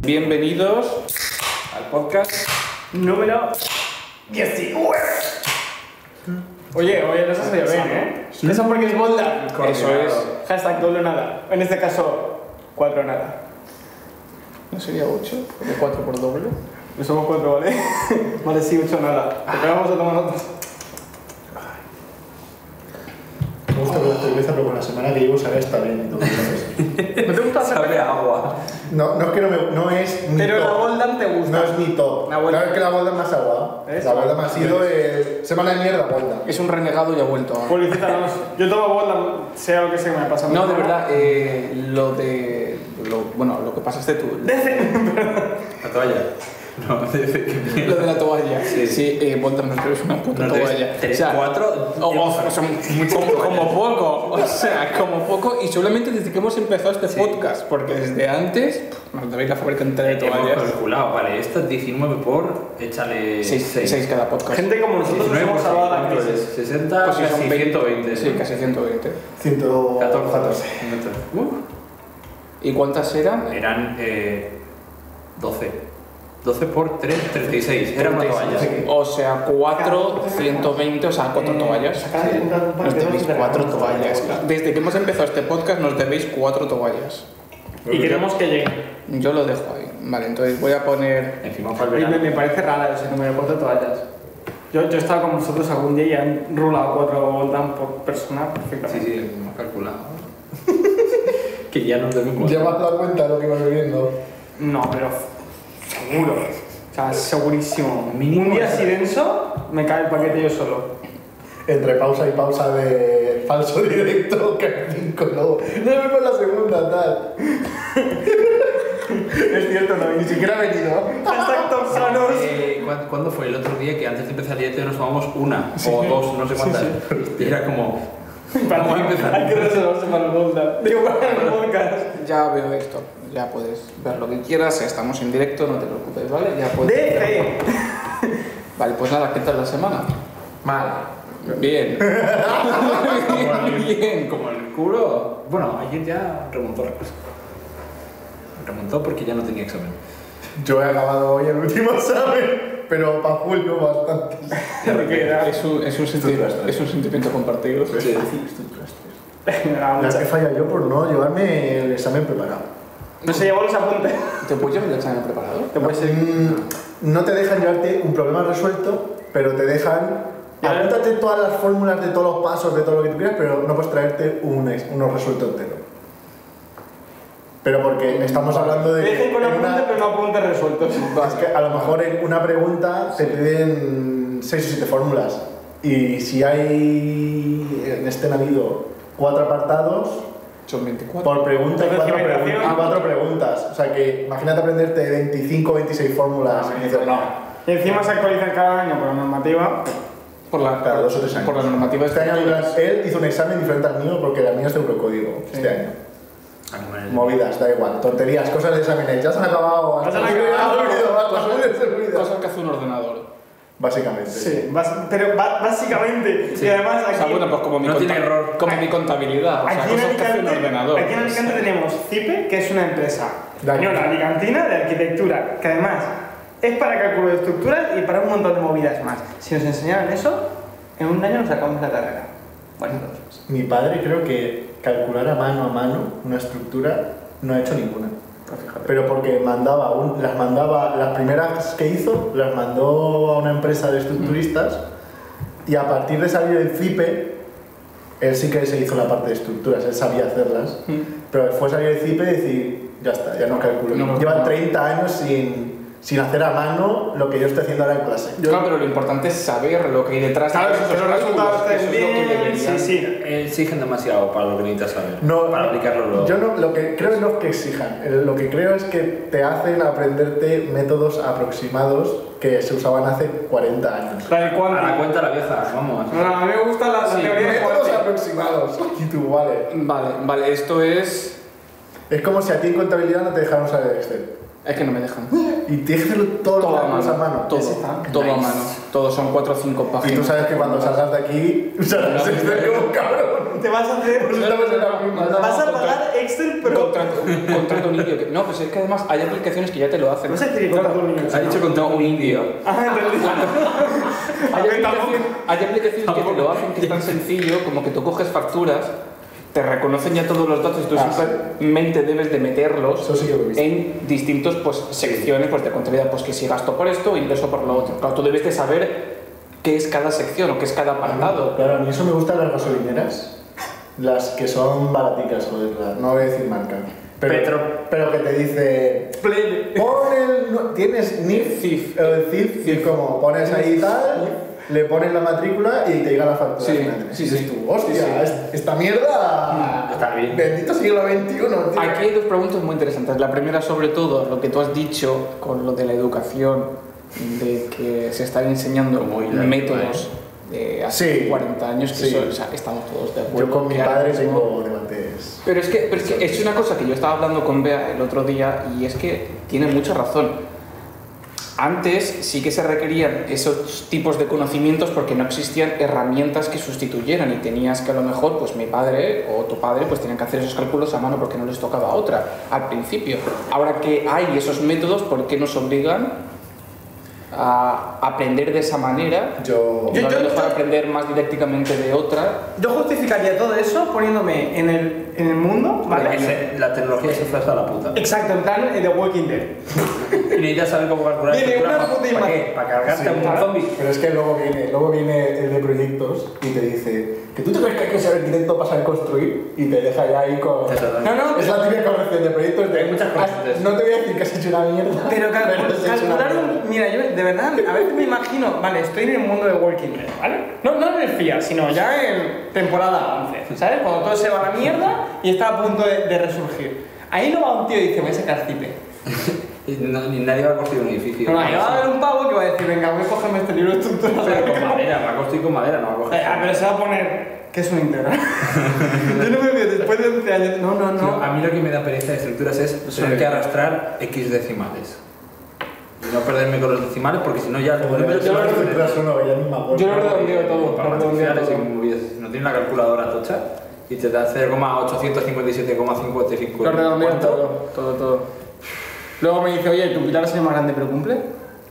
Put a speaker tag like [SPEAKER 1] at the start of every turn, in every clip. [SPEAKER 1] Bienvenidos al podcast número 19.
[SPEAKER 2] Oye, oye, nos ha salido bien, ¿eh? Eso porque es Bolda.
[SPEAKER 1] Eso es.
[SPEAKER 2] Hashtag doble nada. En este caso, cuatro nada. ¿No sería ocho? Porque cuatro por doble. No somos cuatro, ¿vale? vale, sí, ocho nada. Pero vamos a tomar notas.
[SPEAKER 3] Me gusta con la cerveza, pero con la semana que llevo sabe está bien. entonces, ¿sabes?
[SPEAKER 2] ¿No te gusta hacer?
[SPEAKER 1] Sabe a agua.
[SPEAKER 3] No, no es que no, me, no es mi
[SPEAKER 2] Pero la
[SPEAKER 3] top.
[SPEAKER 2] Boldan te gusta.
[SPEAKER 3] No es mi top.
[SPEAKER 2] La ¿Eh? Boldan.
[SPEAKER 3] Claro que la Bolda más agua.
[SPEAKER 2] ¿Ves?
[SPEAKER 3] La Bolda me ha sido el... Semana de mierda, Bolda.
[SPEAKER 4] Es un renegado y ha vuelto. a-
[SPEAKER 2] Publicítanos. Yo tomo Boldan, sea lo que sea que me pasa.
[SPEAKER 4] No, de verdad, eh, lo de. Lo, bueno, lo que pasaste tú.
[SPEAKER 1] La toalla. No, de que
[SPEAKER 4] Lo de la toalla.
[SPEAKER 1] Sí.
[SPEAKER 4] Sí, eh, Bolton Mentor es una puta
[SPEAKER 1] No, tres-
[SPEAKER 4] toalla.
[SPEAKER 1] tres, cuatro,
[SPEAKER 4] o- o- son muchas como, como poco. O sea, como poco. Y solamente desde que hemos empezado este podcast. Porque desde antes pff, nos debéis la fábrica entera de
[SPEAKER 5] Hemos
[SPEAKER 4] toallas.
[SPEAKER 5] calculado, vale, esto es 19 por, échale
[SPEAKER 4] Seis,
[SPEAKER 5] 6.
[SPEAKER 4] seis cada podcast.
[SPEAKER 2] Gente como nosotros nos hemos salvado la crisis.
[SPEAKER 5] 60,
[SPEAKER 4] Pues sí,
[SPEAKER 5] casi
[SPEAKER 4] son veinte.
[SPEAKER 5] 120.
[SPEAKER 4] Sí, casi Uh, 120.
[SPEAKER 3] 114.
[SPEAKER 5] 14.
[SPEAKER 4] ¿Y cuántas eran?
[SPEAKER 5] uh, Eran eh, 12. 12 por 3, 36. Era una toalla.
[SPEAKER 4] O sea, 4, 120, o sea, cuatro toallas.
[SPEAKER 3] Acaban de comprar un par
[SPEAKER 4] Eh, Nos
[SPEAKER 3] de
[SPEAKER 4] debéis
[SPEAKER 3] dos de
[SPEAKER 4] cuatro
[SPEAKER 3] regalo.
[SPEAKER 4] toallas. Desde que hemos empezado este podcast nos debéis cuatro toallas.
[SPEAKER 2] Y queremos que llegue.
[SPEAKER 4] Yo lo dejo ahí. Vale, entonces voy a poner...
[SPEAKER 5] Encima para el
[SPEAKER 2] Oye, Me,
[SPEAKER 5] verano.
[SPEAKER 2] me parece rara ese número, cuatro toallas. Yo, yo he estado con vosotros algún día y han rulado cuatro Goldan por persona
[SPEAKER 5] Sí,
[SPEAKER 2] perfectamente.
[SPEAKER 5] sí, hemos calculado. que ya nos debemos.
[SPEAKER 3] ¿Ya me has dado cuenta de lo que ibas bebiendo?
[SPEAKER 2] No, pero f- seguro. O sea, segurísimo.
[SPEAKER 5] Mínimo
[SPEAKER 2] un día
[SPEAKER 5] eso.
[SPEAKER 2] así denso, me cae el paquete yo solo.
[SPEAKER 3] Entre pausa y pausa de falso directo, que cinco, no. No me con la segunda, tal.
[SPEAKER 2] es cierto, no, ni siquiera he venido. Exacto, sanos.
[SPEAKER 5] Eh, ¿cuán- ¿Cuándo fue el otro día que antes de empezar el dieta nos tomamos una o dos, no sé cuántas? Y era como.
[SPEAKER 2] Para
[SPEAKER 5] Vamos a empezar.
[SPEAKER 2] Hay que reservarse para el Goldan. Digo, para el podcast.
[SPEAKER 4] Ya veo esto. Ya puedes ver lo que quieras. Estamos en directo, no te preocupes, ¿vale? Ya puedes...
[SPEAKER 2] De fe.
[SPEAKER 4] Vale, pues nada, ¿qué tal la semana? Mal. Bien. Bien.
[SPEAKER 5] Como el culo. Bueno, ayer ya remontó la cosa. Remontó porque ya no tenía examen.
[SPEAKER 3] Yo he acabado hoy el último, ¿sabes? Pero para Julio bastante.
[SPEAKER 2] Porque era-
[SPEAKER 4] Es un, es un, senti- es un sentimiento compartido.
[SPEAKER 2] me daba
[SPEAKER 3] Las
[SPEAKER 2] mucha-
[SPEAKER 3] que falla yo por no llevarme el examen preparado.
[SPEAKER 2] No se llevó los apuntes.
[SPEAKER 4] ¿Te puedes llevar el examen preparado?
[SPEAKER 2] Te puedes ir.
[SPEAKER 3] Mm, no te dejan llevarte un problema resuelto, pero te dejan.
[SPEAKER 2] Ya.
[SPEAKER 3] Apúntate todas las fórmulas de todos los pasos, de todo lo que tú quieras, pero no puedes traerte un, ex- uno resuelto entero. Pero porque estamos hablando
[SPEAKER 2] Te
[SPEAKER 3] de.
[SPEAKER 2] dejen con
[SPEAKER 3] en una-
[SPEAKER 2] apuntes, pero no apuntes resueltos.
[SPEAKER 3] es que a lo mejor en una pregunta te piden 6 o 7 fórmulas. Y si hay. En este han habido 4 apartados,
[SPEAKER 4] Son 24.
[SPEAKER 3] por pregunta y cuatro,
[SPEAKER 2] Entonces,
[SPEAKER 3] pregun-
[SPEAKER 2] imaginación.
[SPEAKER 3] y cuatro preguntas. O sea que imagínate aprenderte 25 o 26 fórmulas. y dices, no.
[SPEAKER 2] Y encima se actualizan cada año por la normativa.
[SPEAKER 4] Por la,
[SPEAKER 3] Cada dos o tres años.
[SPEAKER 4] Por la normativa
[SPEAKER 3] Este año él hizo un examen diferente al mío porque la mía es de eurocódigo este año.
[SPEAKER 5] Ah,
[SPEAKER 3] Movidas, da igual. Tonterías, cosas de exámenes. Ya se han acabado.
[SPEAKER 2] Ya se han acabado.
[SPEAKER 3] Se olvidó, se olvidó, se olvidó.
[SPEAKER 4] Cosas que hace un ordenador.
[SPEAKER 3] Básicamente.
[SPEAKER 2] Sí, bas- pero ba- básicamente. Y además
[SPEAKER 4] O
[SPEAKER 2] aquí.
[SPEAKER 4] sea, bueno, pues como mi,
[SPEAKER 5] No tiene
[SPEAKER 4] conta-
[SPEAKER 5] error.
[SPEAKER 4] como mi contabilidad. O sea,
[SPEAKER 2] aquí en
[SPEAKER 4] cosas que hace un
[SPEAKER 2] Alicante-
[SPEAKER 4] ordenador.
[SPEAKER 2] aquí en Alicante tenemos CIPE, que es una empresa
[SPEAKER 3] De aquí.
[SPEAKER 2] española, alicantina de arquitectura, que además es para cálculo de estructuras y para un montón de movidas más. Si nos enseñaran eso, en un año nos sacamos la carrera. Bueno, entonces.
[SPEAKER 3] Mi padre creo que calcular a mano a mano una estructura no ha hecho ninguna. Pero porque mandaba un- las mandaba, las primeras que hizo, las mandó a una empresa de estructuristas y a partir de salir el CIPE, él sí que se hizo la parte de estructuras, él sabía hacerlas.
[SPEAKER 4] Mm.
[SPEAKER 3] Pero fue salir el CIPE y decir, ya está, ya no calculo.
[SPEAKER 4] No, no,
[SPEAKER 3] Llevan
[SPEAKER 4] no.
[SPEAKER 3] 30 años sin, sin hacer a mano lo que yo estoy haciendo ahora en clase.
[SPEAKER 4] Claro, pero lo importante es saber lo que hay detrás de esos cálculos. Eso es lo que deberían-
[SPEAKER 2] Sí, sí.
[SPEAKER 5] Exigen demasiado para lo que necesitas saber.
[SPEAKER 3] No,
[SPEAKER 5] para
[SPEAKER 3] no,
[SPEAKER 5] aplicarlo luego.
[SPEAKER 3] Yo no, lo que creo no es que exijan, eh, lo que creo es que te hacen aprenderte métodos aproximados que se usaban hace 40 años.
[SPEAKER 2] La del
[SPEAKER 5] A la
[SPEAKER 2] cuántico.
[SPEAKER 5] cuenta la vieja, vamos.
[SPEAKER 2] No, no, a mí me gusta la, la
[SPEAKER 4] Sí,
[SPEAKER 2] teoría de
[SPEAKER 3] Métodos
[SPEAKER 2] cuántico.
[SPEAKER 3] aproximados. Y tú, vale.
[SPEAKER 4] Vale, vale, esto es.
[SPEAKER 3] Es como si a ti en contabilidad no te dejaran usar el Excel.
[SPEAKER 4] Es que no me dejan.
[SPEAKER 3] Y tienes que hacerlo todo,
[SPEAKER 4] Todo a
[SPEAKER 3] a
[SPEAKER 4] mano.
[SPEAKER 3] mano.
[SPEAKER 4] Todo,
[SPEAKER 2] Ese está.
[SPEAKER 4] todo a
[SPEAKER 2] Nice.
[SPEAKER 4] mano. Todo son 4 o 5 páginas.
[SPEAKER 3] Y tú sabes que cuando salgas de aquí usarás
[SPEAKER 4] No.
[SPEAKER 3] Excel como un cabrón.
[SPEAKER 2] Te vas a hacer.
[SPEAKER 3] Estamos en la misma.
[SPEAKER 2] Vas a pagar Excel, pero.
[SPEAKER 4] Contrato, contrato un indio. que- No, pues es que además hay aplicaciones que ya te lo hacen.
[SPEAKER 2] No sé qué contrato un niño.
[SPEAKER 5] Ha dicho contra un indio.
[SPEAKER 2] Ah, entendí.
[SPEAKER 4] Hay
[SPEAKER 2] A ver,
[SPEAKER 4] aplicaciones, hay aplicaciones que te lo hacen que es tan sencillo como que tú coges facturas, te reconocen ya todos los datos y tú
[SPEAKER 3] Ah, sí.
[SPEAKER 4] simplemente debes de meterlos
[SPEAKER 3] Eso sí que lo he visto.
[SPEAKER 4] en distintos pues secciones pues de contabilidad, pues que si gasto por esto, ingreso por lo otro. Claro, tú debes de saber qué es cada sección o qué es cada apartado.
[SPEAKER 3] Claro, a mí eso me gustan las gasolineras. Las que son baraticas, joder, la- no voy a decir marca. Pero,
[SPEAKER 2] Petro.
[SPEAKER 3] Pero que te dice. Pon el. nu- Tienes NIF.
[SPEAKER 4] CIF.
[SPEAKER 3] o El CIF, y es como pones ahí tal. Le pones la matrícula y te llega la factura.
[SPEAKER 4] Sí,
[SPEAKER 3] al final.
[SPEAKER 4] sí,
[SPEAKER 3] Y dices
[SPEAKER 4] sí.
[SPEAKER 3] tú, hostia,
[SPEAKER 4] Sí, sí.
[SPEAKER 3] es- esta mierda.
[SPEAKER 5] Está bien.
[SPEAKER 3] Bendito siglo XXI. tío".
[SPEAKER 4] Aquí hay dos preguntas muy interesantes. La primera, sobre todo, lo que tú has dicho con lo de la educación, de que se están enseñando
[SPEAKER 5] Como hoy la
[SPEAKER 4] métodos de hace
[SPEAKER 3] Sí.
[SPEAKER 4] 40 años, que
[SPEAKER 3] Sí.
[SPEAKER 4] eso, o sea, estamos todos de acuerdo.
[SPEAKER 3] Yo con mi
[SPEAKER 4] que ahora
[SPEAKER 3] padre
[SPEAKER 4] mismo-
[SPEAKER 3] tengo debates.
[SPEAKER 4] Pero es que, pero es, que es una cosa que yo estaba hablando con Bea el otro día y es que tiene mucha razón. Antes sí que se requerían esos tipos de conocimientos porque no existían herramientas que sustituyeran y tenías que a lo mejor, pues mi padre o tu padre, pues tenían que hacer esos cálculos a mano porque no les tocaba otra al principio. Ahora que hay esos métodos, ¿por qué nos obligan a aprender de esa manera?
[SPEAKER 3] Yo.
[SPEAKER 4] No a lo
[SPEAKER 2] yo-
[SPEAKER 4] mejor
[SPEAKER 2] yo-
[SPEAKER 4] aprender más didácticamente de otra.
[SPEAKER 2] Yo justificaría todo eso poniéndome en el, en el mundo, ¿vale?
[SPEAKER 5] Ese- Eh, La tecnología se fue hasta la puta.
[SPEAKER 2] Exacto, en plan eh, The Walking Dead.
[SPEAKER 5] Y necesitas saber cómo calcular.
[SPEAKER 2] Tiene
[SPEAKER 5] estructura,
[SPEAKER 2] una
[SPEAKER 5] ¿pa-
[SPEAKER 2] puta
[SPEAKER 5] ¿Para
[SPEAKER 2] imagen.
[SPEAKER 5] qué? Para cargarte a un zombie.
[SPEAKER 3] Pero es que luego viene, luego viene el de proyectos y te dice que tú te crees que hay que ser arquitecto para saber construir y te deja ya ahí con...
[SPEAKER 5] Exactamente.
[SPEAKER 2] No, no,
[SPEAKER 3] Es la típica corrección de proyectos de
[SPEAKER 5] Hay muchas
[SPEAKER 3] "Has-
[SPEAKER 5] correcciones".
[SPEAKER 3] No te voy a decir que has hecho una mierda.
[SPEAKER 2] Pero cal-
[SPEAKER 3] has hecho
[SPEAKER 2] calcular
[SPEAKER 3] una
[SPEAKER 2] un-
[SPEAKER 3] mierda.
[SPEAKER 2] Mira, yo de verdad, a veces me imagino, vale, estoy en el mundo de Walking Dead, ¿vale? No, no en el FIA, sino ya en temporada 11, ¿sabes? Cuando todo se va a la mierda y está a punto de, de resurgir. Ahí no va un tío y dice, voy a sacar cipe.
[SPEAKER 5] Y no- ni nadie va a construir un edificio.
[SPEAKER 2] No, ahí va a haber un pavo que va a decir, venga, voy a cogerme este libro de estructura.
[SPEAKER 5] Pero con madera, va a construir con madera, no va a coger.
[SPEAKER 2] Ah, pero se va a poner que es un integral. yo no me veo después de 11 años. No, no,
[SPEAKER 5] Tío,
[SPEAKER 2] no.
[SPEAKER 5] a mí lo que me da pereza de estructuras es tener que arrastrar X decimales. Y no perderme con los decimales porque si no ya...
[SPEAKER 3] Pero yo- yo las estructuras uno, ya ni me acuerdo.
[SPEAKER 4] Yo lo redondeo todo,
[SPEAKER 5] Para
[SPEAKER 4] lo redondeo
[SPEAKER 5] matriciales,
[SPEAKER 4] todo.
[SPEAKER 5] si movies- no tiene la calculadora tocha y te da 0,857,55.
[SPEAKER 4] Lo redondeo
[SPEAKER 5] ¿Cuánto?
[SPEAKER 4] todo, todo, todo.
[SPEAKER 2] Luego me dice, oye, tu pilar es el más grande, pero cumple.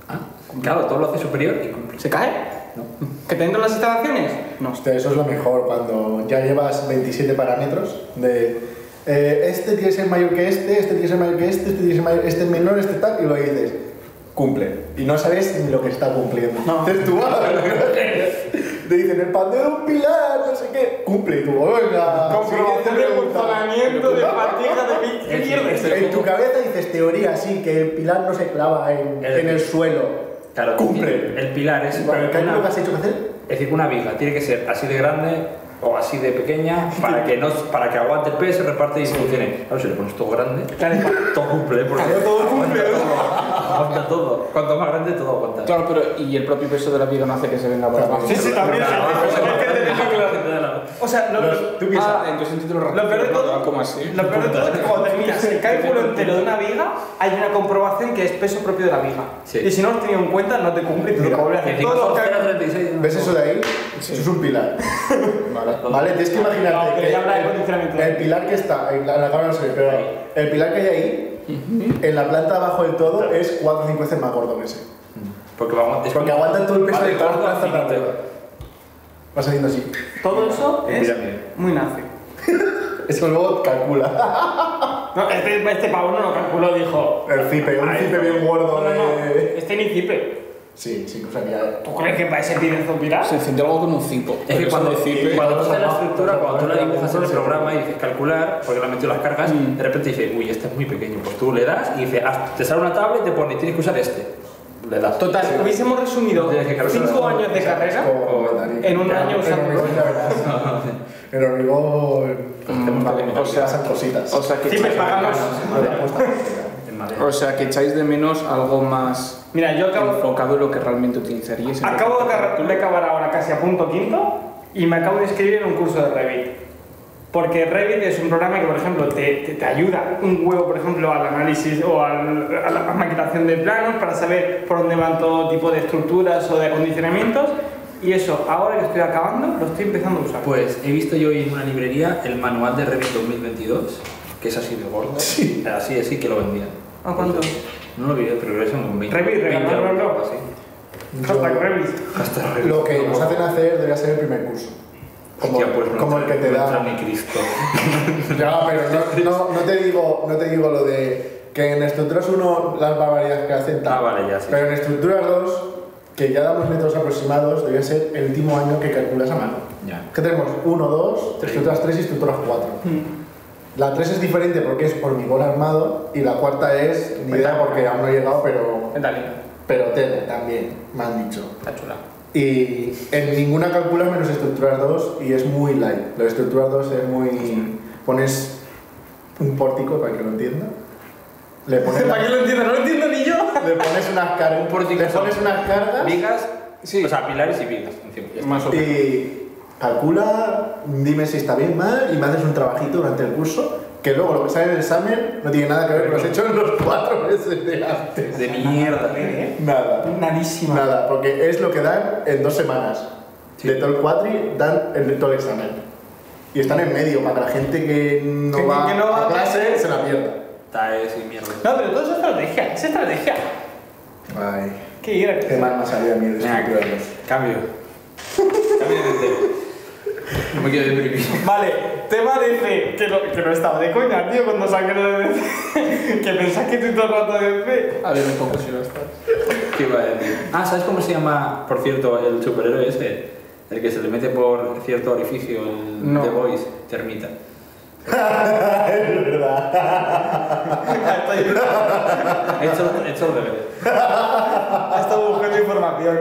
[SPEAKER 5] Ah, claro, todo lo hace superior y cumple.
[SPEAKER 2] ¿Se cae?
[SPEAKER 5] No.
[SPEAKER 2] ¿Que te entran las instalaciones? No.
[SPEAKER 3] Hostia, eso es lo mejor, cuando ya llevas 27 parámetros de... eh, este tiene que ser mayor que este, este tiene que ser mayor que este, este tiene que ser mayor, este es menor, este tal, y lo dices, cumple. Y no sabes ni lo que está cumpliendo.
[SPEAKER 2] No.
[SPEAKER 3] Entonces tú, ah, te dicen, el pan de un pilar, no sé qué, cumple. Y tú, venga,
[SPEAKER 2] Comprobación de
[SPEAKER 3] siguiente pregunta.
[SPEAKER 2] funcionamiento de fatiga de mi... ¿Qué mierda es
[SPEAKER 3] En tu
[SPEAKER 2] esto?
[SPEAKER 3] cabeza dices teoría, sí, que el pilar no se clava en,
[SPEAKER 5] El-
[SPEAKER 3] en el suelo.
[SPEAKER 5] Claro,
[SPEAKER 3] Cumple.
[SPEAKER 5] El pilar es...
[SPEAKER 3] Bueno, el cálculo que
[SPEAKER 5] una-
[SPEAKER 3] has hecho que hacer,
[SPEAKER 5] Es decir, una viga tiene que ser así de grande o así de pequeña para que, no, para que aguante el peso, reparte y funcione. Claro, si le pones todo grande, todo cumple, ¿eh? porque todo cumple. Aguanta todo. Cuanto más grande, todo aguanta.
[SPEAKER 4] Claro, pero y el propio peso de la vida no hace que se venga por
[SPEAKER 3] Claro.
[SPEAKER 4] abajo.
[SPEAKER 2] Sí, sí, también. O sea, lo,
[SPEAKER 3] Los- tú piensas,
[SPEAKER 4] Ah, entonces entiendo lo
[SPEAKER 2] lo peor de todo...
[SPEAKER 4] ¿Cómo así?
[SPEAKER 2] Lo peor de todo es que cuando terminas el cálculo entero de una viga, hay una comprobación que es peso propio de la viga.
[SPEAKER 5] Sí.
[SPEAKER 2] Y si no lo has tenido en cuenta, no te cumple y te toca volver a hacer
[SPEAKER 5] Encima
[SPEAKER 2] todos los
[SPEAKER 5] son
[SPEAKER 2] cálculos.
[SPEAKER 5] 0,36,
[SPEAKER 3] ¿Ves eso de ahí? Eso es un pilar. Vale, vale, tienes que imaginarte.
[SPEAKER 2] No, pero
[SPEAKER 3] que
[SPEAKER 2] ya habla de
[SPEAKER 3] el-
[SPEAKER 2] condicionamiento.
[SPEAKER 3] El pilar que está, en la, la cámara no se ve, pero el pilar que hay ahí, en la planta abajo del todo, es 4 o 5 veces más gordo que ese.
[SPEAKER 5] Porque, aguanta,
[SPEAKER 3] Porque aguanta todo el peso
[SPEAKER 5] Vale,
[SPEAKER 3] de toda la
[SPEAKER 5] gordo
[SPEAKER 3] planta para
[SPEAKER 5] finito.
[SPEAKER 3] arriba. Vas haciendo así.
[SPEAKER 2] Todo eso
[SPEAKER 5] En
[SPEAKER 2] es
[SPEAKER 5] pirámide.
[SPEAKER 2] muy nazi.
[SPEAKER 3] Eso luego calcula.
[SPEAKER 2] No, este, este pavo no lo calculó, dijo.
[SPEAKER 3] El cipe, un
[SPEAKER 2] "Ay,
[SPEAKER 3] cipe bien
[SPEAKER 2] No,
[SPEAKER 3] gordo
[SPEAKER 2] no, no,
[SPEAKER 3] de.
[SPEAKER 2] este ni cipe.
[SPEAKER 3] Sí, sí, o sea que ya.
[SPEAKER 2] ¿Tú crees que para ese pide zombirá?
[SPEAKER 4] Se encendió algo con un cipo.
[SPEAKER 5] Es que cuando,
[SPEAKER 4] eh,
[SPEAKER 3] cipe.
[SPEAKER 5] cuando tú haces la
[SPEAKER 3] Vamos a-
[SPEAKER 5] estructura,
[SPEAKER 3] vamos a
[SPEAKER 5] cuando tú la
[SPEAKER 3] ver,
[SPEAKER 5] dibujas en el
[SPEAKER 3] vamos a ver.
[SPEAKER 5] programa y dices calcular, porque le has metido las cargas,
[SPEAKER 3] Mm.
[SPEAKER 5] de repente dices, uy, este es muy pequeño. Pues tú le das y dices, "Haz- te sale una tabla y te pone, tienes que usar este. Le das.
[SPEAKER 2] Total, hubiésemos resumido
[SPEAKER 5] Tienes que calcular.
[SPEAKER 2] 5 años de carrera en un año usando.
[SPEAKER 3] El hormigón, ya verás. El hormigón.
[SPEAKER 2] Mm,
[SPEAKER 5] Tenemos que limitar
[SPEAKER 4] o sea,
[SPEAKER 3] esas cositas.
[SPEAKER 4] o sea que
[SPEAKER 2] Sí, me pagan los-
[SPEAKER 3] Vale, apuesta.
[SPEAKER 5] en madera.
[SPEAKER 4] o sea que echáis de menos algo más
[SPEAKER 2] Mira, yo acabo,
[SPEAKER 4] enfocado en lo que realmente utilizaríais. en lo
[SPEAKER 2] acabo de,
[SPEAKER 4] que-
[SPEAKER 2] acabar- de acabar ahora casi a punto quinto y me acabo de inscribir en un curso de Revit. Porque Revit es un programa que, por ejemplo, te, te- te ayuda un huevo, por ejemplo, al análisis o al- a la maquetación de planos para saber por dónde van todo tipo de estructuras o de acondicionamientos. Y eso, ahora que estoy acabando, lo estoy empezando a usar.
[SPEAKER 5] Pues he visto yo hoy en una librería el manual de Revit 2022, que es así de gordo, así, así que lo vendían.
[SPEAKER 2] ¿A cuánto?
[SPEAKER 5] No lo vi, pero era como 20.
[SPEAKER 2] Revit,
[SPEAKER 5] 20 euros,
[SPEAKER 2] regalarlo.
[SPEAKER 5] algo así.
[SPEAKER 2] Hashtag Revis.
[SPEAKER 5] Hasta Revit.
[SPEAKER 3] Lo que
[SPEAKER 5] No,
[SPEAKER 3] nos hacen hacer debería ser el primer curso. Como,
[SPEAKER 5] hostia, pues no
[SPEAKER 3] como el que
[SPEAKER 5] entra-
[SPEAKER 3] te
[SPEAKER 5] no entra
[SPEAKER 3] da.
[SPEAKER 5] ni Cristo.
[SPEAKER 3] Ya, pero no, no, no te digo, no te digo lo de que en estructuras 1 las barbaridades que hacen tal.
[SPEAKER 5] Ah, vale, ya, sí.
[SPEAKER 3] Pero en estructuras 2, que ya damos metros aproximados, debe ser el último año que calculas a mano.
[SPEAKER 5] Ya.
[SPEAKER 3] Que tenemos 1, 2,
[SPEAKER 5] Tres.
[SPEAKER 3] estructuras 3 y estructuras 4. La 3 es diferente porque es hormigón armado y la cuarta es, ni idea porque aún no he llegado, pero,
[SPEAKER 4] Metálica.
[SPEAKER 3] pero tela también, me han dicho.
[SPEAKER 4] Está chula.
[SPEAKER 3] Y en ninguna calculas menos estructuras 2 y es muy light. Lo de estructuras 2 es muy... Pones un pórtico para que lo entienda. Le pones,
[SPEAKER 2] ¿Para qué lo entiendo? No lo entiendo ni yo.
[SPEAKER 3] le pones unas cargas.
[SPEAKER 5] Un pórtico
[SPEAKER 3] le pones
[SPEAKER 5] son
[SPEAKER 3] unas cargas
[SPEAKER 5] Vigas,
[SPEAKER 4] Sí.
[SPEAKER 5] o sea, pilares y vigas. encima, ya está.
[SPEAKER 4] Más o menos.
[SPEAKER 3] y calcula, dime si está bien mal y me haces un trabajito durante el curso que luego lo que sale en el examen no tiene nada que ver con lo que has hecho en los cuatro meses de antes.
[SPEAKER 5] De mierda. ¿eh?
[SPEAKER 3] ¿eh? Nada.
[SPEAKER 2] Nadísima.
[SPEAKER 3] Nada, porque es lo que dan en dos semanas. De todo el cuatri dan el de todo el examen. Y están en medio para que la gente que no
[SPEAKER 2] Que-
[SPEAKER 3] va
[SPEAKER 2] que no va
[SPEAKER 3] a
[SPEAKER 2] a
[SPEAKER 3] clase
[SPEAKER 2] clase.
[SPEAKER 3] se la pierda.
[SPEAKER 5] Está ese mierda.
[SPEAKER 2] No, pero todo es estrategia. Es estrategia.
[SPEAKER 3] Ay,
[SPEAKER 2] Qué ira.
[SPEAKER 3] qué mal me ha salido a mí el estructura de los-
[SPEAKER 5] Cambio. Cambio de tema. No me quiero deprimir.
[SPEAKER 2] Vale, tema DC, que no, que no estaba de coña, tío, cuando saqué lo de DC. que pensás que estoy todo el rato de DC.
[SPEAKER 4] A ver un poco si lo está.
[SPEAKER 5] ¿Qué iba a decir? Ah, ¿sabes cómo se llama, por cierto, el superhéroe ese? El que se le mete por cierto orificio, el
[SPEAKER 4] No.
[SPEAKER 5] The Voice, termita.
[SPEAKER 3] Es verdad.
[SPEAKER 2] Ah, Estoy-
[SPEAKER 5] Hecho, hecho al revés.
[SPEAKER 2] Ha estado buscando información.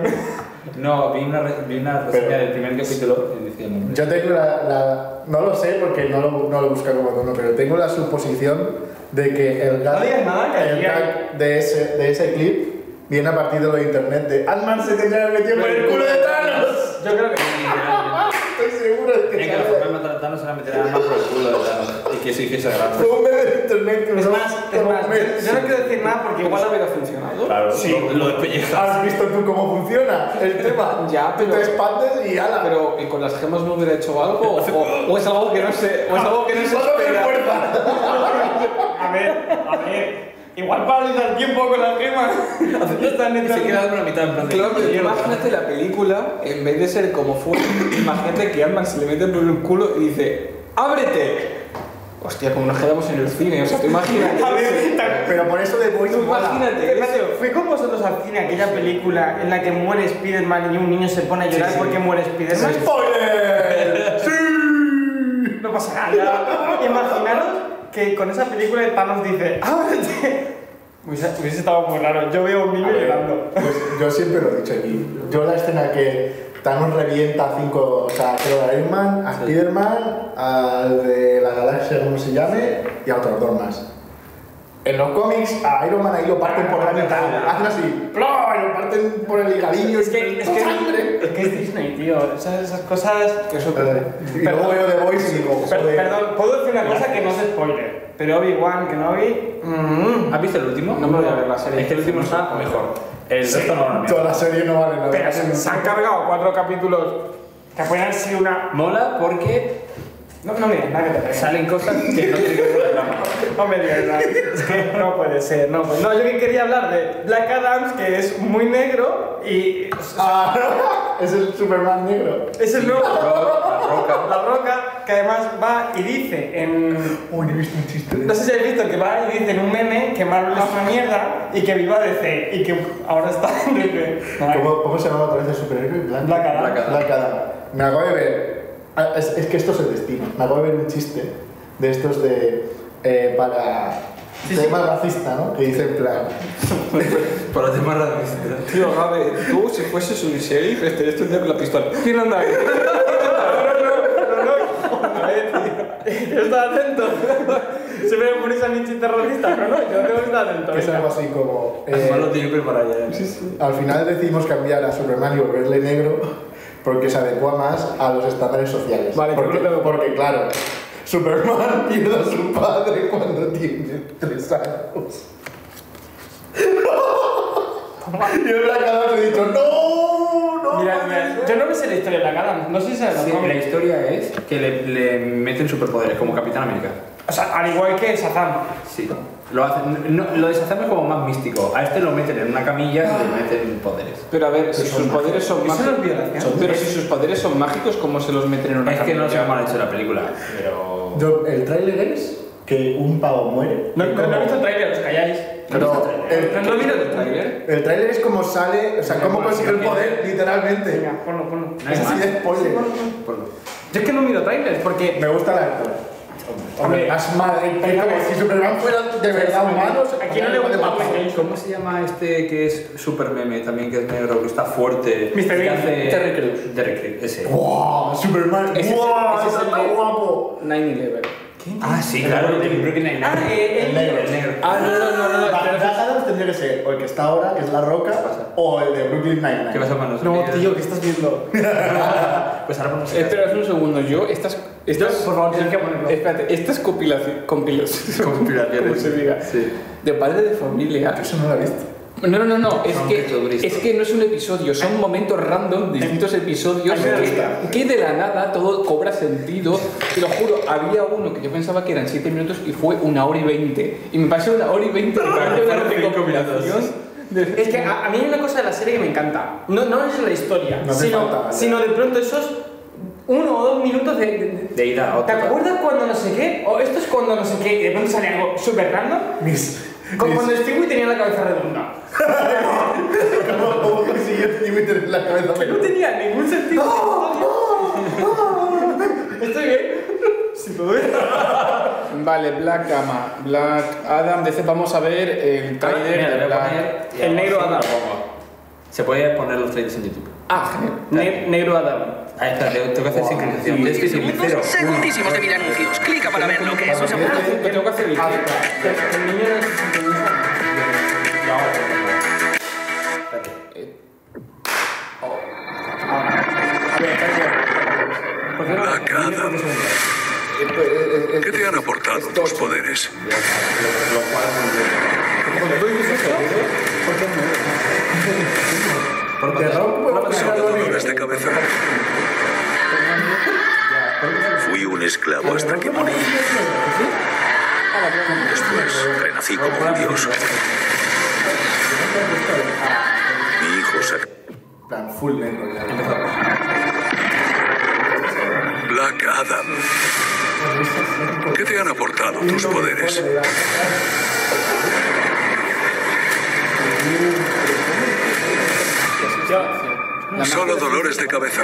[SPEAKER 5] No, vi una, re- vi una reseña
[SPEAKER 3] Pero-
[SPEAKER 5] del primer capítulo y decía el nombre.
[SPEAKER 3] Yo tengo la, la- No lo sé porque no lo, no lo he buscado como uno, pero tengo la suposición de que el gag,
[SPEAKER 2] No digas nada, que
[SPEAKER 3] el
[SPEAKER 2] aquí hay-
[SPEAKER 3] gag de, ese, de ese clip viene a partir de lo de internet de Ant-Man se tendría que meter por el culo de Thanos.
[SPEAKER 2] Yo creo que.
[SPEAKER 5] Literalmente.
[SPEAKER 3] Estoy seguro de que
[SPEAKER 5] Venga, la
[SPEAKER 3] sale.
[SPEAKER 5] forma de matar a Thanos era meter a Alma por el culo de Thanos y que se hiciese grande.
[SPEAKER 3] Fue un meme de internet que
[SPEAKER 2] Es
[SPEAKER 3] duró
[SPEAKER 2] más, es
[SPEAKER 3] como
[SPEAKER 2] más,
[SPEAKER 3] un mes.
[SPEAKER 2] yo no quiero decir nada porque igual hubiera funcionado.
[SPEAKER 5] Claro,
[SPEAKER 2] Sí.
[SPEAKER 5] lo, lo despelleja.
[SPEAKER 3] ¿Has visto tú cómo funciona el tema?
[SPEAKER 4] Ya, pero-
[SPEAKER 3] Te expandes y ala.
[SPEAKER 4] Pero ¿y con las gemas no hubiera hecho algo o, o es algo que no se o es algo que no se
[SPEAKER 3] Solo me
[SPEAKER 4] espera.
[SPEAKER 3] fuerza.
[SPEAKER 2] A ver, a ver. Igual paraliza el tiempo con las gemas. No están
[SPEAKER 5] Y se queda por la mitad en plan de-
[SPEAKER 4] Claro, pero
[SPEAKER 5] Mierda.
[SPEAKER 4] imagínate la película, en vez de ser como fue, imagínate que Ant-Man se le mete por el culo y dice ¡Ábrete! Hostia, como nos quedamos en el cine, o sea, tú
[SPEAKER 2] A
[SPEAKER 4] imagínate.
[SPEAKER 2] ver, tan-
[SPEAKER 3] Pero por eso de Boys
[SPEAKER 4] Tú
[SPEAKER 3] mola.
[SPEAKER 4] imagínate eso.
[SPEAKER 2] Fernando, ¿Fue con vosotros al cine aquella película en la que muere Spiderman y un niño se pone a llorar
[SPEAKER 4] Sí, sí.
[SPEAKER 2] porque muere Spiderman?
[SPEAKER 3] ¡Spoiler! ¡Sí!
[SPEAKER 2] No pasa nada. Imaginaros que con esa película el Thanos dice ¡Ábrete! Hubiese, hubiese estado muy raro. Yo veo a un niño llorando.
[SPEAKER 3] Pues yo siempre lo he dicho aquí. Yo la escena que Thanos revienta a cinco, o sea, creo a Iron Man, a Spider-Man, al de la galaxia, como se llame, y a otros dos más. En los cómics, a Iron Man ahí lo parten por la mitad, hacen así, ¡plom! y lo parten por el higadillo,
[SPEAKER 2] Es que es, que,
[SPEAKER 3] ¡sangre!
[SPEAKER 2] es, que es Disney, tío. Esas, esas cosas.
[SPEAKER 4] Eso
[SPEAKER 3] Eh, Y luego veo The Voice y digo,
[SPEAKER 2] Per-
[SPEAKER 3] joder.
[SPEAKER 2] perdón, puedo decir una cosa que no es spoiler. Pero Obi-Wan Kenobi. mm,
[SPEAKER 5] ¿Has visto el último?
[SPEAKER 4] No me voy a ver la serie.
[SPEAKER 5] Es que el último está mejor. El resto no lo
[SPEAKER 3] Toda la serie no vale nada.
[SPEAKER 2] pero se, se han cargado cuatro capítulos que pueden haber sido una.
[SPEAKER 5] Mola porque
[SPEAKER 2] No, no me digas nada que te pegue.
[SPEAKER 5] salen cosas que no tienen que ver con la trama.
[SPEAKER 2] No me digas nada. Es que no puede ser, no puede- No, yo que quería hablar de Black Adams, que es muy negro y
[SPEAKER 3] Ah, es el Superman negro.
[SPEAKER 2] es el nuevo.
[SPEAKER 5] La roca.
[SPEAKER 2] La Roca, que además va y dice en.
[SPEAKER 3] Uy, he visto un chiste de
[SPEAKER 2] No sé si habéis visto que va y dice en un meme que Marvel es una mierda y que viva DC y que ahora está en DC.
[SPEAKER 3] ¿Cómo, cómo se llama otra vez el superhéroe? Black,
[SPEAKER 2] Black Adam.
[SPEAKER 5] Black Adam.
[SPEAKER 3] Black Adam. Me acabo de ver. ah, Es, es que esto es el destino. Me acabo de ver un chiste de estos de. eh, para.
[SPEAKER 2] Sí,
[SPEAKER 3] tema racista, ¿no? Que dice en plan.
[SPEAKER 5] Por el tema racista.
[SPEAKER 4] Tío, Gabe, tú si fueses un sheriff estarías todo el día con la pistola. ¿Quién anda ahí?
[SPEAKER 2] A ver, tío. Yo estaba atento. Siempre me ponéis a mi chiste racista, pero no, yo tengo que estar atento.
[SPEAKER 3] que es algo
[SPEAKER 2] venga.
[SPEAKER 3] así como. eh,
[SPEAKER 5] No lo tiene preparado ya.
[SPEAKER 3] al final decidimos cambiar a Superman y volverle negro porque se adecua más a los estándares sociales.
[SPEAKER 2] Vale,
[SPEAKER 3] porque,
[SPEAKER 2] yo creo que-
[SPEAKER 3] porque claro, Superman pierde a su padre cuando tiene tres años. y el Black Adam le ha dicho, no, no.
[SPEAKER 2] Mira,
[SPEAKER 3] puede
[SPEAKER 2] mira,
[SPEAKER 3] ser".
[SPEAKER 2] yo no me sé la historia de la cara, no sé si se la
[SPEAKER 5] Sí,
[SPEAKER 2] cómo.
[SPEAKER 5] la historia es que le, le meten superpoderes, como Capitán América.
[SPEAKER 2] O sea, al igual que Shazam.
[SPEAKER 5] Sí. Lo, hacen, no, lo de Shazam es como más místico. A este lo meten en una camilla y le meten poderes.
[SPEAKER 4] Pero a ver, si sus poderes son
[SPEAKER 2] Eso no es
[SPEAKER 4] mágicos.
[SPEAKER 2] violación.
[SPEAKER 4] Pero si sus poderes son mágicos, ¿cómo se los meten en una
[SPEAKER 5] Es que no se
[SPEAKER 4] camilla?
[SPEAKER 5] ha mal hecho la película, pero.
[SPEAKER 3] Yo- el tráiler es que un pavo muere.
[SPEAKER 2] No,
[SPEAKER 3] y
[SPEAKER 2] no, no he
[SPEAKER 3] como-
[SPEAKER 2] visto el trailer, os calláis.
[SPEAKER 3] No, el,
[SPEAKER 4] ¿No miras el tráiler?
[SPEAKER 3] el tráiler es como sale, o sea, cómo consigue el poder, literalmente.
[SPEAKER 2] Venga, ponlo, ponlo.
[SPEAKER 5] No hay
[SPEAKER 3] Es así
[SPEAKER 5] más.
[SPEAKER 3] de spoiler.
[SPEAKER 5] Ponlo.
[SPEAKER 2] Yo es que no miro trailers porque
[SPEAKER 3] Me gusta la actor. Hombre, más madre, pero como si Superman fuera de verdad humano.
[SPEAKER 2] Aquí no le gusta
[SPEAKER 3] de
[SPEAKER 2] la
[SPEAKER 3] papel.
[SPEAKER 2] gente.
[SPEAKER 5] ¿Cómo se llama este que es super meme también, que es negro, que está fuerte?
[SPEAKER 2] Mr.
[SPEAKER 5] Que
[SPEAKER 2] Bean.
[SPEAKER 5] hace-
[SPEAKER 4] Terry Crews.
[SPEAKER 5] Derek Crews, ese.
[SPEAKER 3] Oh, ¡Wow! Superman.
[SPEAKER 4] Ese es el-
[SPEAKER 3] ¡Wow!
[SPEAKER 4] ese es
[SPEAKER 3] está
[SPEAKER 4] el
[SPEAKER 3] tan
[SPEAKER 4] de-
[SPEAKER 3] guapo!
[SPEAKER 4] 9-11.
[SPEAKER 5] Ah, sí, claro, de Brooklyn Nine-Nine.
[SPEAKER 2] Ah, eh,
[SPEAKER 3] El negro.
[SPEAKER 5] El negro.
[SPEAKER 4] Ah, no, no, no, no, no.
[SPEAKER 3] Van
[SPEAKER 4] espera.
[SPEAKER 3] Adams tendría que ser o el que está ahora, que es La Roca, o el de Brooklyn Nine-Nine.
[SPEAKER 5] ¿Qué pasa con los
[SPEAKER 3] No,
[SPEAKER 5] amigos?
[SPEAKER 3] tío, ¿qué estás viendo?
[SPEAKER 5] Pues ahora ponemos el-
[SPEAKER 4] Espera un segundo, yo estas. estas
[SPEAKER 2] Por favor, tienes que ponerlo.
[SPEAKER 4] Espérate, estas compilaciones. Compilaciones.
[SPEAKER 5] Conspiraciones.
[SPEAKER 4] Como se diga.
[SPEAKER 5] Sí.
[SPEAKER 4] De padre de familia.
[SPEAKER 3] Eso no lo he visto.
[SPEAKER 4] No, no, no, no, es
[SPEAKER 5] Son
[SPEAKER 4] que,
[SPEAKER 5] Jesucristo.
[SPEAKER 4] es que no es un episodio, son momentos random, distintos episodios
[SPEAKER 2] Ay, me
[SPEAKER 4] que,
[SPEAKER 2] gusta.
[SPEAKER 4] que de la nada todo cobra sentido. Te lo juro, había uno que yo pensaba que eran 7 minutos y fue una hora y 20. Y me pasé una hora y 20 y me parece una
[SPEAKER 5] Fueron cinco
[SPEAKER 4] recopilación
[SPEAKER 5] minutos.
[SPEAKER 4] de-
[SPEAKER 2] Es que a, a mí hay una cosa de la serie que me encanta. No, no es la historia,
[SPEAKER 3] No hace
[SPEAKER 2] sino,
[SPEAKER 3] falta, vale.
[SPEAKER 2] sino de pronto esos uno o dos minutos de. de- de-
[SPEAKER 5] De ida a
[SPEAKER 2] ¿Te
[SPEAKER 5] otra.
[SPEAKER 2] acuerdas cuando no sé qué? O esto es cuando no sé qué, y de pronto sale algo súper random.
[SPEAKER 3] Mis.
[SPEAKER 2] Como
[SPEAKER 3] mis-
[SPEAKER 2] cuando Stewie tenía la cabeza redonda.
[SPEAKER 3] ¿Cómo cómo consiguió Twitter en la cabeza?
[SPEAKER 2] Que no tenía ningún sentido. Estoy bien.
[SPEAKER 4] Vale, Black Gama, Black Adam, DC, vamos a ver el
[SPEAKER 5] Ahora, Ah, mira,
[SPEAKER 4] trailer
[SPEAKER 5] le
[SPEAKER 4] de
[SPEAKER 5] voy a
[SPEAKER 4] Black.
[SPEAKER 5] poner y
[SPEAKER 2] El
[SPEAKER 5] abajo
[SPEAKER 2] negro
[SPEAKER 5] lo
[SPEAKER 2] Adam.
[SPEAKER 5] pongo. Se puede poner los trailers en YouTube.
[SPEAKER 4] Ah, genial.
[SPEAKER 2] Ne- negro Adam.
[SPEAKER 5] Ahí está, tengo tengo que hacer sincronización. Es que es sincero.
[SPEAKER 6] Segundísimos de mil anuncios. Clica para ver lo que es.
[SPEAKER 4] este Lo tengo que hacer bien.
[SPEAKER 2] El niño no se sintoniza.
[SPEAKER 5] ¿Por qué no? Porque es un-
[SPEAKER 6] ¿Qué te han aportado tus poderes?
[SPEAKER 5] Lo cual es un ¿Por qué
[SPEAKER 3] Te
[SPEAKER 5] no?
[SPEAKER 3] rompo la
[SPEAKER 6] Son
[SPEAKER 3] cara,
[SPEAKER 6] dolores de cabeza. Fui un esclavo hasta que morí. Después renací como un dios. Mi hijo se
[SPEAKER 3] En plan, full negro. ya.
[SPEAKER 6] Black Adam. ¿Qué te han aportado tus poderes? Solo dolores de cabeza.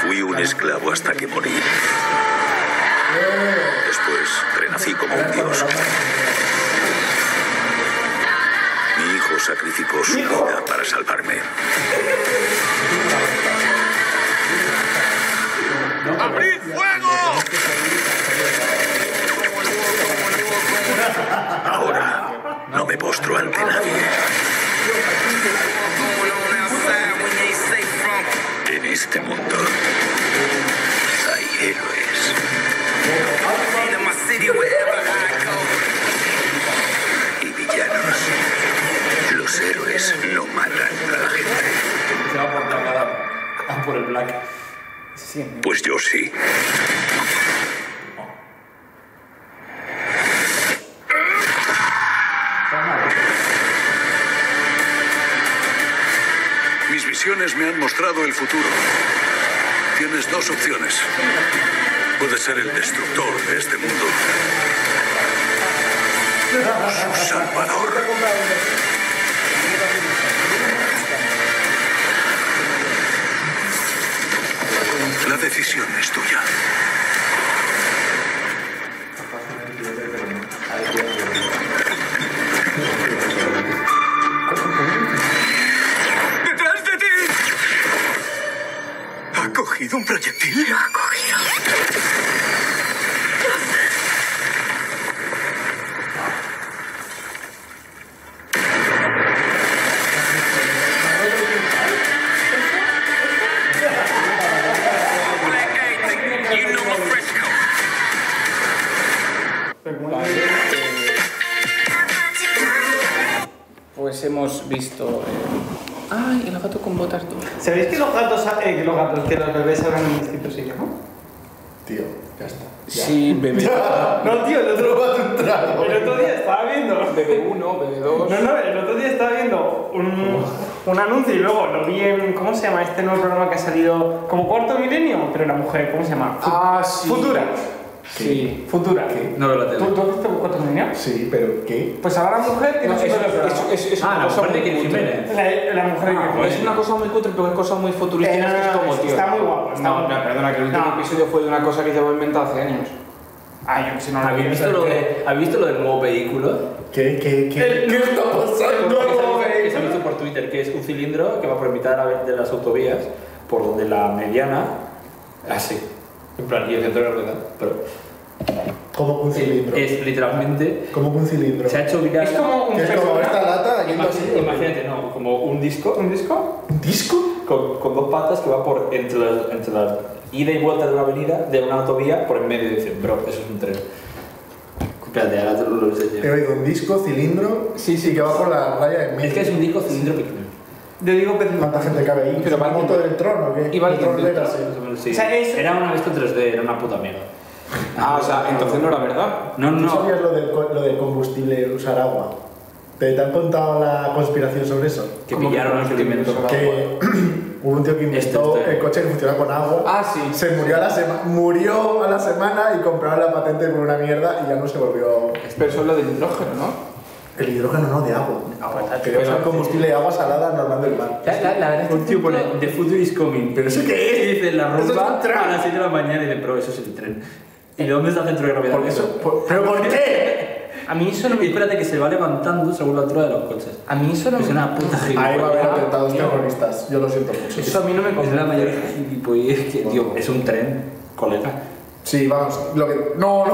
[SPEAKER 6] Fui un esclavo hasta que morí. Después renací como un dios. Mi hijo sacrificó su vida para salvarme. ¡Abrid fuego! Ahora no me postro ante nadie. En este mundo hay héroes. Y villanos. Los héroes no matan a la gente.
[SPEAKER 5] Se va por la cara. Ah, por el black.
[SPEAKER 6] Pues yo sí. Mis visiones me han mostrado el futuro. Tienes dos opciones. Puedes ser el destructor de este mundo. Su salvador. La decisión es tuya. ¡Detrás de ti! ¿Ha cogido un proyectil? Lo ha cogido.
[SPEAKER 4] Pues hemos visto. eh, Ay, el gato con botas tú.
[SPEAKER 2] ¿Sabéis que los gatos, eh, que los gatos, que los bebés hablan en distintos idiomas?
[SPEAKER 3] Tío, ya está. Ya.
[SPEAKER 4] Sí, BB1,
[SPEAKER 2] No, tío, el otro,
[SPEAKER 3] Tómate un trago.
[SPEAKER 2] el otro día estaba viendo.
[SPEAKER 4] BB2.
[SPEAKER 2] No, no, el otro día estaba viendo un, un anuncio y luego lo vi en. ¿Cómo se llama este nuevo programa que ha salido? Como cuarto milenio, pero la mujer, ¿cómo se llama? Fu-
[SPEAKER 4] Ah, sí.
[SPEAKER 2] Futura.
[SPEAKER 4] Sí.
[SPEAKER 2] Futura.
[SPEAKER 3] ¿Qué?
[SPEAKER 5] No veo la
[SPEAKER 2] ¿Tú,
[SPEAKER 5] tele.
[SPEAKER 2] tú has visto cuarto milenio?
[SPEAKER 3] Sí, pero ¿qué?
[SPEAKER 2] Pues ahora la mujer tiene
[SPEAKER 4] No,
[SPEAKER 2] un
[SPEAKER 4] es,
[SPEAKER 2] super
[SPEAKER 4] es,
[SPEAKER 2] programa.
[SPEAKER 4] es- es
[SPEAKER 5] Ah,
[SPEAKER 4] una
[SPEAKER 5] la
[SPEAKER 4] cosa
[SPEAKER 5] mujer de
[SPEAKER 4] muy
[SPEAKER 5] Kim
[SPEAKER 4] cutre.
[SPEAKER 5] Jiménez.
[SPEAKER 2] La, la mujer
[SPEAKER 4] Ah,
[SPEAKER 2] que-
[SPEAKER 4] es una cosa muy cutre, pero es cosa muy futurista.
[SPEAKER 2] Eh, no, no,
[SPEAKER 4] es que es
[SPEAKER 2] no,
[SPEAKER 4] como,
[SPEAKER 2] es-
[SPEAKER 4] tío.
[SPEAKER 2] está muy guapo, está
[SPEAKER 4] no,
[SPEAKER 2] muy
[SPEAKER 4] no,
[SPEAKER 2] guapo.
[SPEAKER 4] perdona, que el último
[SPEAKER 2] No.
[SPEAKER 4] episodio fue de una cosa que se había inventado hace años.
[SPEAKER 2] Ay, yo si no la vi.
[SPEAKER 5] ¿Habéis visto lo de- ¿habéis visto lo del nuevo vehículo?
[SPEAKER 3] ¿Qué, qué, qué?
[SPEAKER 5] Eh,
[SPEAKER 2] El-
[SPEAKER 3] ¿Qué está pasando?
[SPEAKER 5] Que se ha visto por Twitter, que es un cilindro que va por mitad de la- de las autovías, por donde la mediana, así. En plan, y el centro de la rueda. Pero
[SPEAKER 3] Como un cilindro.
[SPEAKER 5] es literalmente,
[SPEAKER 3] Como un cilindro.
[SPEAKER 5] se ha hecho viral.
[SPEAKER 2] Es como un
[SPEAKER 3] Que es como eh, esta
[SPEAKER 2] personaje.
[SPEAKER 3] lata yendo así.
[SPEAKER 5] Imagínate, imagínate, no, como un disco
[SPEAKER 2] ¿Un disco?
[SPEAKER 3] ¿Un disco?
[SPEAKER 5] con, con dos patas que va por entre las, entre las ida y vuelta de una avenida, de una autovía, por en medio. Y dicen, bro, eso es un tren. Espérate, ahora te lo
[SPEAKER 3] Te
[SPEAKER 5] enseño.
[SPEAKER 3] oigo, un disco, cilindro.
[SPEAKER 4] Sí, sí.
[SPEAKER 3] Y que va por la raya del medio.
[SPEAKER 5] Es que es un disco cilindro pequeño.
[SPEAKER 2] Yo digo que.
[SPEAKER 3] ¿Cuánta gente cabe ahí?
[SPEAKER 4] Pero
[SPEAKER 3] ¿Es una
[SPEAKER 4] va
[SPEAKER 3] moto del trono o qué?
[SPEAKER 4] Y va
[SPEAKER 3] El trono
[SPEAKER 4] dentro.
[SPEAKER 3] era así.
[SPEAKER 5] Más o menos, sí.
[SPEAKER 2] O sea, es-
[SPEAKER 5] Era una vista 3D, era una puta mierda.
[SPEAKER 4] Ah, o sea, entonces no era verdad.
[SPEAKER 5] No,
[SPEAKER 3] ¿Tú
[SPEAKER 5] no,
[SPEAKER 3] sabías lo del, co- lo del combustible usar agua? ¿Te, te han contado la conspiración sobre eso?
[SPEAKER 5] que
[SPEAKER 4] ¿Cómo
[SPEAKER 5] pillaron
[SPEAKER 4] que
[SPEAKER 5] el experimento.
[SPEAKER 4] Con
[SPEAKER 3] Que hubo un tío que inventó
[SPEAKER 5] Este, este.
[SPEAKER 3] el coche que funcionaba con agua.
[SPEAKER 4] Ah, sí.
[SPEAKER 3] Se murió a la semana, murió a la semana y compraron la patente por una mierda y ya no se volvió.
[SPEAKER 4] Pero eso es lo del hidrógeno, ¿no?
[SPEAKER 3] El hidrógeno no de agua. Que usa combustible de agua salada normal del mar.
[SPEAKER 5] La, la- la verdad es que un tío pone The Future is Coming, pero eso que es, dice la
[SPEAKER 3] Eso es
[SPEAKER 5] rumba
[SPEAKER 3] un tren.
[SPEAKER 5] a las 6 de la mañana y de pro, eso es el tren. ¿Y de dónde está el centro de gravedad?
[SPEAKER 3] Porque eso, por- ¿Pero por qué?
[SPEAKER 5] A mí eso no me. Espérate que se va levantando según la altura de los coches.
[SPEAKER 2] A mí eso no
[SPEAKER 5] Es una puta
[SPEAKER 3] Ahí va a haber
[SPEAKER 5] gilipollez.
[SPEAKER 3] atentados terroristas. Yo lo siento mucho.
[SPEAKER 2] Eso a mí no me
[SPEAKER 5] Es la
[SPEAKER 2] convence.
[SPEAKER 5] mayor gilipollez que, tío, es un tren, colega.
[SPEAKER 3] Sí, vamos. Lo que... No, no.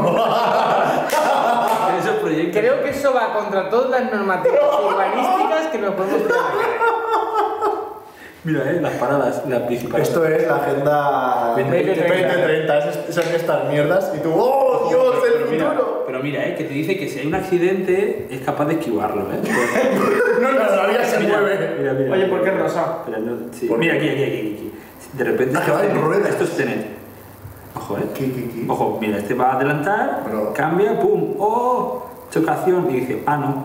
[SPEAKER 5] En esos proyectos.
[SPEAKER 2] Creo que eso va contra todas las normativas urbanísticas que nos podemos tener.
[SPEAKER 5] Mira, eh, las paradas, las principales.
[SPEAKER 3] Esto es la agenda
[SPEAKER 5] 2030.
[SPEAKER 3] 2030. es- Son estas mierdas y tú, ¡oh, Dios, el
[SPEAKER 5] Pero mira,
[SPEAKER 3] futuro!
[SPEAKER 5] pero mira, eh, que te dice que si hay un accidente es capaz de esquivarlo, eh.
[SPEAKER 3] No, la rabia se
[SPEAKER 5] Mira,
[SPEAKER 3] mueve.
[SPEAKER 5] mira, mira.
[SPEAKER 2] Oye, ¿por qué rosa?
[SPEAKER 5] Pero no, sí.
[SPEAKER 3] ¿Por
[SPEAKER 5] Mira
[SPEAKER 3] qué?
[SPEAKER 5] aquí, aquí, aquí, aquí. De repente.
[SPEAKER 3] Ah, que va en
[SPEAKER 5] Tenet.
[SPEAKER 3] ruedas.
[SPEAKER 5] Esto es Tenet. Ojo, eh.
[SPEAKER 3] ¿Qué, qué, qué?
[SPEAKER 5] Ojo, mira, este va a adelantar,
[SPEAKER 3] Pero-
[SPEAKER 5] cambia, pum, oh, chocación, y dice, ah, no,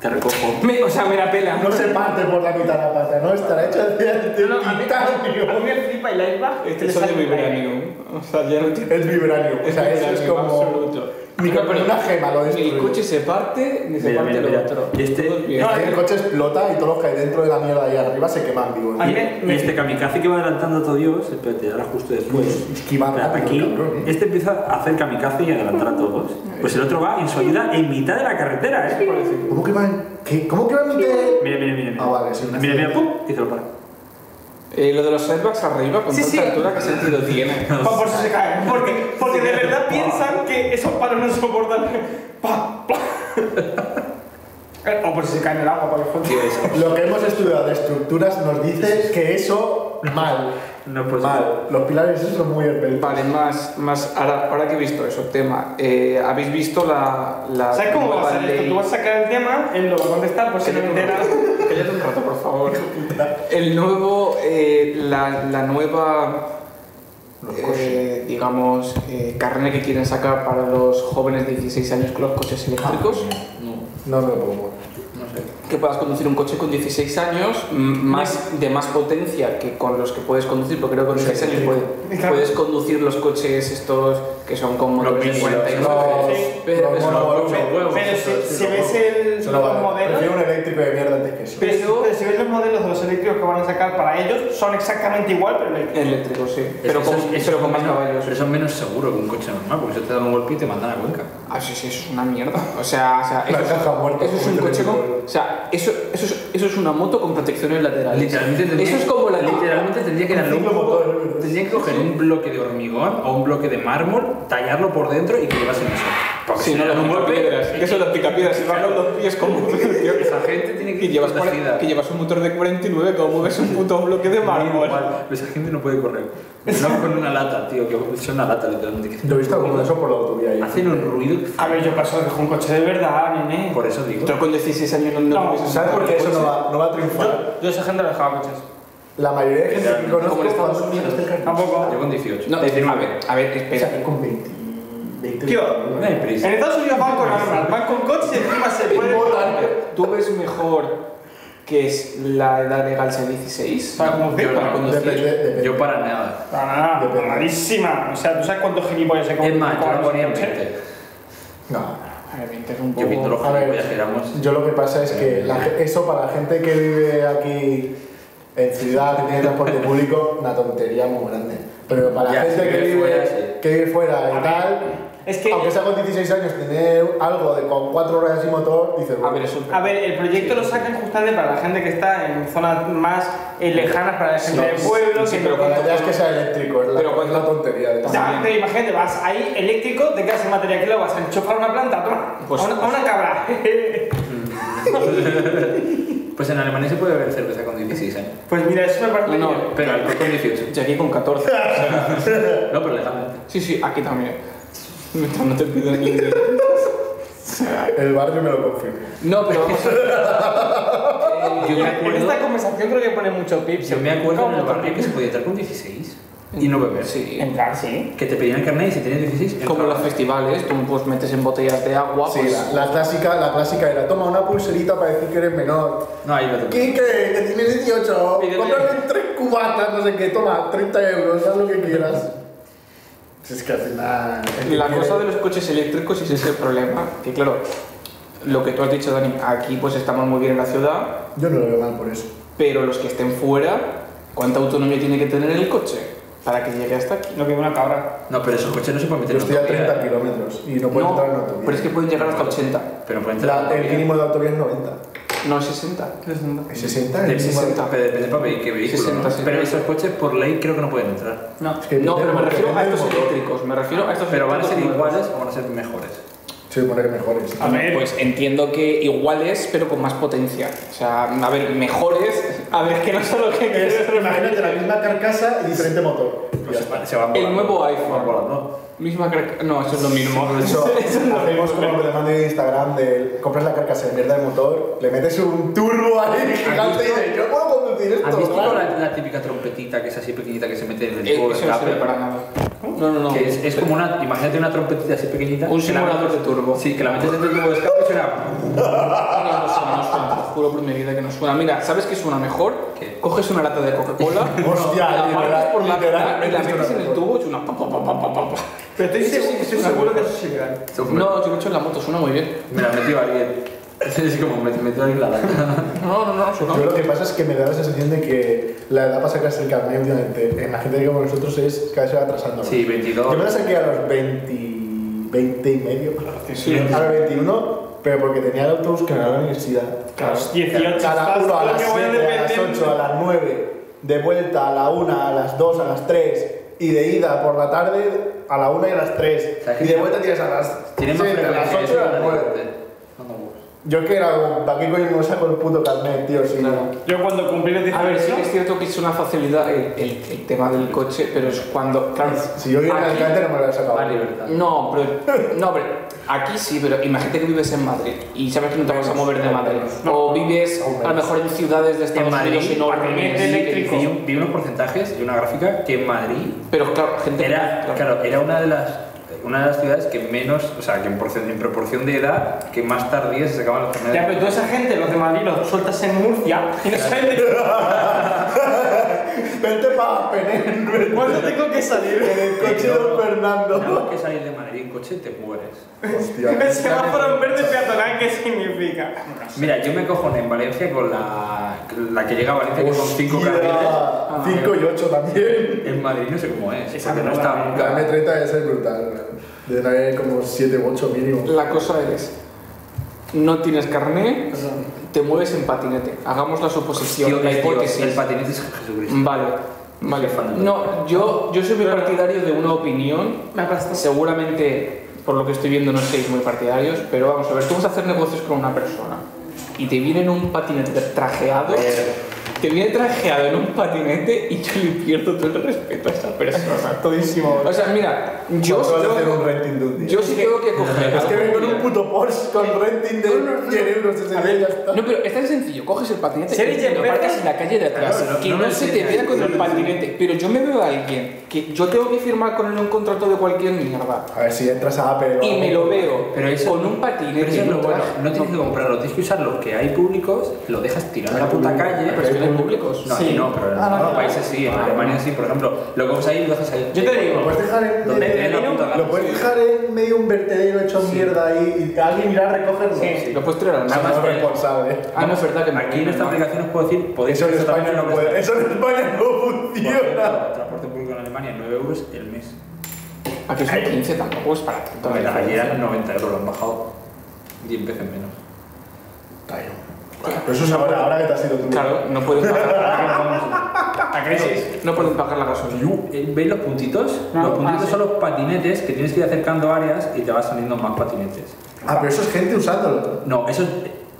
[SPEAKER 5] te recojo.
[SPEAKER 4] Me- o sea, me la pela.
[SPEAKER 3] No se parte por la mitad la pata, ¿no? Estará hecho de, de
[SPEAKER 2] No, no, a mí- a mí
[SPEAKER 3] titanio.
[SPEAKER 2] me flipa el airbag.
[SPEAKER 4] Este
[SPEAKER 2] Le
[SPEAKER 4] es de
[SPEAKER 2] sale el
[SPEAKER 4] vibranium. O sea, ya no tiene.
[SPEAKER 3] Es vibranio. O sea, eso es
[SPEAKER 4] vibranium
[SPEAKER 3] como.
[SPEAKER 4] absoluto.
[SPEAKER 3] Ni
[SPEAKER 4] No,
[SPEAKER 3] con
[SPEAKER 4] pero
[SPEAKER 3] una gema lo
[SPEAKER 4] Ni el
[SPEAKER 3] destruye.
[SPEAKER 4] coche se parte, ni se
[SPEAKER 5] Mira,
[SPEAKER 4] parte
[SPEAKER 5] mira,
[SPEAKER 4] lo
[SPEAKER 5] mira.
[SPEAKER 4] otro.
[SPEAKER 5] Y este-
[SPEAKER 4] Todo bien.
[SPEAKER 2] No,
[SPEAKER 3] El coche explota y todos los que hay dentro de la mierda ahí arriba se queman vivos.
[SPEAKER 2] A mí me-
[SPEAKER 5] Y este kamikaze que va adelantando a todo Dios, espérate, ahora justo después.
[SPEAKER 3] Esquiva
[SPEAKER 5] pues, Espera,
[SPEAKER 3] rápido,
[SPEAKER 5] aquí,
[SPEAKER 3] Pues, cabrón, eh.
[SPEAKER 5] este empieza a hacer kamikaze y adelantar a todos. Pues el otro va en su ayuda en mitad de la carretera, ¿eh?
[SPEAKER 3] ¿Cómo que va en.? ¿Qué? ¿Cómo que va en mitad?
[SPEAKER 5] Mira, mira, mira. mira.
[SPEAKER 3] Ah, vale, sí, una
[SPEAKER 5] Mira, mira,
[SPEAKER 3] serie.
[SPEAKER 5] pum, y se lo para.
[SPEAKER 4] Eh, lo de los airbags arriba, con
[SPEAKER 2] Sí,
[SPEAKER 4] tanta
[SPEAKER 2] sí.
[SPEAKER 4] altura, ¿qué sentido tiene?
[SPEAKER 2] Pa, por eso se cae. Porque, porque de verdad piensan que esos palos no soportan. Pa, pa. Eh, O por si se cae en el agua, por ejemplo.
[SPEAKER 3] Lo que hemos estudiado de estructuras nos dice que eso. Mal.
[SPEAKER 5] No, pues
[SPEAKER 3] mal. Los pilares esos son muy herméticos.
[SPEAKER 4] Vale, más, más ahora, ahora que he visto eso, tema, eh, ¿habéis visto la, la
[SPEAKER 2] ¿Sabes cómo va
[SPEAKER 4] nueva
[SPEAKER 2] a ser esto?
[SPEAKER 4] ley?
[SPEAKER 2] Tú vas a sacar el tema, él lo va a contestar, pues si no me enteras.
[SPEAKER 4] Cállate un rato, por favor. El nuevo, eh, la, la nueva, eh, digamos, eh, carne que quieren sacar para los jóvenes de 16 años con los coches eléctricos.
[SPEAKER 3] No me lo pongo.
[SPEAKER 4] Que puedas conducir un coche con 16 años, mm, más, de más potencia que con los que puedes conducir, porque creo que con 16 años puede- puedes,
[SPEAKER 2] Claro.
[SPEAKER 4] conducir los coches estos que son con motores de
[SPEAKER 5] mini,
[SPEAKER 4] 49.
[SPEAKER 3] los-
[SPEAKER 4] pero
[SPEAKER 3] los
[SPEAKER 4] eso no
[SPEAKER 3] mono-
[SPEAKER 4] mucho.
[SPEAKER 5] huevos,
[SPEAKER 2] Pero
[SPEAKER 5] eso,
[SPEAKER 2] si,
[SPEAKER 5] eso,
[SPEAKER 2] si
[SPEAKER 5] eso,
[SPEAKER 2] ves el,
[SPEAKER 3] Eso no
[SPEAKER 2] los
[SPEAKER 3] vale.
[SPEAKER 2] modelos.
[SPEAKER 3] Prefiero un eléctrico de mierda antes que eso.
[SPEAKER 2] Pero, pero si ves los modelos de los eléctricos que van a sacar para ellos, son exactamente igual, pero eléctricos.
[SPEAKER 4] Eléctrico, sí. Pero
[SPEAKER 5] eso
[SPEAKER 4] con,
[SPEAKER 5] es- eso
[SPEAKER 4] pero
[SPEAKER 5] es
[SPEAKER 4] con más
[SPEAKER 5] menos-
[SPEAKER 4] caballos.
[SPEAKER 5] Pero eso es menos seguro que un coche normal, porque eso te da un golpe y te mandan a Cuenca.
[SPEAKER 4] Ah, sí, sí, eso es una mierda. O sea, o sea
[SPEAKER 3] La
[SPEAKER 4] eso,
[SPEAKER 3] caja muerta,
[SPEAKER 4] eso es un
[SPEAKER 3] como
[SPEAKER 4] coche con.
[SPEAKER 3] televisión.
[SPEAKER 4] O sea, eso, eso, es, eso es una moto con protecciones laterales.
[SPEAKER 5] Literalmente tendría,
[SPEAKER 4] Eso es como la
[SPEAKER 5] literalmente tendría que
[SPEAKER 3] Un
[SPEAKER 5] darle un
[SPEAKER 3] ciclomotor,
[SPEAKER 5] poco-
[SPEAKER 3] ¿no?
[SPEAKER 5] tendría que coger un bloque de hormigón o un bloque de mármol, tallarlo por dentro y que llevasen eso. Porque
[SPEAKER 4] Si
[SPEAKER 5] si
[SPEAKER 4] no,
[SPEAKER 5] le ¿eh? dan
[SPEAKER 4] los
[SPEAKER 5] un
[SPEAKER 4] picapiedras.
[SPEAKER 5] golpe,
[SPEAKER 4] Eso, los picapiedras. Se van los pies como.
[SPEAKER 5] esa gente tiene que
[SPEAKER 4] que,
[SPEAKER 5] ir
[SPEAKER 4] llevas cuare-
[SPEAKER 5] protegida.
[SPEAKER 4] que llevas un motor de 49, como mueves un puto bloque de mármol.
[SPEAKER 5] Igual, Esa gente no puede correr. No con una lata, tío, que es una lata literalmente.
[SPEAKER 3] Yo he visto alguno de esos por la autovía ahí.
[SPEAKER 5] Hacen un ruido.
[SPEAKER 2] A ver, yo paso de un coche de verdad, nene.
[SPEAKER 5] Por eso digo.
[SPEAKER 4] Tú con 16 años no, no,
[SPEAKER 2] No,
[SPEAKER 4] puedes
[SPEAKER 3] ¿Sabes por qué eso no va, no va a triunfar?
[SPEAKER 2] Yo a esa gente le dejaba coches.
[SPEAKER 3] La mayoría de gente que
[SPEAKER 5] Como
[SPEAKER 3] conozco
[SPEAKER 4] en Estados
[SPEAKER 3] cuando-
[SPEAKER 4] Unidos.
[SPEAKER 3] está en
[SPEAKER 2] Tampoco.
[SPEAKER 5] Yo con 18.
[SPEAKER 4] No, a
[SPEAKER 5] 19.
[SPEAKER 4] ver, a ver,
[SPEAKER 3] O
[SPEAKER 4] espera.
[SPEAKER 3] sea, con 20. 20
[SPEAKER 2] Tío,
[SPEAKER 5] No hay prisa.
[SPEAKER 2] En Estados Unidos van con armas, van con coches y encima se pueden.
[SPEAKER 4] ¿Tú ves mejor que es la edad legal sea 16?
[SPEAKER 2] Para conducir,
[SPEAKER 4] Yo para
[SPEAKER 2] para
[SPEAKER 3] Depende,
[SPEAKER 4] conducir.
[SPEAKER 3] depende.
[SPEAKER 5] Yo para nada.
[SPEAKER 2] Para nada,
[SPEAKER 3] Depende.
[SPEAKER 2] malísima. O sea, ¿tú sabes cuántos gilipollas se compran?
[SPEAKER 5] Es más, yo
[SPEAKER 2] con
[SPEAKER 5] lo ponía en
[SPEAKER 2] coche?
[SPEAKER 5] 20.
[SPEAKER 3] No.
[SPEAKER 4] A ver, 20 es un
[SPEAKER 5] Yo viendo
[SPEAKER 4] poco...
[SPEAKER 5] los
[SPEAKER 3] A ver,
[SPEAKER 5] gilipollas que éramos.
[SPEAKER 3] Yo lo que pasa es que la ge- eso para la gente que vive aquí en ciudad, que tiene transporte público, una tontería muy grande. Pero para la
[SPEAKER 5] Ya,
[SPEAKER 3] gente
[SPEAKER 5] si
[SPEAKER 3] que
[SPEAKER 5] vive
[SPEAKER 3] vive,
[SPEAKER 5] fuera, sí.
[SPEAKER 3] que vive fuera
[SPEAKER 2] A
[SPEAKER 3] y
[SPEAKER 2] ver,
[SPEAKER 3] tal,
[SPEAKER 2] es que-
[SPEAKER 3] aunque sea con 16 años, tener algo de con 4 horas y motor, dices,
[SPEAKER 4] A
[SPEAKER 3] bueno,
[SPEAKER 4] ver, es un...
[SPEAKER 2] A ver, el proyecto lo sacan justamente para la gente que está en zonas más eh, lejanas, para la gente
[SPEAKER 3] No,
[SPEAKER 2] del pueblo,
[SPEAKER 4] sí,
[SPEAKER 2] que
[SPEAKER 4] pero
[SPEAKER 2] no-
[SPEAKER 3] pero la idea es que sea eléctrico, es la,
[SPEAKER 4] Pero cuando-
[SPEAKER 3] la tontería de
[SPEAKER 2] Ya,
[SPEAKER 4] también.
[SPEAKER 2] pero imagínate, vas ahí eléctrico, te quedas en material que lo vas a enchufar a una planta, toma,
[SPEAKER 4] Pues-
[SPEAKER 2] a, una, a una cabra.
[SPEAKER 5] Pues en Alemania se puede beber cerveza con 16 años.
[SPEAKER 2] pues mira, eso me parece.
[SPEAKER 4] No,
[SPEAKER 2] bien.
[SPEAKER 5] Pero alcohol con 18.
[SPEAKER 4] Y aquí con 14.
[SPEAKER 5] No, pero legalmente.
[SPEAKER 4] Sí, sí, aquí también. Mientras no te piden ni...
[SPEAKER 3] El barrio me lo confirma.
[SPEAKER 4] No, pero vamos a ver.
[SPEAKER 5] Yo me
[SPEAKER 2] En
[SPEAKER 5] acuerdo,
[SPEAKER 2] esta conversación creo que pone mucho pips.
[SPEAKER 5] yo me acuerdo en el
[SPEAKER 2] ¿Cómo?
[SPEAKER 5] barrio que se podía entrar con 16 y no beber.
[SPEAKER 4] Sí.
[SPEAKER 2] En plan, sí.
[SPEAKER 5] Que te pedían el carnet y si tenías 16.
[SPEAKER 4] Como los
[SPEAKER 5] entrabas.
[SPEAKER 4] festivales, tú pues metes en botellas de agua,
[SPEAKER 3] Sí,
[SPEAKER 4] pues...
[SPEAKER 3] la, la clásica, la clásica era, toma una pulserita para decir que eres menor.
[SPEAKER 5] No, ahí lo tengo.
[SPEAKER 3] Quique, que tienes 18,
[SPEAKER 5] Pídele.
[SPEAKER 3] cómprame tres cubatas, no sé qué, toma, 30 euros, haz lo que quieras. Si es que al final... el que
[SPEAKER 4] La
[SPEAKER 3] quiere-
[SPEAKER 4] cosa de los coches eléctricos es ese problema, que claro, lo que tú has dicho Dani, aquí pues estamos muy bien en la ciudad,
[SPEAKER 3] Yo no lo veo mal por eso.
[SPEAKER 4] pero los que estén fuera, ¿cuánta autonomía tiene que tener el coche para que llegue hasta aquí?
[SPEAKER 2] Lo que una cabra.
[SPEAKER 5] No, pero esos coches no se pueden meter
[SPEAKER 3] Yo
[SPEAKER 5] en
[SPEAKER 3] estoy a
[SPEAKER 5] autovía.
[SPEAKER 3] 30 kilómetros y no puedo entrar en autovía.
[SPEAKER 4] pero es que pueden llegar hasta 80,
[SPEAKER 5] Pero pueden entrar
[SPEAKER 3] La-
[SPEAKER 5] en
[SPEAKER 3] el
[SPEAKER 5] autovía.
[SPEAKER 3] mínimo de autovía es 90.
[SPEAKER 4] no 60.
[SPEAKER 3] ¿Es 60?
[SPEAKER 5] Del
[SPEAKER 3] El mínimo de-
[SPEAKER 4] 60.
[SPEAKER 5] Pero depende para qué qué vehículo,
[SPEAKER 4] 60,
[SPEAKER 5] ¿no? Pero
[SPEAKER 4] 70.
[SPEAKER 5] esos coches por ley creo que no pueden entrar.
[SPEAKER 2] No.
[SPEAKER 3] que
[SPEAKER 4] no, pero me
[SPEAKER 3] depende-
[SPEAKER 4] refiero a
[SPEAKER 3] depende
[SPEAKER 4] estos
[SPEAKER 3] del motor.
[SPEAKER 4] eléctricos, me refiero a estos
[SPEAKER 5] Pero van a ser
[SPEAKER 4] eléctricos nuevos.
[SPEAKER 5] iguales o van a ser mejores.
[SPEAKER 3] Sí, poner mejores.
[SPEAKER 2] A ver.
[SPEAKER 4] Pues entiendo que iguales, pero con más potencia. O sea, a ver, mejores. A ver, que no sé lo que quieres.
[SPEAKER 3] Imagínate la misma carcasa y diferente motor.
[SPEAKER 5] Pues se van- se van volando.
[SPEAKER 4] El nuevo iPhone.
[SPEAKER 5] Van volando.
[SPEAKER 4] Misma carca- No, eso es lo mismo.
[SPEAKER 3] Eso, hacemos como lo demanda de Instagram de compras la carcasa de mierda de motor, le metes un turbo ahí gigante y dices, yo puedo conducir esto.
[SPEAKER 5] ¿Has visto
[SPEAKER 3] claro".
[SPEAKER 5] la, la típica trompetita que es así pequeñita que se mete en el
[SPEAKER 4] Eh,
[SPEAKER 5] tubo de
[SPEAKER 4] eso no
[SPEAKER 5] escape?
[SPEAKER 4] sirve para nada. No, no, no.
[SPEAKER 5] Que es, es como una, imagínate una trompetita así pequeñita.
[SPEAKER 4] Un
[SPEAKER 5] que la-
[SPEAKER 4] simulador de turbo.
[SPEAKER 5] Sí, que la metes dentro del tubo de escape y suena.
[SPEAKER 4] No, no, no suena, no suena, te lo juro por mi vida que no suena. Mira, ¿sabes qué suena mejor?
[SPEAKER 5] ¿Qué?
[SPEAKER 4] Coges una lata de Coca-Cola,
[SPEAKER 3] Hostia,
[SPEAKER 4] la marcas
[SPEAKER 3] literal-
[SPEAKER 4] por la cara y
[SPEAKER 3] literalmente
[SPEAKER 4] la
[SPEAKER 3] suena
[SPEAKER 4] metes en el
[SPEAKER 3] mejor.
[SPEAKER 4] tubo y suena pa, pa, pa, pa, pa, pa, pa.
[SPEAKER 2] Pero estoy,
[SPEAKER 4] Eso sí
[SPEAKER 2] seguro-
[SPEAKER 4] que
[SPEAKER 2] estoy
[SPEAKER 4] suena
[SPEAKER 2] seguro que
[SPEAKER 4] mejor.
[SPEAKER 2] eso sí legal.
[SPEAKER 4] No, yo lo he hecho en la moto, suena muy bien.
[SPEAKER 5] Me la metió alguien. Es como me metió alguien la lata.
[SPEAKER 4] No, no, no, no suena.
[SPEAKER 3] Yo lo que pasa es que me da la sensación de que la edad para sacarse el carnet últimamente en la gente como nosotros es cada vez se va atrasando.
[SPEAKER 5] Sí,
[SPEAKER 3] Yo me la
[SPEAKER 5] 22.
[SPEAKER 3] saqué a los 20, 20 y medio,
[SPEAKER 4] Sí.
[SPEAKER 3] a los 21, pero porque tenía el autobús que me daba la universidad.
[SPEAKER 2] A los 18
[SPEAKER 3] Cada
[SPEAKER 2] estás
[SPEAKER 3] uno a
[SPEAKER 2] todo
[SPEAKER 3] las
[SPEAKER 2] que voy
[SPEAKER 3] 7, a las
[SPEAKER 2] dependiente.
[SPEAKER 3] 8, a las 9, de vuelta a la 1, a las 2, a las 3, y de ida por la tarde a la 1 y a las 3.
[SPEAKER 5] O sea, que
[SPEAKER 3] Y de
[SPEAKER 5] tiene-
[SPEAKER 3] vuelta tienes a las
[SPEAKER 5] Tiene más
[SPEAKER 3] siete, a las 8
[SPEAKER 5] frecuencia
[SPEAKER 3] y a
[SPEAKER 5] eso
[SPEAKER 3] las
[SPEAKER 5] que
[SPEAKER 3] 9.
[SPEAKER 5] la de- No,
[SPEAKER 3] Yo que era como, ¿para qué coño me saco el puto carnet, tío? Si
[SPEAKER 4] Claro.
[SPEAKER 2] Yo cuando cumplí los
[SPEAKER 4] A ver, sí
[SPEAKER 2] 18,
[SPEAKER 4] que es cierto que es una facilidad el, el- el tema del coche, pero es cuando. Claro,
[SPEAKER 3] Si yo viviera en
[SPEAKER 4] aquí-
[SPEAKER 3] Alicante no me lo hubiera sacado.
[SPEAKER 5] La libertad.
[SPEAKER 4] No, pero. No, pero. Aquí sí, pero imagínate que vives en Madrid y sabes que no te vas a mover de Madrid. o vives
[SPEAKER 3] aún menos.
[SPEAKER 4] a lo mejor en ciudades de Estados
[SPEAKER 5] En Madrid,
[SPEAKER 4] Unidos enormes.
[SPEAKER 2] patinete eléctrico.
[SPEAKER 5] Vi, vi unos porcentajes y una gráfica que en Madrid
[SPEAKER 4] Pero claro, gente.
[SPEAKER 5] era,
[SPEAKER 4] claro.
[SPEAKER 5] claro, era una de las una de las ciudades que menos, o sea, que en, porcen- en proporción de edad, que más tardías se sacaban los
[SPEAKER 2] ya,
[SPEAKER 5] carnets.
[SPEAKER 2] pero toda esa gente, los de Madrid, los sueltas en Murcia y no saben de
[SPEAKER 3] Vente para Penel,
[SPEAKER 2] cuándo tengo que salir.
[SPEAKER 3] en el coche de don
[SPEAKER 5] Nada más
[SPEAKER 3] Fernando.
[SPEAKER 5] que salir de Madrid en coche te mueres.
[SPEAKER 3] Hostia.
[SPEAKER 2] El semáforo en verde peatonal, ¿qué significa?
[SPEAKER 5] Mira, yo me cojoné en Valencia con la, la que llega a Valencia, que son cinco carriles. Ah,
[SPEAKER 3] 5 Ah, y 8 también.
[SPEAKER 5] En Madrid no sé cómo es,
[SPEAKER 2] Esa
[SPEAKER 5] porque no
[SPEAKER 2] no
[SPEAKER 5] estaba
[SPEAKER 2] la-
[SPEAKER 5] nunca.
[SPEAKER 3] La M30 debe ser brutal. Debe haber como 7 u 8 mínimo.
[SPEAKER 4] La cosa es. No tienes carné, te mueves en patinete. Hagamos la suposición,
[SPEAKER 5] Tío,
[SPEAKER 4] la
[SPEAKER 5] tío,
[SPEAKER 4] hipótesis.
[SPEAKER 5] el patinete es Jesucristo.
[SPEAKER 4] Vale, vale.
[SPEAKER 5] Soy fan del
[SPEAKER 4] No, yo, yo soy muy partidario de una opinión.
[SPEAKER 2] Me aplastó.
[SPEAKER 4] Seguramente, por lo que estoy viendo, no seis muy partidarios, pero vamos a ver, tú vas a hacer negocios con una persona y te vienen un patinete trajeado.
[SPEAKER 5] Eh,
[SPEAKER 4] que viene trajeado en un patinete y yo le pierdo todo el respeto a esa persona.
[SPEAKER 2] Todísimo.
[SPEAKER 4] O sea, mira, yo sí
[SPEAKER 3] Vas a
[SPEAKER 4] tengo
[SPEAKER 3] hacer un
[SPEAKER 4] que,
[SPEAKER 3] renting de un día.
[SPEAKER 4] yo sí tengo que coger.
[SPEAKER 3] Es que vengo en
[SPEAKER 4] algo-
[SPEAKER 3] un puto Porsche con renting de 100 euros ese día y ya está.
[SPEAKER 4] No, pero es tan sencillo, coges el patinete
[SPEAKER 2] Ser
[SPEAKER 4] y te lo
[SPEAKER 2] Jeff
[SPEAKER 4] aparcas
[SPEAKER 2] Bezos-
[SPEAKER 4] en la calle de atrás,
[SPEAKER 1] Claro, no-
[SPEAKER 4] que
[SPEAKER 1] no
[SPEAKER 4] no,
[SPEAKER 1] me
[SPEAKER 4] se te
[SPEAKER 1] enseñas,
[SPEAKER 4] vea con
[SPEAKER 1] no
[SPEAKER 4] el
[SPEAKER 1] me
[SPEAKER 4] patinete, pero yo me veo a alguien que yo tengo que firmar con él un contrato de cualquier mierda
[SPEAKER 3] A ver si entras a Apple o
[SPEAKER 4] y me lo veo
[SPEAKER 5] Pero eso-
[SPEAKER 4] con un patinete
[SPEAKER 5] Pero eso es
[SPEAKER 4] y
[SPEAKER 5] lo
[SPEAKER 4] un
[SPEAKER 5] bueno,
[SPEAKER 4] traje,
[SPEAKER 5] no tienes que comprarlo, tienes que usar los que hay públicos, lo dejas tirado en la puta calle.
[SPEAKER 4] pero es que no hay públicos.
[SPEAKER 5] No, aquí
[SPEAKER 2] Sí.
[SPEAKER 5] no, pero en
[SPEAKER 3] Ah, no,
[SPEAKER 5] otros
[SPEAKER 3] no.
[SPEAKER 5] países sí, en
[SPEAKER 3] Ah,
[SPEAKER 5] Alemania sí, por ejemplo, lo coges ahí y lo dejas ahí.
[SPEAKER 2] Yo te digo,
[SPEAKER 3] Lo puedes dejar en,
[SPEAKER 5] Donde te dé la
[SPEAKER 3] en-
[SPEAKER 5] puta gana,
[SPEAKER 3] lo puedes
[SPEAKER 5] sí.
[SPEAKER 3] dejar en medio de un vertedero hecho mierda ahí y alguien irá a recogerlo.
[SPEAKER 2] Sí.
[SPEAKER 4] Lo puedes traer al
[SPEAKER 3] Nada más eh.
[SPEAKER 5] Además, que-
[SPEAKER 3] responsable.
[SPEAKER 4] Ah, no, es verdad que me
[SPEAKER 5] Aquí en esta
[SPEAKER 4] no.
[SPEAKER 5] aplicación os puedo decir, podéis
[SPEAKER 3] Eso en
[SPEAKER 5] exactamente
[SPEAKER 3] España
[SPEAKER 5] lo
[SPEAKER 3] no
[SPEAKER 5] que
[SPEAKER 3] puede.
[SPEAKER 5] estáis.
[SPEAKER 3] Eso en España no
[SPEAKER 5] Por
[SPEAKER 3] funciona.
[SPEAKER 5] cierto, el transporte público en Alemania, 9 euros el mes.
[SPEAKER 4] Aquí son 15, tampoco Ah, es para tanto. ¿eh?
[SPEAKER 5] Entonces, Aquí eran 90 euros, lo han bajado 10 veces menos.
[SPEAKER 3] Pero eso es ahora, ahora que te has ido tú.
[SPEAKER 4] Claro, no pueden pagar,
[SPEAKER 2] a crisis.
[SPEAKER 4] no pueden pagar la gasolina.
[SPEAKER 5] Eh, ¿Veis los puntitos?
[SPEAKER 2] No,
[SPEAKER 5] los puntitos
[SPEAKER 2] ah, sí.
[SPEAKER 5] son los patinetes que tienes que ir acercando áreas y te vas saliendo más patinetes.
[SPEAKER 3] Ah, pero eso es gente usándolo.
[SPEAKER 5] No, eso,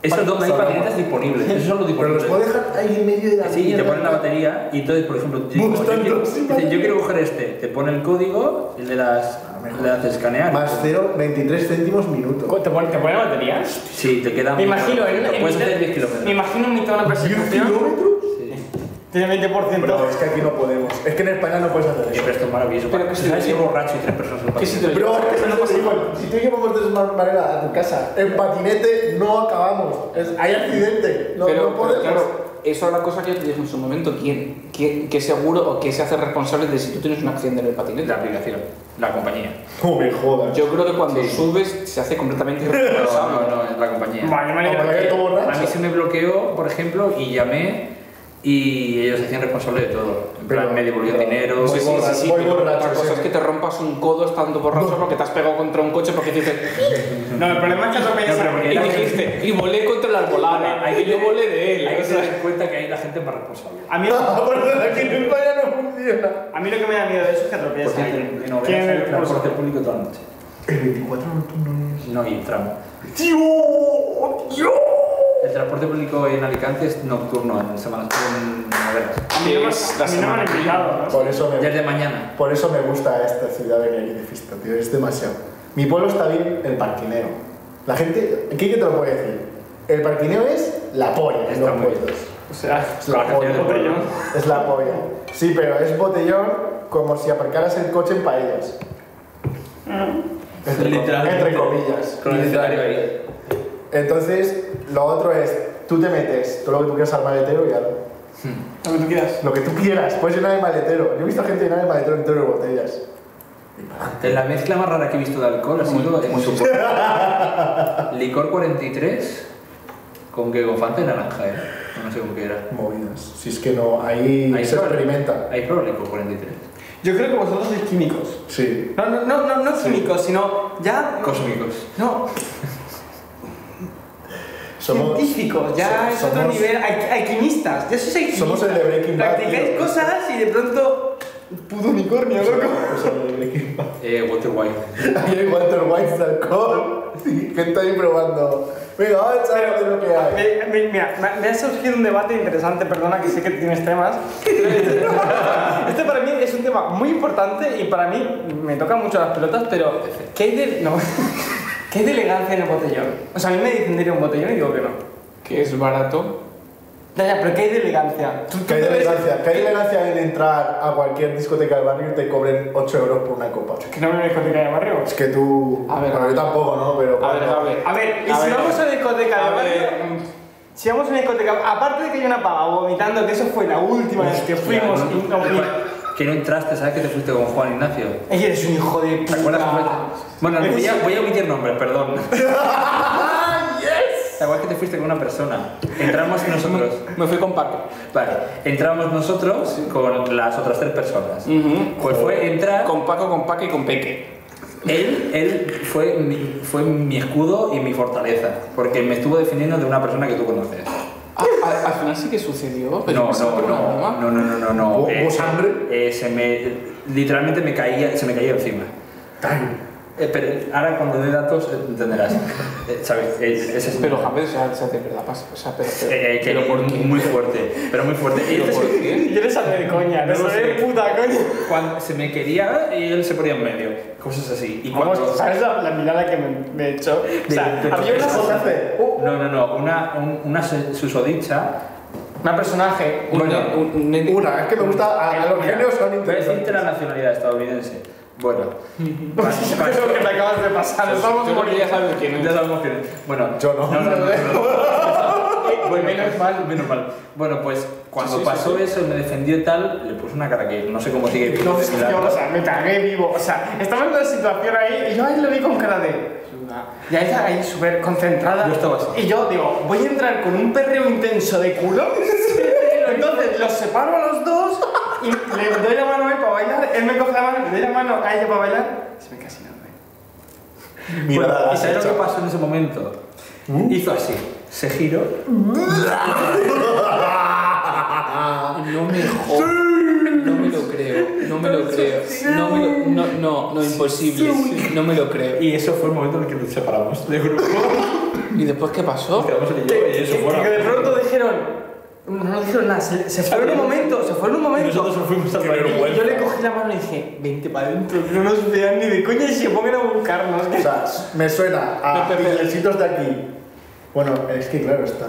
[SPEAKER 5] eso es donde hay
[SPEAKER 3] Solo.
[SPEAKER 5] patinetes disponibles. Eso son
[SPEAKER 3] Pero
[SPEAKER 5] los disponibles.
[SPEAKER 3] los puedes dejar ahí en medio de la
[SPEAKER 5] Sí, y te
[SPEAKER 3] mierda.
[SPEAKER 5] ponen la batería y entonces, por ejemplo, yo, digo,
[SPEAKER 3] Bustan
[SPEAKER 5] yo quiero,
[SPEAKER 3] dos y
[SPEAKER 5] dice, yo quiero coger este, te pone el código, el de las, le haces escanear.
[SPEAKER 3] Más 0,23 céntimos minuto.
[SPEAKER 2] ¿Te pone, ¿Te pone baterías?
[SPEAKER 5] Sí, te queda
[SPEAKER 2] Me imagino, en,
[SPEAKER 5] lo
[SPEAKER 2] en
[SPEAKER 5] puedes hacer
[SPEAKER 2] mitad-
[SPEAKER 5] 10
[SPEAKER 2] me
[SPEAKER 5] kilómetros.
[SPEAKER 2] imagino en mitad de una persecución.
[SPEAKER 5] Sí.
[SPEAKER 2] Tiene 20%.
[SPEAKER 3] Bro, es que aquí no podemos. Es que en España no puedes hacer
[SPEAKER 5] Oye,
[SPEAKER 3] eso.
[SPEAKER 5] Pero esto es maravilloso.
[SPEAKER 4] Pero que si
[SPEAKER 5] ¿Sabes
[SPEAKER 4] te-
[SPEAKER 5] si borracho y tres personas en
[SPEAKER 4] Que si
[SPEAKER 5] patinete?
[SPEAKER 4] te lo
[SPEAKER 3] Bro,
[SPEAKER 4] llevas,
[SPEAKER 3] es
[SPEAKER 4] eso
[SPEAKER 3] que
[SPEAKER 4] no
[SPEAKER 3] eso
[SPEAKER 4] pasa
[SPEAKER 3] te digo,
[SPEAKER 4] nada.
[SPEAKER 3] si tú llevamos de esa manera a tu casa, en patinete no acabamos. Es- hay accidente. No,
[SPEAKER 4] pero,
[SPEAKER 3] no
[SPEAKER 4] pero
[SPEAKER 3] podemos.
[SPEAKER 4] claro, eso es la cosa que yo te dije en su momento. ¿Quién, quién, qué seguro o qué se hace responsable de si tú tienes un accidente en el patinete?
[SPEAKER 5] La aplicación, la compañía.
[SPEAKER 3] No me jodas.
[SPEAKER 4] Yo creo que cuando
[SPEAKER 5] Sí.
[SPEAKER 4] subes se hace completamente
[SPEAKER 5] No,
[SPEAKER 4] irresponsable.
[SPEAKER 5] no, no, es la compañía.
[SPEAKER 2] Vale, vale,
[SPEAKER 3] Vamos,
[SPEAKER 2] vale.
[SPEAKER 3] que tú borracho.
[SPEAKER 5] A mí se me bloqueó, por ejemplo, y llamé y ellos se hacían responsables de todo. En
[SPEAKER 3] Pero-
[SPEAKER 5] plan, me devolvió
[SPEAKER 3] pero-
[SPEAKER 5] dinero.
[SPEAKER 3] Sí,
[SPEAKER 4] Sí, sí, sí, sí,
[SPEAKER 3] Voy
[SPEAKER 4] pero
[SPEAKER 3] borracho,
[SPEAKER 4] otra cosa
[SPEAKER 3] sí.
[SPEAKER 4] es que te rompas un codo estando borracho porque te has pegado contra un coche porque dices
[SPEAKER 2] No, el problema es que atropellas
[SPEAKER 5] No, pero
[SPEAKER 2] a
[SPEAKER 5] porque
[SPEAKER 4] y
[SPEAKER 5] era-
[SPEAKER 2] alguien.
[SPEAKER 4] dijiste y volé contra la arbolada
[SPEAKER 5] Hay
[SPEAKER 4] y yo volé de él.
[SPEAKER 5] Hay que
[SPEAKER 4] o sea.
[SPEAKER 5] tener en cuenta que ahí la gente es más responsable.
[SPEAKER 2] A mí,
[SPEAKER 3] Por eso aquí en España no funciona.
[SPEAKER 2] a mí lo que me da miedo de eso es que atropellas a alguien. Tiene el pulso.
[SPEAKER 5] transporte público toda la noche.
[SPEAKER 3] El 24 de octubre es.
[SPEAKER 5] No hay tramo.
[SPEAKER 3] ¡Tío! ¡Tío!
[SPEAKER 5] El transporte público en Alicante es nocturno, en semanas en novelas.
[SPEAKER 2] A mí no me-
[SPEAKER 4] Es la
[SPEAKER 2] a mí no me han
[SPEAKER 4] semana.
[SPEAKER 2] invitado, ¿no?
[SPEAKER 3] Por eso
[SPEAKER 5] Ya es
[SPEAKER 3] me,
[SPEAKER 5] de mañana.
[SPEAKER 3] por eso me gusta esta ciudad venir aquí de fiesta, tío. Es demasiado. Mi pueblo está bien, el parquineo. La gente. ¿Qué te lo puede decir? El parquineo es la polla en
[SPEAKER 5] Está
[SPEAKER 3] los
[SPEAKER 5] muy bien.
[SPEAKER 3] pueblos.
[SPEAKER 2] O sea,
[SPEAKER 3] Es la polla.
[SPEAKER 2] botellón.
[SPEAKER 3] Es la polla. Sí, pero es botellón como si aparcaras el coche en paellas. Entre, com-
[SPEAKER 5] Literalmente.
[SPEAKER 3] entre comillas.
[SPEAKER 5] Con el escenario
[SPEAKER 3] Literalmente.
[SPEAKER 5] ahí.
[SPEAKER 3] Entonces, lo otro es, tú te metes todo lo que tú quieras al maletero y algo.
[SPEAKER 2] Lo que tú quieras.
[SPEAKER 3] Lo que tú quieras, puedes llenar el maletero. Yo he visto gente llenar el maletero entero de botellas.
[SPEAKER 5] De La mezcla más rara que he visto de alcohol ha sido en su Licor 43 con que gofante naranja era. No sé con qué era.
[SPEAKER 3] Movidas. Si es que no, ahí,
[SPEAKER 5] Ahí
[SPEAKER 3] se
[SPEAKER 5] probé-
[SPEAKER 3] experimenta.
[SPEAKER 5] Ahí probé licor 43.
[SPEAKER 2] Yo creo que vosotros sois químicos.
[SPEAKER 3] Sí.
[SPEAKER 2] No, no, no, no, no químicos, sino ya.
[SPEAKER 5] Cósmicos.
[SPEAKER 2] No, científicos, ya
[SPEAKER 3] so-
[SPEAKER 2] es otro
[SPEAKER 3] somos-
[SPEAKER 2] nivel, alqui- alquimistas, ya sois alquimistas.
[SPEAKER 3] Somos el de Breaking Bad,
[SPEAKER 2] Practicáis
[SPEAKER 3] tío.
[SPEAKER 2] cosas y de pronto. Puto unicornio, loco.
[SPEAKER 5] Eh, Walter White.
[SPEAKER 3] Ahí hay Walter White de alcohol. Sí, gente ahí probando. Venga, vamos a echar a ver lo que hay.
[SPEAKER 2] Me- me- Mira, me- me ha surgido un debate interesante, perdona que sé que tienes temas. Este para mí es un tema muy importante y para mí me toca mucho las pelotas, pero ¿qué hay de, no, ¿qué hay de elegancia en el botellón? O sea, a mí me dicen de ir a un botellón y digo que no.
[SPEAKER 4] que es barato.
[SPEAKER 2] Ya, ya, pero ¿qué hay de elegancia? Tú- tú
[SPEAKER 3] Que hay
[SPEAKER 2] te ves-
[SPEAKER 3] elegancia, que hay elegancia en entrar a cualquier discoteca del barrio y te cobren 8 euros por una copa.
[SPEAKER 2] Que no me discoteca de barrio.
[SPEAKER 3] Es que tú.
[SPEAKER 4] A ver,
[SPEAKER 3] bueno, yo tampoco, ¿no? Pero.
[SPEAKER 4] A ver,
[SPEAKER 3] bueno.
[SPEAKER 4] a ver.
[SPEAKER 2] A ver, y si vamos a una discoteca
[SPEAKER 4] a
[SPEAKER 2] de barrio,
[SPEAKER 4] ver,
[SPEAKER 2] Si vamos a una discoteca, aparte de que hay una pava vomitando, que eso fue la última vez que fuimos y no vomitó.
[SPEAKER 5] Que no entraste, ¿sabes que te fuiste con Juan Ignacio?
[SPEAKER 2] Ey, eres un hijo de
[SPEAKER 5] ¿Te acuerdas?
[SPEAKER 2] puta.
[SPEAKER 5] Bueno,
[SPEAKER 2] Es-
[SPEAKER 5] voy a, voy a omitir nombres, perdón.
[SPEAKER 3] ¡Ah, yes!
[SPEAKER 5] ¿Te acuerdas que te fuiste con una persona? Entramos nosotros.
[SPEAKER 4] me fui con Paco.
[SPEAKER 5] Vale, entramos nosotros con las otras tres personas. Pues fue entrar.
[SPEAKER 4] Con Paco, con Paco y con Peque.
[SPEAKER 5] Él, él fue, mi, fue mi escudo y mi fortaleza. Porque me estuvo defendiendo de una persona que tú conoces.
[SPEAKER 4] Ah, a- al final sí que sucedió. pero
[SPEAKER 5] No,
[SPEAKER 4] pensaba
[SPEAKER 5] no,
[SPEAKER 4] que era una
[SPEAKER 5] no,
[SPEAKER 4] broma.
[SPEAKER 5] no, no, no, no, Eh, no.
[SPEAKER 3] ¿Hubo- hubo sangre?
[SPEAKER 5] eh, se me, literalmente me caía, se me caía encima.
[SPEAKER 3] Tan.
[SPEAKER 5] Eh, pero ahora cuando dé datos eh, entenderás. Eh, ¿Sabes? Es- ese es
[SPEAKER 4] Pero Hamlet se hace de verdad, pasa. O sea, pero, pero,
[SPEAKER 5] Eh, eh, que
[SPEAKER 4] pero ¿por qué?
[SPEAKER 5] muy fuerte, pero muy fuerte. Y
[SPEAKER 4] Pero
[SPEAKER 5] este
[SPEAKER 4] ¿por
[SPEAKER 5] se-
[SPEAKER 4] qué?
[SPEAKER 2] Yo le sabía de coña, no
[SPEAKER 5] No lo
[SPEAKER 2] sabía de
[SPEAKER 5] sé.
[SPEAKER 2] puta coña.
[SPEAKER 5] cuando se me quería y él se ponía en medio, cosas así. Y cuando
[SPEAKER 2] Vamos, ¿sabes la, la mirada que me, me echó? O sea,
[SPEAKER 5] de- de-
[SPEAKER 2] había una
[SPEAKER 5] de-
[SPEAKER 2] sensación- uh,
[SPEAKER 5] No, no, no, una, un- una se- susodicha.
[SPEAKER 2] una personaje,
[SPEAKER 4] Un-
[SPEAKER 5] Bueno,
[SPEAKER 4] un- un nene-
[SPEAKER 3] Una, es que me gusta. A, a los
[SPEAKER 5] Mira,
[SPEAKER 3] genios son
[SPEAKER 5] voy a decirte la
[SPEAKER 3] interesantes.
[SPEAKER 5] nacionalidad estadounidense. Bueno, pa- pa-
[SPEAKER 2] es lo que me acabas de pasar, estamos
[SPEAKER 4] Yo creo que
[SPEAKER 2] muriendo.
[SPEAKER 4] ya sabes quién es.
[SPEAKER 5] ya sabemos quién es. Bueno,
[SPEAKER 3] Yo no.
[SPEAKER 5] no, no, no, no. Bueno, menos mal, menos mal. Bueno, pues cuando pasó eso y me defendió y tal, le puse una cara que no sé cómo sigue.
[SPEAKER 2] No, es que yo, o sea, me cagué vivo. O sea, estaba en una situación ahí y yo ahí lo vi con cara de. "Suda". Y ella ahí súper concentrada.
[SPEAKER 5] Yo estaba así.
[SPEAKER 2] Y yo digo, voy a entrar con un perreo intenso de culo. Entonces los separo a los dos y le doy la mano a él para bailar. Él me coge la mano, le doy la mano a ella para bailar. Se me casi nada. ¿eh?
[SPEAKER 3] Mira,
[SPEAKER 5] Bueno, ¿Y
[SPEAKER 3] la
[SPEAKER 5] sabes lo que
[SPEAKER 3] hecha.
[SPEAKER 5] pasó en ese momento? Hizo así, se giró.
[SPEAKER 4] ah, No me jodas. No me lo creo. No me lo creo. No, me lo- no, no, no, imposible. No me lo creo.
[SPEAKER 5] Y eso fue el momento en el que nos separamos de grupo.
[SPEAKER 4] ¿Y después qué pasó?
[SPEAKER 5] Nos quedamos él y yo, y eso
[SPEAKER 2] Y que de
[SPEAKER 5] fuera.
[SPEAKER 2] pronto dijeron. No nos dijeron nada, se, se fue en un momento, se fue en un
[SPEAKER 5] Y
[SPEAKER 2] momento.
[SPEAKER 5] Nosotros nos fuimos a traer un
[SPEAKER 2] Y yo le cogí la mano y dije, vente para adentro, que no nos vean ni de coña y se pongan a buscarnos.
[SPEAKER 3] O sea, me suena a
[SPEAKER 4] Pepe, Pepe.
[SPEAKER 3] inglesitos de aquí. Bueno, es que claro, está.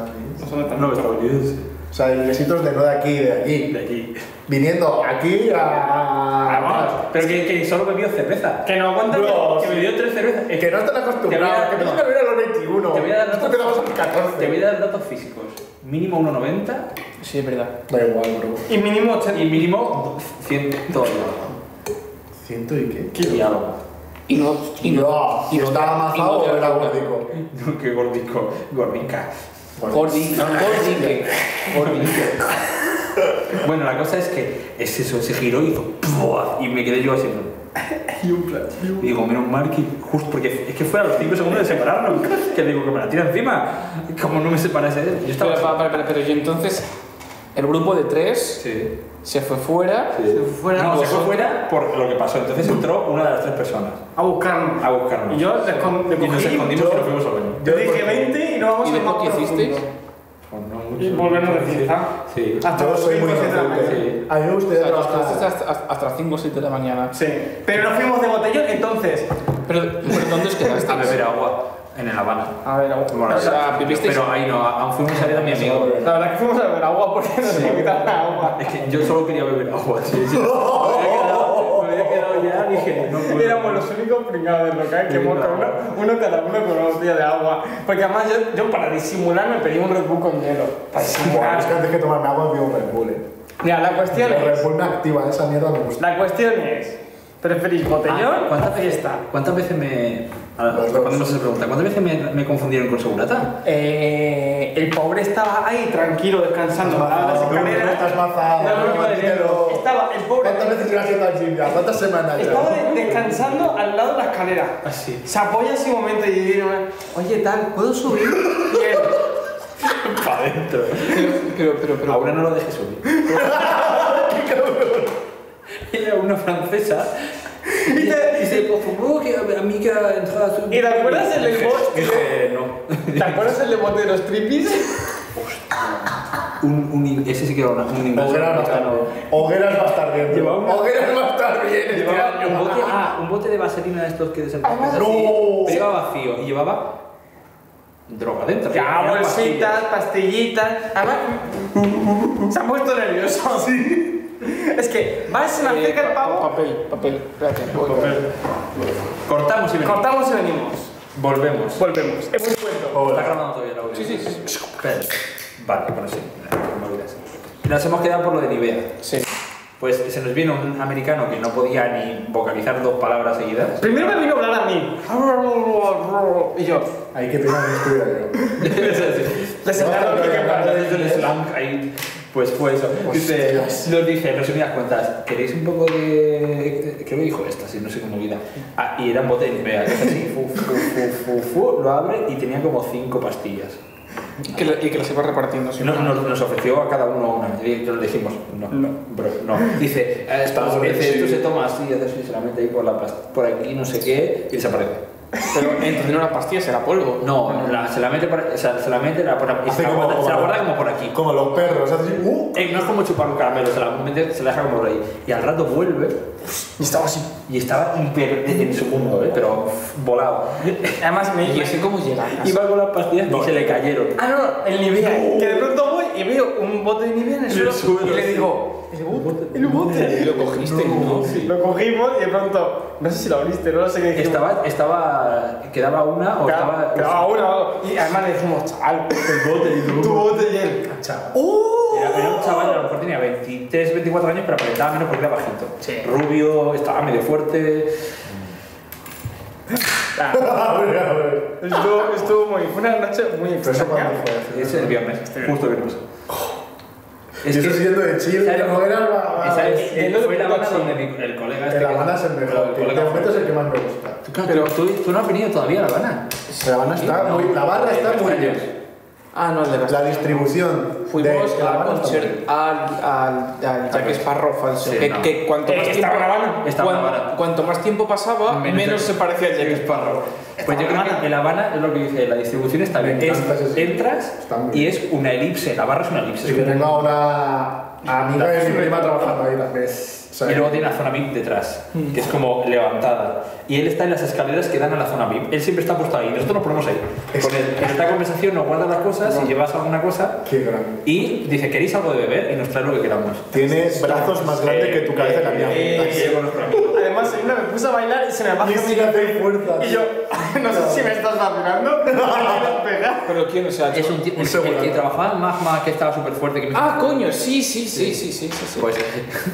[SPEAKER 5] No, estadounidense.
[SPEAKER 3] O sea, inglesitos de no de aquí, de aquí.
[SPEAKER 5] De aquí.
[SPEAKER 3] Viniendo aquí a. a-
[SPEAKER 5] Ah, Vamos, pero que, que solo bebió cerveza.
[SPEAKER 2] Que no aguantan
[SPEAKER 3] No,
[SPEAKER 5] Que bebió tres cervezas.
[SPEAKER 3] Que no están acostumbrados, que
[SPEAKER 5] Te voy
[SPEAKER 3] tengo
[SPEAKER 5] a-
[SPEAKER 3] que abrir a los 21.
[SPEAKER 5] Te voy a dar
[SPEAKER 3] Esto
[SPEAKER 5] datos-
[SPEAKER 3] quedamos a los
[SPEAKER 5] Te voy
[SPEAKER 3] 14.
[SPEAKER 5] a dar datos físicos. Mínimo 1,90
[SPEAKER 4] Sí, es verdad.
[SPEAKER 3] Da igual, bro.
[SPEAKER 2] Y mínimo 80.
[SPEAKER 5] y mínimo 100 dólares.
[SPEAKER 3] ¿Ciento y qué?
[SPEAKER 5] Qué diálogo.
[SPEAKER 4] Y no. Y no.
[SPEAKER 3] ¿Y estaba
[SPEAKER 4] y no
[SPEAKER 3] amazado
[SPEAKER 4] te
[SPEAKER 3] o era
[SPEAKER 4] acuerdas.
[SPEAKER 3] gordico?
[SPEAKER 5] No, Qué gordico. Gordica.
[SPEAKER 4] Gordi. Gordi, que.
[SPEAKER 5] Bueno, la cosa es que es eso, se giró y hizo ¡pua! y me quedé yo así. Y digo, menos mal que justo porque es que fue a los 5 segundos de separarnos, que digo que me la tira encima, como no me separase de él. Yo
[SPEAKER 4] Pero,
[SPEAKER 5] estaba
[SPEAKER 4] pero,
[SPEAKER 5] así.
[SPEAKER 4] pero, pero, pero, y entonces. El grupo de tres
[SPEAKER 5] Sí.
[SPEAKER 4] se fue fuera.
[SPEAKER 5] sí.
[SPEAKER 2] fuera.
[SPEAKER 5] no, se fue fuera por lo que pasó. Entonces entró una de las tres personas
[SPEAKER 2] A buscarnos.
[SPEAKER 5] a buscarnos.
[SPEAKER 2] Y yo le, con, le
[SPEAKER 5] Y nos
[SPEAKER 2] cogí,
[SPEAKER 5] escondimos
[SPEAKER 2] yo-
[SPEAKER 5] y nos fuimos al baño.
[SPEAKER 2] Yo dije 20 y nos vamos
[SPEAKER 4] ¿Y
[SPEAKER 2] a
[SPEAKER 4] después qué hicisteis?
[SPEAKER 5] Pues no mucho.
[SPEAKER 2] Y volvernos a decir, ah.
[SPEAKER 5] Sí.
[SPEAKER 2] Hasta
[SPEAKER 3] Yo
[SPEAKER 2] los
[SPEAKER 3] soy muy
[SPEAKER 2] 5 de la mañana.
[SPEAKER 3] inocente. A mí me
[SPEAKER 4] O
[SPEAKER 3] gustaría
[SPEAKER 4] sea, nos quedaste
[SPEAKER 3] trabajar.
[SPEAKER 4] hasta, hasta- hasta las 5 o 7 de la
[SPEAKER 5] Ah.
[SPEAKER 4] mañana.
[SPEAKER 2] Sí. Pero nos fuimos de botellón, entonces.
[SPEAKER 4] Pero, pero ¿dónde os
[SPEAKER 5] A
[SPEAKER 4] quedasteis?
[SPEAKER 5] beber agua en el Habana.
[SPEAKER 2] A ver, agua.
[SPEAKER 5] Bueno,
[SPEAKER 4] O sea, ¿vivisteis?
[SPEAKER 5] pero ahí no, aún fuimos a ver a mi amigo.
[SPEAKER 2] La verdad que fuimos a beber agua porque nos invitaron a agua.
[SPEAKER 5] Es que yo solo quería beber agua, sí, sí. Me había quedado- me había quedado ya, dije, no puedo.
[SPEAKER 2] Éramos los únicos pringados del local que
[SPEAKER 5] Sí,
[SPEAKER 2] hemos
[SPEAKER 5] no.
[SPEAKER 2] uno, uno cada uno con una botella de agua. Porque además yo, yo para disimular me pedí un Red Bull con hielo. Para
[SPEAKER 3] Buah, Es que
[SPEAKER 2] disimular.
[SPEAKER 3] antes que tomarme agua me pido un Red Bull. eh.
[SPEAKER 2] Mira, la cuestión
[SPEAKER 3] El
[SPEAKER 2] es.
[SPEAKER 3] Red Bull me activa, esa mierda me gusta.
[SPEAKER 2] La cuestión es, ¿preferís botellón?
[SPEAKER 5] Ah, ¿Cuántas veces está? ¿Cuántas veces me. a ver,
[SPEAKER 3] Los dos.
[SPEAKER 5] Cuando no se pregunta, ¿cuántas veces me, me confundieron con segurata?
[SPEAKER 2] Eh, el pobre estaba ahí tranquilo descansando.
[SPEAKER 3] Estás
[SPEAKER 2] bajaba las
[SPEAKER 3] mazao,
[SPEAKER 2] escaleras.
[SPEAKER 3] no estás mazao,
[SPEAKER 2] No, no,
[SPEAKER 3] no,
[SPEAKER 2] iba de
[SPEAKER 3] dinero.
[SPEAKER 2] negro. Estaba el pobre.
[SPEAKER 3] ¿Cuántas veces irás yendo al gym ya? ¿Cuántas semanas ya?
[SPEAKER 2] Estaba de- descansando al lado de la escalera.
[SPEAKER 5] Así.
[SPEAKER 2] Se apoya ese momento y dice, oye tal, ¿puedo subir? Y él,
[SPEAKER 5] Para adentro.
[SPEAKER 4] Pero, pero, pero, pero-
[SPEAKER 5] Ahora no lo dejé subir. Era una francesa. Y dice, por favor, que a mi amiga entrada a subir.
[SPEAKER 2] ¿Y te acuerdas el del bote?
[SPEAKER 5] Dije, no.
[SPEAKER 2] ¿Te acuerdas el de bote de los trippies?
[SPEAKER 5] Un, un, ese sí que era una- un inglés
[SPEAKER 3] Hogueras va a estar
[SPEAKER 5] americano.
[SPEAKER 3] bien. Hogueras va a estar bien.
[SPEAKER 5] Lleva una-
[SPEAKER 3] Hogueras va a estar bien. este
[SPEAKER 5] Llevaba un
[SPEAKER 3] año.
[SPEAKER 5] bote, ah, un bote de vaselina de estos que desempacan.
[SPEAKER 3] ¡No!
[SPEAKER 5] Llevaba vacío y llevaba droga dentro.
[SPEAKER 2] Ya,
[SPEAKER 5] Eran
[SPEAKER 2] bolsitas, pastillitas. Además, se ha puesto nervioso. Es que va, se me
[SPEAKER 4] eh,
[SPEAKER 2] acerca el
[SPEAKER 4] pa-
[SPEAKER 2] pavo.
[SPEAKER 4] Papel, papel. Espérate. voy.
[SPEAKER 5] pastillas. Cortamos y venimos.
[SPEAKER 2] Cortamos y venimos.
[SPEAKER 5] Volvemos.
[SPEAKER 2] Volvemos. Es un cuento.
[SPEAKER 5] Está
[SPEAKER 3] Hola.
[SPEAKER 5] grabando todavía la audio.
[SPEAKER 4] Sí, sí, sí.
[SPEAKER 5] Espera. Vale, bueno, sí. no me olvidas. Nos hemos quedado por lo de Nivea.
[SPEAKER 4] Sí.
[SPEAKER 5] Pues se nos vino un americano que no podía ni vocalizar dos palabras seguidas.
[SPEAKER 2] Primero me vino a hablar a mí. Y yo,
[SPEAKER 3] Ay, qué pena que no estuviera yo.
[SPEAKER 5] Pues,
[SPEAKER 2] le sentaron que
[SPEAKER 5] Las
[SPEAKER 2] quemar.
[SPEAKER 5] veces del slang ahí, pues fue eso. Dice,
[SPEAKER 3] Hostias.
[SPEAKER 5] nos dije, en resumidas cuentas, ¿queréis un poco de...? Creo que dijo esta, sí, no sé cómo vida. Ah, y era un bote de Nivea, que es así, fu, fu, fu, fu, fu, lo abre y tenía como cinco pastillas.
[SPEAKER 4] Y que, lo- y que las iba repartiendo. sin
[SPEAKER 5] No,
[SPEAKER 4] problema.
[SPEAKER 5] nos, nos ofreció a cada uno una medida y nosotros le dijimos, no,
[SPEAKER 2] No.
[SPEAKER 5] bro, no. Dice, eh, esto,
[SPEAKER 3] Está bien,
[SPEAKER 5] dice, esto
[SPEAKER 3] sí.
[SPEAKER 5] se toma así, hace así, se la mete ahí por la pasta, por aquí, no sé qué, y desaparece.
[SPEAKER 4] Pero entonces no era pastilla, era polvo.
[SPEAKER 5] No, la- se la mete, por- o sea, se la mete, la, por aquí, se,
[SPEAKER 3] Hace
[SPEAKER 5] la
[SPEAKER 3] como-
[SPEAKER 5] guarda, se la guarda como por aquí.
[SPEAKER 3] Como los perros, hace así, ¡uh!
[SPEAKER 5] Eh, no es como chupar un caramelo, se la, mete- se la deja como por ahí. Y al rato vuelve
[SPEAKER 3] Y estaba así.
[SPEAKER 5] y estaba hiper en su mundo, eh, pero uf, volado.
[SPEAKER 2] Además, me
[SPEAKER 4] Y así como llega.
[SPEAKER 5] Iba con las pastillas y se le cayeron.
[SPEAKER 2] Ah, no, no, el Nivea. Que de pronto voy y veo un bote de Nivea en el, suelo, y le digo, ¿el bote? ¿El bote?
[SPEAKER 4] Lo cogiste, ¿no?
[SPEAKER 2] Lo cogimos y de pronto, no sé si lo abriste, no lo sé qué dijimos.
[SPEAKER 5] Estaba, estaba, quedaba una o
[SPEAKER 2] Quedaba-
[SPEAKER 5] estaba...
[SPEAKER 2] quedaba uno. Y además le dijimos, chaval, el bote y tu bote y él.
[SPEAKER 5] Chaval.
[SPEAKER 2] ¡Uh!
[SPEAKER 5] Era, era un chaval, a lo mejor tenía 23, 24 años, pero aparentaba menos porque era bajito.
[SPEAKER 2] Sí.
[SPEAKER 5] Rubio, estaba medio fuerte.
[SPEAKER 3] A ver, a ver.
[SPEAKER 2] Estuvo, estuvo muy. Fue una noche muy
[SPEAKER 3] Pero eso
[SPEAKER 2] extraña.
[SPEAKER 3] cuando fue.
[SPEAKER 5] Es el viernes, justo el viernes.
[SPEAKER 3] Y eso siendo de Chile,
[SPEAKER 5] ¿sabes lo-
[SPEAKER 3] no era la-
[SPEAKER 5] esa es-
[SPEAKER 2] el
[SPEAKER 5] eh, fue
[SPEAKER 2] otro
[SPEAKER 5] la banda
[SPEAKER 2] chico.
[SPEAKER 5] donde mi- el colega este.
[SPEAKER 3] En La
[SPEAKER 5] que-
[SPEAKER 3] Habana es el mejor.
[SPEAKER 5] el
[SPEAKER 3] tío.
[SPEAKER 5] colega
[SPEAKER 3] De momento es
[SPEAKER 5] fue-
[SPEAKER 3] el que más me gusta.
[SPEAKER 5] Pero tú, tú no has venido todavía a La Habana.
[SPEAKER 3] La Habana está
[SPEAKER 5] No,
[SPEAKER 3] muy, la barra está muy
[SPEAKER 5] extraño.
[SPEAKER 3] bien.
[SPEAKER 4] Ah, no, el de las-
[SPEAKER 3] La distribución.
[SPEAKER 4] Fuimos
[SPEAKER 3] de La
[SPEAKER 4] al
[SPEAKER 3] Habana está muy
[SPEAKER 4] concert
[SPEAKER 3] bien.
[SPEAKER 4] al, al, al Jack Sparrow falso.
[SPEAKER 5] Sí,
[SPEAKER 4] que,
[SPEAKER 5] no.
[SPEAKER 4] que cuanto
[SPEAKER 2] Eh,
[SPEAKER 4] más
[SPEAKER 2] estaba
[SPEAKER 4] tiempo,
[SPEAKER 2] grabando,
[SPEAKER 5] estaba
[SPEAKER 4] cuan-
[SPEAKER 5] grabando.
[SPEAKER 4] cuanto más tiempo pasaba, menos,
[SPEAKER 5] Menos Jack-
[SPEAKER 4] se parecía al Jack Sparrow.
[SPEAKER 5] Pues yo creo que en La Habana es lo que dice, la distribución está bien.
[SPEAKER 3] Está-
[SPEAKER 5] Es- entras
[SPEAKER 3] está muy
[SPEAKER 5] y
[SPEAKER 3] bien.
[SPEAKER 5] es una elipse, la barra es una elipse.
[SPEAKER 3] Sí, que tengo ahora a mi novia y mi prima trabajando ahí también. O sea,
[SPEAKER 5] y luego tiene la zona VIP detrás, que es como levantada. Y él está en las escaleras que dan a la zona VIP. Él siempre está puesto ahí, nosotros nos ponemos ahí.
[SPEAKER 3] Es-
[SPEAKER 5] Con él. En esta conversación nos guarda las cosas y llevas alguna cosa.
[SPEAKER 3] Qué grande.
[SPEAKER 5] Y dice, ¿queréis algo de beber? Y nos trae lo que queramos.
[SPEAKER 3] Tiene brazos más grandes que tu cabeza cambiante.
[SPEAKER 2] Además, en una me puse a bailar y se me baja
[SPEAKER 3] Ni
[SPEAKER 2] un
[SPEAKER 3] siquiera te fuerza.
[SPEAKER 2] Y yo, no sé si me estás vacilando, pero me quieres pegar.
[SPEAKER 4] Pero quién, o sea,
[SPEAKER 5] Es un tipo el que trabajaba en Magma, que estaba súper fuerte. Que no sé-
[SPEAKER 4] Ah, coño, sí, sí, sí, sí, sí, sí. sí.
[SPEAKER 5] Pues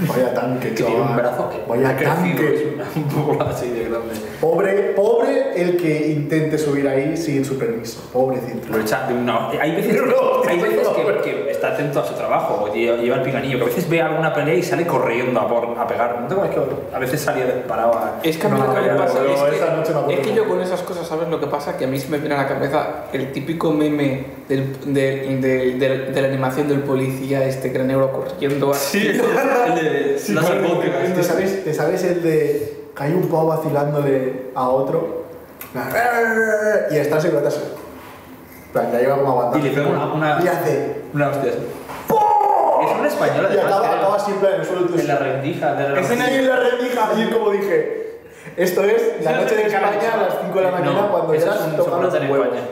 [SPEAKER 3] Vaya tanque,
[SPEAKER 5] que tiene un
[SPEAKER 3] chaval.
[SPEAKER 5] brazo que
[SPEAKER 3] Vaya
[SPEAKER 5] ha crecido,
[SPEAKER 3] tanque.
[SPEAKER 5] es una- un poco así de grande.
[SPEAKER 3] Pobre, pobre el que intente subir ahí sin su permiso. Pobrecito.
[SPEAKER 5] Lo echa de una... Hay veces,
[SPEAKER 3] No,
[SPEAKER 5] hay
[SPEAKER 3] no,
[SPEAKER 5] veces
[SPEAKER 3] no.
[SPEAKER 5] que, que está atento a su trabajo, o lleva lleva el pinganillo, que a veces ve alguna pelea y sale corriendo a, por- a pegar. ¿No te acuerdas que a veces salía disparado a...
[SPEAKER 4] Es que a mí
[SPEAKER 3] No,
[SPEAKER 4] lo que me
[SPEAKER 3] no,
[SPEAKER 4] pasa
[SPEAKER 3] no,
[SPEAKER 4] es,
[SPEAKER 3] esta noche me
[SPEAKER 4] que,
[SPEAKER 3] acuerdo
[SPEAKER 4] es que
[SPEAKER 3] mucho.
[SPEAKER 4] yo con esas cosas, ¿sabes lo que pasa? Que a mí se me viene a la cabeza el típico meme del, del- del- del- de la animación del policía, este gran negro corriendo. Sí,
[SPEAKER 5] Las albóndigas.
[SPEAKER 3] ¿Te sabes, te sabes el de que hay un pavo vacilándole a otro? "Eh", Y está el segurata así. En plan, ya lleva como aguantando.
[SPEAKER 5] Y le pega una- una-
[SPEAKER 3] Y hace.
[SPEAKER 5] Una hostia. así. Es una española,
[SPEAKER 3] Y
[SPEAKER 5] además,
[SPEAKER 3] acaba,
[SPEAKER 5] era-
[SPEAKER 3] acaba siempre en el suelo. y tú-
[SPEAKER 5] en la rendija. De la
[SPEAKER 3] Sí, en la rendija. Y es como dije. Esto es la
[SPEAKER 2] Eso
[SPEAKER 3] noche
[SPEAKER 2] es
[SPEAKER 3] de
[SPEAKER 2] el canal.
[SPEAKER 3] España a las 5 de la mañana
[SPEAKER 5] no,
[SPEAKER 3] cuando ya
[SPEAKER 5] esa
[SPEAKER 3] las
[SPEAKER 5] es un
[SPEAKER 3] tocan los
[SPEAKER 5] sobrante en
[SPEAKER 3] huevos.
[SPEAKER 5] España.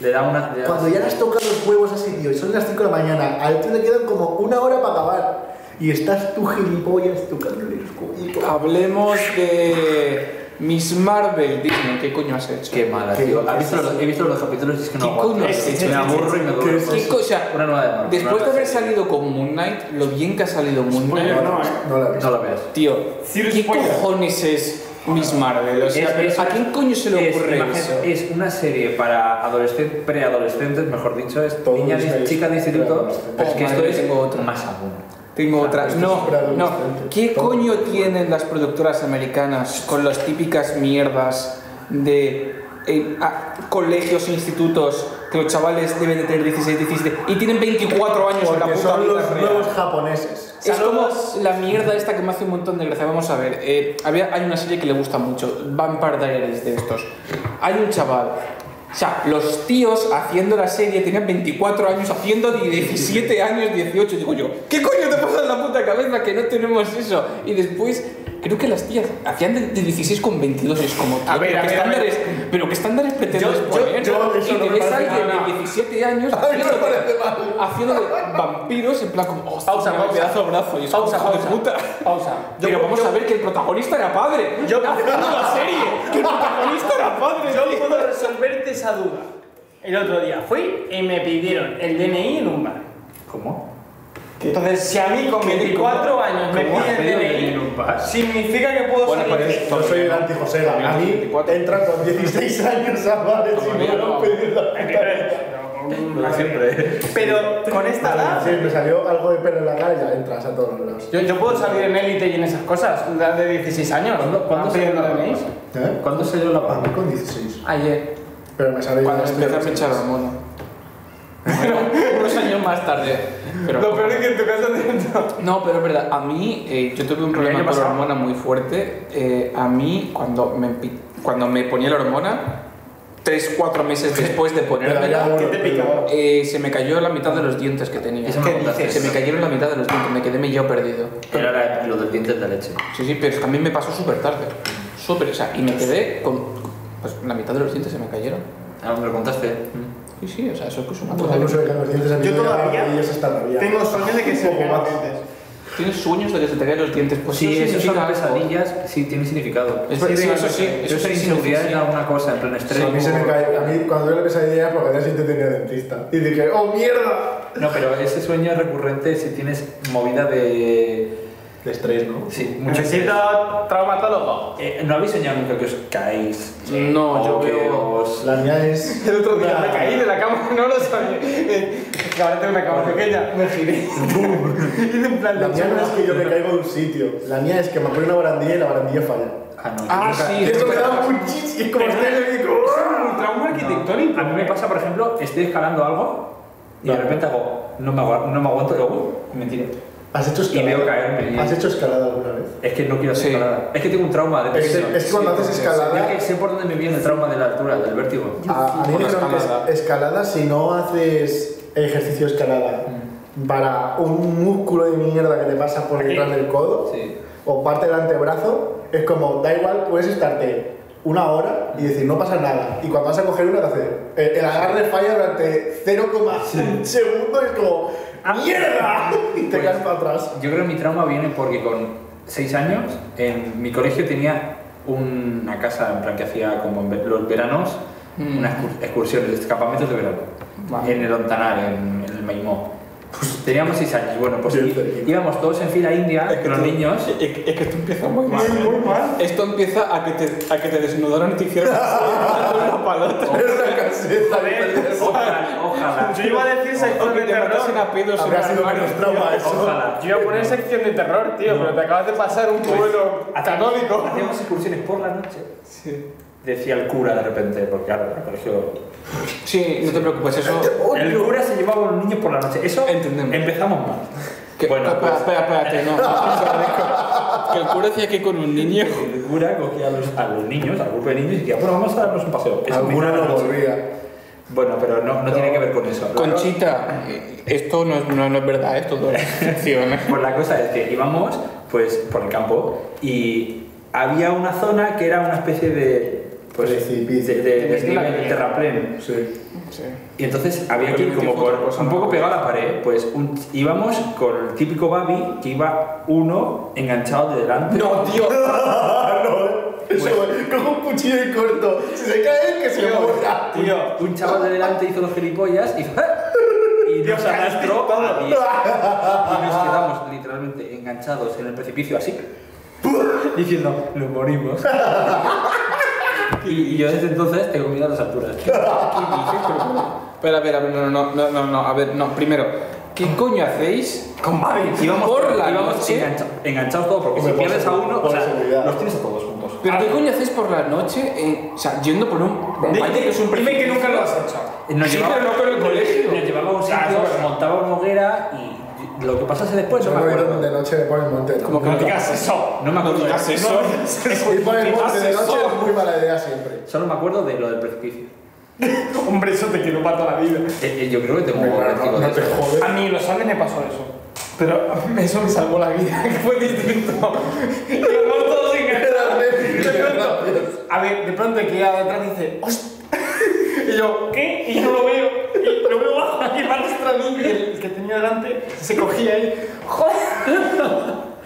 [SPEAKER 5] Le da una... le da-
[SPEAKER 3] Cuando ya les tocan los huevos así, tío, y son las 5 de la mañana, a ti le quedan como una hora para acabar. Y estás tú gilipollas tocándole los cubitos.
[SPEAKER 2] Ah,
[SPEAKER 4] Hablemos de Miss Marvel, Disney, ¿qué coño has hecho?
[SPEAKER 5] Qué mala,
[SPEAKER 3] Qué-
[SPEAKER 5] tío. ¿Has visto los- he visto los capítulos y es que no
[SPEAKER 4] ¿Qué
[SPEAKER 5] aguanto.
[SPEAKER 4] coño has hecho?
[SPEAKER 5] Me aburro y me
[SPEAKER 3] ¿Qué
[SPEAKER 5] duele.
[SPEAKER 3] es
[SPEAKER 4] Qué co- o sea,
[SPEAKER 5] Una nueva de Marvel,
[SPEAKER 4] después
[SPEAKER 5] una
[SPEAKER 4] de haber
[SPEAKER 5] nueva serie.
[SPEAKER 4] salido con Moon Knight, lo bien que ha salido Moon Knight,
[SPEAKER 2] Spoiler, no, eh.
[SPEAKER 3] No la ves.
[SPEAKER 5] No la veas.
[SPEAKER 4] tío,
[SPEAKER 2] Zero
[SPEAKER 4] ¿qué
[SPEAKER 2] spoiler.
[SPEAKER 4] cojones es Miss Marvel? O sea,
[SPEAKER 5] Es- es-
[SPEAKER 4] ¿a quién coño se le
[SPEAKER 5] es-
[SPEAKER 4] ocurre
[SPEAKER 5] imagínate,
[SPEAKER 4] eso?
[SPEAKER 5] Es una serie para adolescentes, preadolescentes, mejor dicho, es
[SPEAKER 3] Todo
[SPEAKER 5] niñas
[SPEAKER 3] es
[SPEAKER 5] y chicas de instituto.
[SPEAKER 3] preadolescente.
[SPEAKER 5] Pero es que
[SPEAKER 4] Oh,
[SPEAKER 5] esto
[SPEAKER 4] madre,
[SPEAKER 5] es
[SPEAKER 4] tengo otra.
[SPEAKER 5] más aún.
[SPEAKER 4] Tengo
[SPEAKER 2] Ah,
[SPEAKER 4] otra.
[SPEAKER 3] esto es
[SPEAKER 4] No,
[SPEAKER 3] súper
[SPEAKER 4] no.
[SPEAKER 3] adolescente.
[SPEAKER 4] ¿Qué
[SPEAKER 3] Todo.
[SPEAKER 4] coño tienen las productoras americanas con las típicas mierdas de eh, ah, colegios, institutos, que los chavales deben Este de tener 16, 17 y tienen 24 años en la
[SPEAKER 3] Porque
[SPEAKER 4] puta
[SPEAKER 3] son
[SPEAKER 4] vida
[SPEAKER 3] los
[SPEAKER 4] real?
[SPEAKER 3] nuevos japoneses.
[SPEAKER 4] Es como la mierda esta que me hace un montón de gracia. Vamos a ver, eh, había, hay una serie que le gusta mucho, Vampire Diaries de estos. Hay un chaval, o sea, los tíos haciendo la serie tenían 24 años, haciendo 17 años, 18. Digo yo, ¿qué coño te pasa en la puta cabeza que no tenemos eso? Y después, creo que las tías hacían de, de 16 con 22. Es como, tío,
[SPEAKER 2] A ver,
[SPEAKER 4] ¿pero,
[SPEAKER 2] a
[SPEAKER 4] qué
[SPEAKER 2] ver, a ver.
[SPEAKER 4] estándares, ¿pero qué estándares pretendes
[SPEAKER 2] yo-
[SPEAKER 4] poner?
[SPEAKER 3] yo- eso
[SPEAKER 4] y
[SPEAKER 3] no
[SPEAKER 4] te
[SPEAKER 3] me
[SPEAKER 4] ves a
[SPEAKER 3] parece
[SPEAKER 4] alguien
[SPEAKER 2] nada.
[SPEAKER 4] de 17 años
[SPEAKER 3] A mí no me
[SPEAKER 4] haciendo de-
[SPEAKER 3] parece mal.
[SPEAKER 4] haciendo de vampiros en plan como hostia,
[SPEAKER 2] Pausa,
[SPEAKER 4] me
[SPEAKER 2] pausa.
[SPEAKER 4] pedazo de brazo y es
[SPEAKER 2] Pausa,
[SPEAKER 4] como, hijo
[SPEAKER 2] pausa.
[SPEAKER 4] de puta
[SPEAKER 2] Pausa.
[SPEAKER 4] pero
[SPEAKER 2] Yo-
[SPEAKER 4] vamos
[SPEAKER 2] yo-
[SPEAKER 4] a ver que el protagonista era padre
[SPEAKER 2] Yo-
[SPEAKER 4] haciendo la serie que el protagonista era padre
[SPEAKER 2] Yo
[SPEAKER 4] tío.
[SPEAKER 2] puedo resolverte esa duda. El otro día fui y me pidieron el DNI en un bar.
[SPEAKER 5] ¿Cómo?
[SPEAKER 2] Entonces, si a mí con 24 años me
[SPEAKER 5] ¿Cómo has
[SPEAKER 2] piden
[SPEAKER 5] pedido
[SPEAKER 2] el
[SPEAKER 5] DNI en un
[SPEAKER 2] DNI,
[SPEAKER 5] bar?
[SPEAKER 2] significa que puedo
[SPEAKER 4] Bueno,
[SPEAKER 2] salir.
[SPEAKER 4] pues,
[SPEAKER 3] Yo soy el anti-José. A mí entran con 16 años a bares y me van a pedir la puta.
[SPEAKER 5] siempre.
[SPEAKER 2] Pero con esta edad,
[SPEAKER 3] Sí, me salió algo de pelo en la cara y ya entras a todos los lados.
[SPEAKER 2] yo, yo puedo salir en élite y en esas cosas, edad de 16 años.
[SPEAKER 5] ¿Cuándo- cuándo
[SPEAKER 2] ¿Van
[SPEAKER 5] se-
[SPEAKER 2] pidiendo DNIs?
[SPEAKER 3] ¿Eh?
[SPEAKER 5] ¿Cuándo salió la
[SPEAKER 3] A
[SPEAKER 5] barra?
[SPEAKER 3] mí con 16.
[SPEAKER 4] ayer
[SPEAKER 3] Pero me salió
[SPEAKER 4] cuando
[SPEAKER 3] ya
[SPEAKER 4] empecé a
[SPEAKER 3] estoy-
[SPEAKER 4] pinchar hormona Bueno, unos años más tarde. Pero,
[SPEAKER 2] Lo peor es que en tu casa dentro.
[SPEAKER 4] No, pero es verdad, a mí, eh, yo tuve un
[SPEAKER 2] año
[SPEAKER 4] problema con la
[SPEAKER 2] pasado.
[SPEAKER 4] hormona muy fuerte. Eh, a mí, cuando me, empi- cuando me ponía la hormona, 3-4 meses después de ponérmela,
[SPEAKER 3] Pero ya-
[SPEAKER 2] ¿Qué te pica? ahora?
[SPEAKER 4] eh, se me cayó la mitad de los dientes que tenía.
[SPEAKER 5] Eso me ¿Qué contaste.
[SPEAKER 4] Se
[SPEAKER 5] dices?
[SPEAKER 4] me cayeron la mitad de los dientes, me quedé medio perdido.
[SPEAKER 5] Era la- lo del dientes de leche.
[SPEAKER 4] Sí, sí, pero también me pasó súper tarde. Súper, o sea, y me quedé con. Pues la mitad de los dientes se me cayeron.
[SPEAKER 5] Ah, me lo contaste.
[SPEAKER 4] Sí, sí, o sea, eso es que es una cosa.
[SPEAKER 5] pues,
[SPEAKER 3] No se
[SPEAKER 4] que-
[SPEAKER 3] le caen los dientes a mí
[SPEAKER 2] Yo
[SPEAKER 3] me llaman
[SPEAKER 2] todavía
[SPEAKER 3] y ellos están rabiando.
[SPEAKER 2] Tengo sueños de que se me caen los dientes.
[SPEAKER 4] Tienes sueños de que se te caen los dientes. Pues
[SPEAKER 5] Sí, eso son
[SPEAKER 4] significa algo.
[SPEAKER 5] pesadillas, sí, tiene significado.
[SPEAKER 4] Es- sí, eso sí, eso
[SPEAKER 5] Yo soy
[SPEAKER 4] sí
[SPEAKER 5] inseguridad en
[SPEAKER 4] significa-
[SPEAKER 5] alguna cosa, en plan estrés.
[SPEAKER 3] A mí se me cae, a mí cuando yo le pesadilla es porque al día siguiente tenía dentista. Y dije, ¡oh mierda!
[SPEAKER 5] No, pero ese sueño es recurrente si tienes movida de.
[SPEAKER 3] De estrés, ¿no?
[SPEAKER 5] Sí, mucho
[SPEAKER 2] Necesito traumatólogo.
[SPEAKER 5] Eh, ¿No habéis soñado nunca que os caéis?
[SPEAKER 4] No,
[SPEAKER 5] O
[SPEAKER 4] yo
[SPEAKER 5] que
[SPEAKER 4] veo-
[SPEAKER 5] os-
[SPEAKER 3] La mía es.
[SPEAKER 2] El otro día me caí de la cama, no lo sabía. Eh, Que ahora tengo una cama pequeña, me giré. Hice un plan
[SPEAKER 3] La
[SPEAKER 2] de
[SPEAKER 3] mía no es
[SPEAKER 2] chorro.
[SPEAKER 3] que yo me caigo de un sitio. La mía es que me pone una barandilla y la barandilla falla.
[SPEAKER 5] Ah, no, yo
[SPEAKER 4] Ah,
[SPEAKER 5] nunca-
[SPEAKER 4] sí.
[SPEAKER 3] Y eso me da muchísimo. Es como estoy en el médico.
[SPEAKER 2] Un trauma arquitectónico.
[SPEAKER 5] A mí me pasa, por ejemplo, estoy escalando algo y de repente hago, no me, agu- no me aguanto luego, mentira.
[SPEAKER 3] ¿Has hecho
[SPEAKER 5] Y
[SPEAKER 3] escalada?
[SPEAKER 5] veo caerme.
[SPEAKER 3] "Oh". ¿Has hecho escalada alguna vez?
[SPEAKER 5] Es que no quiero hacer
[SPEAKER 4] Sí. Este,
[SPEAKER 5] escalada. Es que tengo un trauma de
[SPEAKER 3] Es que-
[SPEAKER 5] presión.
[SPEAKER 3] es que cuando haces escalada-
[SPEAKER 5] Yo que sé por dónde me viene el trauma de la altura, del vértigo.
[SPEAKER 3] A, a mí
[SPEAKER 4] Por
[SPEAKER 3] me
[SPEAKER 4] la
[SPEAKER 3] dijeron que
[SPEAKER 4] escalada.
[SPEAKER 3] es- escalada, si no haces ejercicio de escalada para un músculo de mierda que te pasa por detrás del codo
[SPEAKER 5] Sí.
[SPEAKER 3] o parte del antebrazo, es como, da igual, puedes estarte una hora y decir, no pasa nada. Y cuando vas a coger una, te hace. eh, El, el agarre falla durante 0,1 segundos y es como, ¡mierda! Y te
[SPEAKER 5] Pues-
[SPEAKER 3] caes para atrás.
[SPEAKER 5] Yo creo que mi trauma viene porque con 6 años en mi colegio tenía una casa en plan que hacía como en ve- los veranos,
[SPEAKER 4] Mm.
[SPEAKER 5] unas excur- excursiones, campamentos de verano,
[SPEAKER 4] Vale.
[SPEAKER 5] en el Ontanar, en, en el Maimó. Teníamos 6 años, bueno, pues
[SPEAKER 3] Bien
[SPEAKER 5] i-
[SPEAKER 3] cerquita.
[SPEAKER 5] íbamos todos en fila india, con los niños.
[SPEAKER 4] Es, es que esto empieza muy mal. Esto empieza a que te, a que te desnudaron y te hicieron así, con una palota.
[SPEAKER 5] Ojalá, ojalá.
[SPEAKER 2] Yo iba a decir
[SPEAKER 4] O
[SPEAKER 2] sección
[SPEAKER 4] que
[SPEAKER 2] de
[SPEAKER 4] te matasen
[SPEAKER 2] terror.
[SPEAKER 4] a pedos en
[SPEAKER 3] Habrá
[SPEAKER 4] un
[SPEAKER 3] sido
[SPEAKER 4] armario.
[SPEAKER 3] menos trauma eso.
[SPEAKER 5] Ojalá.
[SPEAKER 2] Yo iba a poner sección de terror, tío, pero te acabas de pasar un vuelo católico.
[SPEAKER 5] Hacíamos excursiones por la noche.
[SPEAKER 4] Sí.
[SPEAKER 5] Decía el cura de repente, porque claro, el colegio.
[SPEAKER 4] Sí, no te preocupes, eso...
[SPEAKER 5] El cura se llevaba a los niños por la noche. Eso
[SPEAKER 4] Entendemos.
[SPEAKER 5] empezamos mal.
[SPEAKER 4] Que,
[SPEAKER 5] bueno,
[SPEAKER 4] espera,
[SPEAKER 5] pues-
[SPEAKER 4] espera, espérate, no. que el cura decía que con un niño...
[SPEAKER 5] El cura cogía a los, a los niños, al grupo de niños, y decía, bueno, vamos a darnos un paseo. Eso
[SPEAKER 3] Alguna
[SPEAKER 5] me
[SPEAKER 3] no
[SPEAKER 5] encanta.
[SPEAKER 3] volvía.
[SPEAKER 5] Bueno, pero no, no tiene que ver con eso.
[SPEAKER 4] Conchita, eh, esto no es, no, no es verdad, esto todo es ficción. ¿eh?
[SPEAKER 5] Pues la cosa es que íbamos pues, por el campo y había una zona que era una especie de... Pues,
[SPEAKER 3] Precipicio.
[SPEAKER 5] De, de- de
[SPEAKER 2] Mezcla
[SPEAKER 5] nivel,
[SPEAKER 2] de-
[SPEAKER 5] terraplén.
[SPEAKER 3] Sí.
[SPEAKER 4] Sí.
[SPEAKER 5] Y entonces había que ir como por, un poco pegado a la pared. Pues un- íbamos con el típico babi que iba uno enganchado de delante.
[SPEAKER 4] No, tío.
[SPEAKER 3] Ah, no. Eso, cojo un cuchillo y corto. Si se cae, que se muera.
[SPEAKER 2] Tío,
[SPEAKER 5] Un chaval de delante hizo los gilipollas y, y nos arrastró a mí. Y nos quedamos literalmente enganchados en el precipicio así, diciendo, nos morimos. Y, y yo desde entonces tengo miedo a las alturas.
[SPEAKER 4] Espera, espera, no, no, no, no, no, a ver, no, primero, ¿qué coño hacéis?
[SPEAKER 2] con Babi.
[SPEAKER 5] Íbamos
[SPEAKER 4] Por la
[SPEAKER 5] íbamos
[SPEAKER 4] noche.
[SPEAKER 5] engancha- enganchados todos, porque si
[SPEAKER 3] Hombre, por
[SPEAKER 5] pierdes a
[SPEAKER 3] seguro-
[SPEAKER 5] uno,
[SPEAKER 3] por
[SPEAKER 5] o sea,
[SPEAKER 3] seguridad.
[SPEAKER 5] los tienes a todos juntos.
[SPEAKER 4] ¿Pero qué coño hacéis por la noche? en- o sea, yendo por un... por un valle que es un
[SPEAKER 2] Dime que nunca lo has
[SPEAKER 4] precipicio?
[SPEAKER 2] hecho.
[SPEAKER 5] Nos
[SPEAKER 4] Sí,
[SPEAKER 5] llevaba-
[SPEAKER 4] pero no con el colegio.
[SPEAKER 5] Nos llevaba a un
[SPEAKER 2] Ah,
[SPEAKER 5] sitio,
[SPEAKER 2] bueno.
[SPEAKER 5] montaba una hoguera y lo que pasase después
[SPEAKER 3] Yo
[SPEAKER 5] no me
[SPEAKER 3] me voy de
[SPEAKER 5] acuerdo.
[SPEAKER 3] noche me ponen monte.
[SPEAKER 4] Como que
[SPEAKER 2] No digas eso.
[SPEAKER 5] No me acuerdo. de-
[SPEAKER 4] digas eso.
[SPEAKER 3] Ir por el monte de noche
[SPEAKER 4] asesor.
[SPEAKER 3] es muy mala idea siempre.
[SPEAKER 5] Solo me acuerdo de lo del precipicio.
[SPEAKER 2] Hombre, eso te quedó para toda la vida.
[SPEAKER 5] Eh, eh, yo creo que tengo un
[SPEAKER 3] Hombre,
[SPEAKER 5] vértigo
[SPEAKER 3] No,
[SPEAKER 5] de
[SPEAKER 3] no te
[SPEAKER 5] eso.
[SPEAKER 3] jodes.
[SPEAKER 2] A mí en Los Andes me pasó eso. Pero eso me salvó la vida, que fue distinto. Y los todos enganchados. De pronto, a ver, de pronto el que iba detrás dice, "Hostia". Y yo, ¿qué? Y yo lo veo. Y lo veo bajar y me arrastra a mí. Y el que tenía delante se cogía ahí. ¡Joder!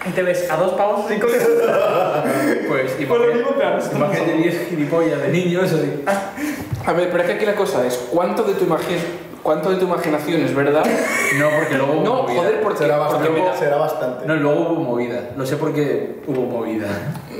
[SPEAKER 2] Y te ves a dos pavos así con
[SPEAKER 5] Pues, y
[SPEAKER 2] Con lo mismo te
[SPEAKER 5] Imagínate 10 gilipollas de Ah, niños, así.
[SPEAKER 4] A ver, pero es que aquí la cosa es, ¿cuánto de tu, imagi- cuánto de tu imaginación es verdad?
[SPEAKER 5] No, porque luego hubo
[SPEAKER 4] No,
[SPEAKER 5] movida.
[SPEAKER 4] joder, porque...
[SPEAKER 3] Será
[SPEAKER 4] porque me da-
[SPEAKER 3] bastante. Será bastante.
[SPEAKER 5] No, luego hubo movida. No sé por qué hubo movida.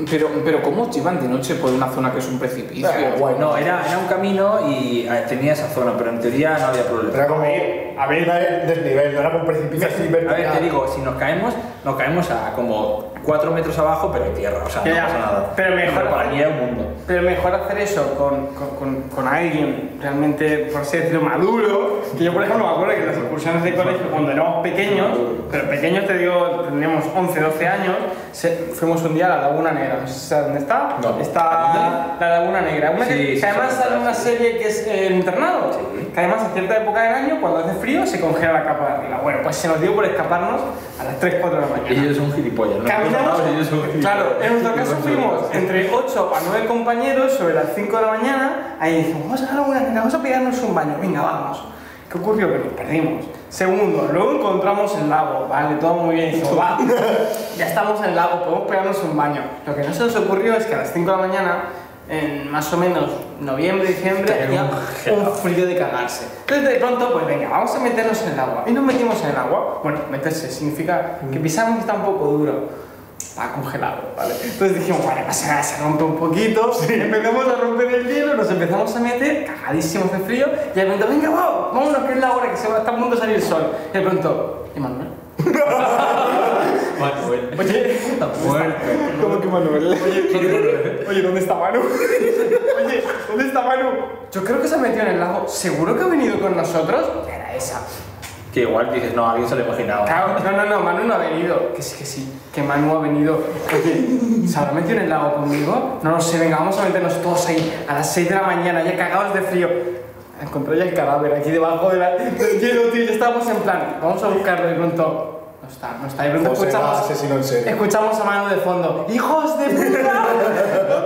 [SPEAKER 4] Pero, pero ¿cómo os llevan de noche por una zona que es un precipicio?
[SPEAKER 3] Ah, guay.
[SPEAKER 5] No, era, era un camino y eh, tenía esa zona, pero en teoría no había problema.
[SPEAKER 3] Era como.
[SPEAKER 2] A ver, a ver.
[SPEAKER 3] Era el desnivel, no era como un precipicio así
[SPEAKER 5] A ver,
[SPEAKER 3] vertical.
[SPEAKER 5] te digo, si nos caemos, nos caemos a como cuatro metros abajo, pero en tierra, o sea, no
[SPEAKER 2] Ya,
[SPEAKER 5] pasa nada.
[SPEAKER 2] pero mejor-
[SPEAKER 5] para mí era un mundo.
[SPEAKER 2] Pero mejor hacer eso con, con- con- con alguien realmente, por así decirlo, maduro. Que yo, por ejemplo, me acuerdo que en las excursiones de colegio, cuando éramos pequeños, pero pequeños te digo, teníamos 11, 12 años, se- fuimos un día a la Laguna Negra. No sé si sabes dónde está.
[SPEAKER 5] No.
[SPEAKER 2] Está la Laguna Negra. Una
[SPEAKER 5] Sí,
[SPEAKER 2] que,
[SPEAKER 5] sí,
[SPEAKER 2] que además
[SPEAKER 5] sí, sí.
[SPEAKER 2] sale una serie que es eh, el internado. Que además, en cierta época del año, cuando hace frío, se congela la capa de arriba. Bueno, pues se nos dio por escaparnos a las 3, 4 de la mañana.
[SPEAKER 5] Ellos son gilipollas, ¿no?
[SPEAKER 2] Caminamos,
[SPEAKER 5] Ellos son gilipollas.
[SPEAKER 2] claro, en nuestro caso
[SPEAKER 5] Ellos son
[SPEAKER 2] fuimos entre 8 a 9 compañeros sobre las 5 de la mañana, ahí dijimos, vamos a hacer alguna cosa, vamos a pegarnos un baño, venga, vamos. ¿Qué ocurrió? Que nos perdimos. Segundo, luego encontramos el lago, vale, todo muy bien, dijimos, va, ya estamos en el lago, podemos pegarnos un baño. Lo que no se nos ocurrió es que a las 5 de la mañana, en más o menos noviembre, diciembre, había un frío de cagarse. Entonces de pronto, pues venga, vamos a meternos en el agua. Y nos metimos en el agua. Bueno, meterse significa que pisamos que está un poco duro estaba congelado, ¿vale? Entonces dijimos, vale, pasa nada, se rompe un poquito, empezamos a romper el hielo, nos empezamos a meter, cagadísimos de frío, y de pronto, venga, wow, vámonos, que es la hora que se va, está a punto de salir el sol. Y de pronto, ¿y Manuel?
[SPEAKER 5] Manuel.
[SPEAKER 2] Oye,
[SPEAKER 3] ¿Cómo que Manuel?
[SPEAKER 2] oye, ¿dónde está Manu? oye, ¿dónde está Manu? Yo creo que se ha metido en el lago, ¿seguro que ha venido con nosotros? Era esa.
[SPEAKER 5] Que igual dices, no, alguien se lo imaginaba.
[SPEAKER 2] Claro, no, no, no, Manu no ha venido. Que sí, que sí, que Manu ha venido. Oye, ¿se habrá metido en el lago conmigo? No lo sé, venga, vamos a meternos todos ahí a las 6 de la mañana, ya cagados de frío. Encontré ya el cadáver aquí debajo de la- del hielo, tío. Ya estábamos en plan, vamos a buscarlo de pronto. No está, no está. De pronto
[SPEAKER 3] José
[SPEAKER 2] escuchamos,
[SPEAKER 3] va asesino en serie.
[SPEAKER 2] escuchamos a Manu de fondo. ¡Hijos de puta!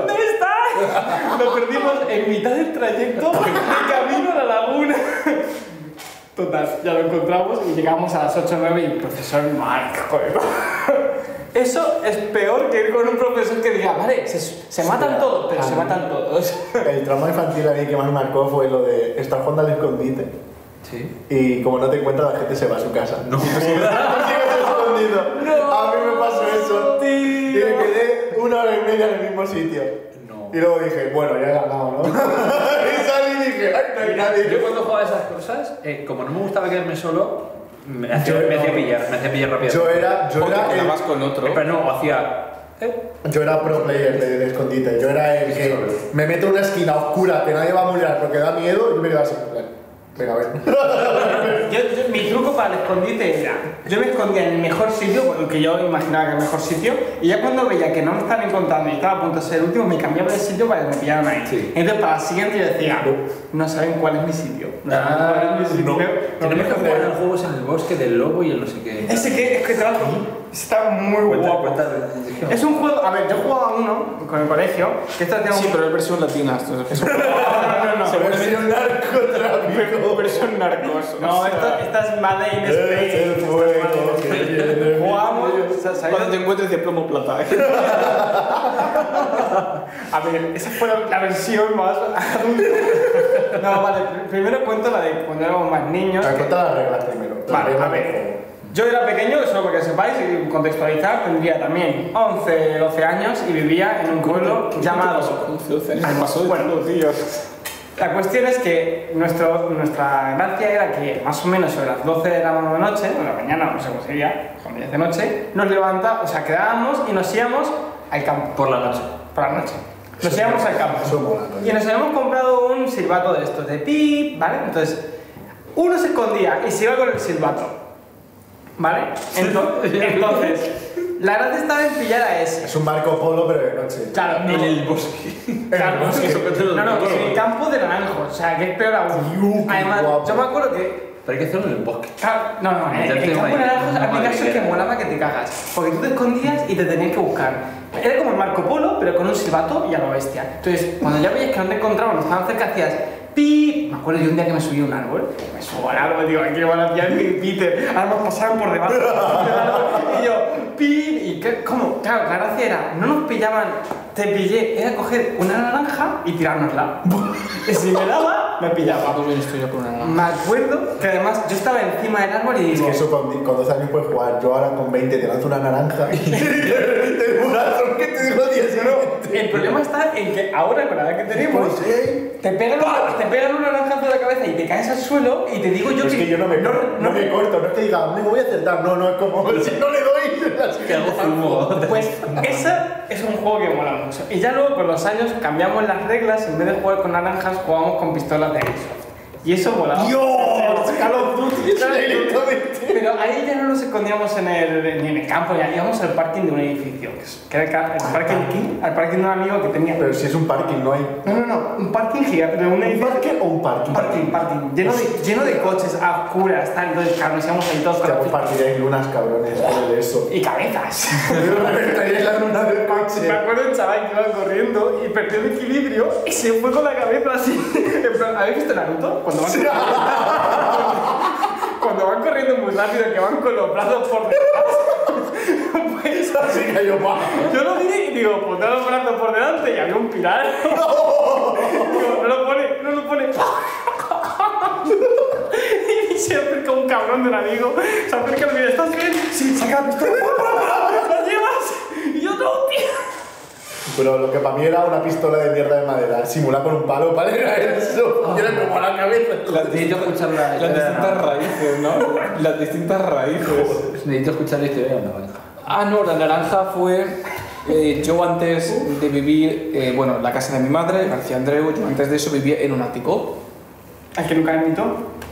[SPEAKER 2] ¿Dónde estás? Lo perdimos en mitad del trayecto de camino a la laguna. Total, ya lo encontramos y llegamos a las 8 o 9 y profesor Mark, joder. Eso es peor que ir con un profesor que diga, vale, se, se matan todos, pero se matan todos.
[SPEAKER 3] El trauma infantil a mí que más me marcó fue lo de esta fonda al escondite.
[SPEAKER 5] Sí.
[SPEAKER 3] Y como no te encuentras, la gente se va a su casa. No. Tú sigues, tú sigues escondido. A mí me pasó eso. Y me quedé una hora y media en el mismo sitio.
[SPEAKER 5] No.
[SPEAKER 3] Y luego dije, bueno, ya he ganado, ¿no? y salí y dije, ay, no hay nadie.
[SPEAKER 5] Yo cuando jugaba esas cosas, eh, como no me gustaba quedarme solo, me hacía,
[SPEAKER 3] Yo
[SPEAKER 5] me
[SPEAKER 3] no.
[SPEAKER 5] hacía pillar, me hacía pillar rápido.
[SPEAKER 3] Yo era, yo
[SPEAKER 4] O te
[SPEAKER 3] era,
[SPEAKER 4] quedabas
[SPEAKER 3] el,
[SPEAKER 4] con otro.
[SPEAKER 5] Pero no, hacía. eh,
[SPEAKER 3] yo era pro player de, de escondite. Yo era el que me meto en una esquina oscura que nadie va a mirar porque da miedo y me quedo así. Venga, a ver.
[SPEAKER 2] Yo, yo- mi truco para el escondite era, yo me escondía en el mejor sitio, bueno, que yo imaginaba que era el mejor sitio, y ya cuando veía que no me estaban encontrando y estaba a punto de ser el último, me cambiaba de sitio para que me pillaran ahí.
[SPEAKER 5] Sí.
[SPEAKER 2] Entonces para la siguiente yo decía, no saben cuál es mi sitio. No saben cuál es mi sitio. no
[SPEAKER 5] tenemos
[SPEAKER 2] me
[SPEAKER 5] que
[SPEAKER 2] jodan".
[SPEAKER 5] jugar a juegos en el bosque del lobo y el no sé qué.
[SPEAKER 2] Ese que es que te lo- está muy
[SPEAKER 5] Cuéntale,
[SPEAKER 2] guapo.
[SPEAKER 5] cuéntale.
[SPEAKER 2] Es un juego, a ver, yo jugaba a uno con el colegio, que esto tenía
[SPEAKER 4] Sí,
[SPEAKER 2] un...
[SPEAKER 4] pero es versión latina. esto es- es-
[SPEAKER 2] No, no, no, no.
[SPEAKER 3] Pero soy un narcotráfico.
[SPEAKER 4] Versión narcos.
[SPEAKER 2] No, esto, esta es Made in
[SPEAKER 3] Es
[SPEAKER 2] Spain.
[SPEAKER 3] el
[SPEAKER 2] esta es
[SPEAKER 3] fuego
[SPEAKER 2] Made in
[SPEAKER 3] que
[SPEAKER 2] Spain.
[SPEAKER 3] viene.
[SPEAKER 2] Jugamos, ¿sabéis?
[SPEAKER 4] Cuando te encuentres de plomo plata. ¿eh?
[SPEAKER 2] A ver, esa fue la, la versión más adulta. No, vale, pr- primero cuento la de cuando éramos más niños.
[SPEAKER 3] Te
[SPEAKER 2] que-
[SPEAKER 3] cuenta las reglas primero. Las
[SPEAKER 2] Vale,
[SPEAKER 3] reglas
[SPEAKER 2] a ver.
[SPEAKER 3] del
[SPEAKER 2] Yo era pequeño, solo para que sepáis, y contextualizar, tendría también 11, 12 años y vivía en un pueblo llamado...
[SPEAKER 4] 11, 12 años. Pasó de
[SPEAKER 2] Bueno.
[SPEAKER 4] todo, tío.
[SPEAKER 2] La cuestión es que nuestro, nuestra gracia era que más o menos sobre las 12 de la noche, o de la mañana, no sé cómo sería, cuando ya es de noche, nos levantábamos, o sea, quedábamos y nos íbamos al campo.
[SPEAKER 5] Por la noche.
[SPEAKER 2] por la noche. Nos íbamos al campo.
[SPEAKER 3] eso mola, ¿no?
[SPEAKER 2] Y nos habíamos comprado un silbato de estos, de pip, ¿vale? Entonces, uno se escondía y se iba con el silbato. ¿Vale? Ento- Entonces, la gracia estaba en pillar a ese.
[SPEAKER 3] Es un Marco Polo, pero de noche.
[SPEAKER 2] Claro,
[SPEAKER 5] En
[SPEAKER 2] no.
[SPEAKER 5] el bosque.
[SPEAKER 2] Claro, sí.
[SPEAKER 5] bosque, eso que te lo
[SPEAKER 2] no, no, que
[SPEAKER 5] recuerdo.
[SPEAKER 2] es el campo de naranjo, o sea, que es peor aún.
[SPEAKER 3] Dios, qué
[SPEAKER 2] Además,
[SPEAKER 3] guapo.
[SPEAKER 2] yo me acuerdo que
[SPEAKER 5] Pero hay que hacerlo en el bosque.
[SPEAKER 2] Claro, no, no, el, el campo de naranjos a mi caso es que molaba que te cagas, porque tú te escondías y te tenías que buscar. Era como el Marco Polo, pero con un silbato y a lo bestia. Entonces, cuando ya veías que no te encontraban, no estaban cerca, hacías pi. Me acuerdo yo un día que me subí a un árbol, me subo al árbol, digo, aquí van a pillar mi Peter, además pasaban por debajo del árbol, y yo pi. ¿Y qué, cómo? Claro, la gracia era, no nos pillaban, te pillé, era coger una naranja y tirárnosla. y si me daba, me pillaba.
[SPEAKER 4] Paco, bien estoy yo con una naranja.
[SPEAKER 2] Me acuerdo que además yo estaba encima del árbol y
[SPEAKER 3] Es
[SPEAKER 2] dije,
[SPEAKER 3] que eso con, con 12 años puedes jugar. Yo ahora con 20 te lanzo una naranja y te doy un brazo que te digo 10
[SPEAKER 2] El problema está en que ahora con la edad que tenemos,
[SPEAKER 3] pues.
[SPEAKER 2] te pegan, un- te pegan una naranja en la cabeza y te caes al suelo y te digo yo
[SPEAKER 3] Es que yo no me, no,
[SPEAKER 2] no-
[SPEAKER 3] me corto, no es que diga, me voy a acertar. No, no, es como si no le doy.
[SPEAKER 5] Te hago zumo.
[SPEAKER 2] Pues ese es un juego que mola mucho. Y ya luego con los años cambiamos las reglas, en vez de jugar con naranjas jugábamos con pistolas de airsoft. Y eso volaba.
[SPEAKER 3] ¡Dios! Call of Duty,
[SPEAKER 2] Call of Duty.
[SPEAKER 3] directamente.
[SPEAKER 2] Pero ahí ya no nos escondíamos en el, ni en el campo, ya íbamos al parking de un edificio, que es- que era el, ca- el parking, al parking de un amigo que tenía...
[SPEAKER 3] Pero si es un parking, no hay.
[SPEAKER 2] No, no, no, un parking gigante, de un
[SPEAKER 3] ¿Un
[SPEAKER 2] edificio...
[SPEAKER 3] parque o un parking?
[SPEAKER 2] Parking, parking, lleno de, lleno de coches a oscuras, tal, entonces, claro, nos íbamos ahí todos
[SPEAKER 3] Te
[SPEAKER 2] con
[SPEAKER 3] hago
[SPEAKER 2] la-
[SPEAKER 3] partida pues, en lunas, cabrones, por el eso.
[SPEAKER 2] Y cabezas.
[SPEAKER 3] Yo reventaría la luna del
[SPEAKER 2] Me
[SPEAKER 3] coche.
[SPEAKER 2] acuerdo de un chaval que iba corriendo y perdió el equilibrio y se fue con la cabeza así. En plan, ¿Habéis visto Naruto? Cuando van, cuando van corriendo muy rápido, que van con los brazos por detrás. Pues,
[SPEAKER 3] Así que yo, pa.
[SPEAKER 2] yo lo vi y digo, pondrá los brazos por delante y había un pilar. Digo, no lo pone, no lo pone. Y se acerca un cabrón de un amigo, se acerca y me dice, ¿estás bien? Sí, saca la pistola. ¿Lo llevas? Y yo, no, tío.
[SPEAKER 3] Pero lo que para mí era una pistola de mierda de madera, simulada con un palo, ¿vale? Era eso. Y era como la cabeza.
[SPEAKER 5] Necesito escuchar la
[SPEAKER 4] Las distintas
[SPEAKER 5] historia.
[SPEAKER 4] raíces, ¿no? Las distintas raíces.
[SPEAKER 5] Necesito escuchar la historia de la naranja.
[SPEAKER 4] Ah, no, la naranja fue. eh, yo antes de vivir, eh, bueno, en la casa de mi madre, García Andreu, yo antes de eso vivía en un ático.
[SPEAKER 2] Al que nunca invitó,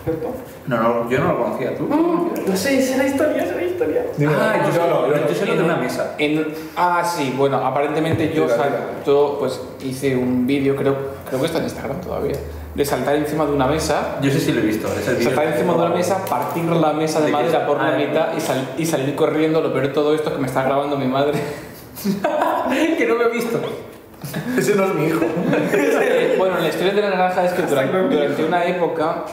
[SPEAKER 2] ¿cierto? Mm,
[SPEAKER 1] No, no, yo no lo conocía, tú.
[SPEAKER 2] No sé, esa es la historia, esa es la historia.
[SPEAKER 5] Ah, yo solo,
[SPEAKER 4] no,
[SPEAKER 5] yo solo
[SPEAKER 4] en
[SPEAKER 5] de una
[SPEAKER 4] un-
[SPEAKER 5] mesa.
[SPEAKER 4] en- ah, sí, bueno, aparentemente yo
[SPEAKER 1] Mira,
[SPEAKER 4] salto, pues hice un vídeo, creo, creo que está en Instagram todavía, de saltar encima de una mesa,
[SPEAKER 1] Yo sé si lo he visto. Es el vídeo.
[SPEAKER 4] saltar encima de una mesa, partir la mesa de
[SPEAKER 1] ¿De qué?
[SPEAKER 4] madera por la
[SPEAKER 1] Ah,
[SPEAKER 4] mitad y, sal- y salir corriendo. Lo peor de todo esto es que me está grabando mi madre. que no me he visto.
[SPEAKER 3] Ese no es mi hijo.
[SPEAKER 4] Eh, bueno, la historia de la naranja es que durante, durante una época,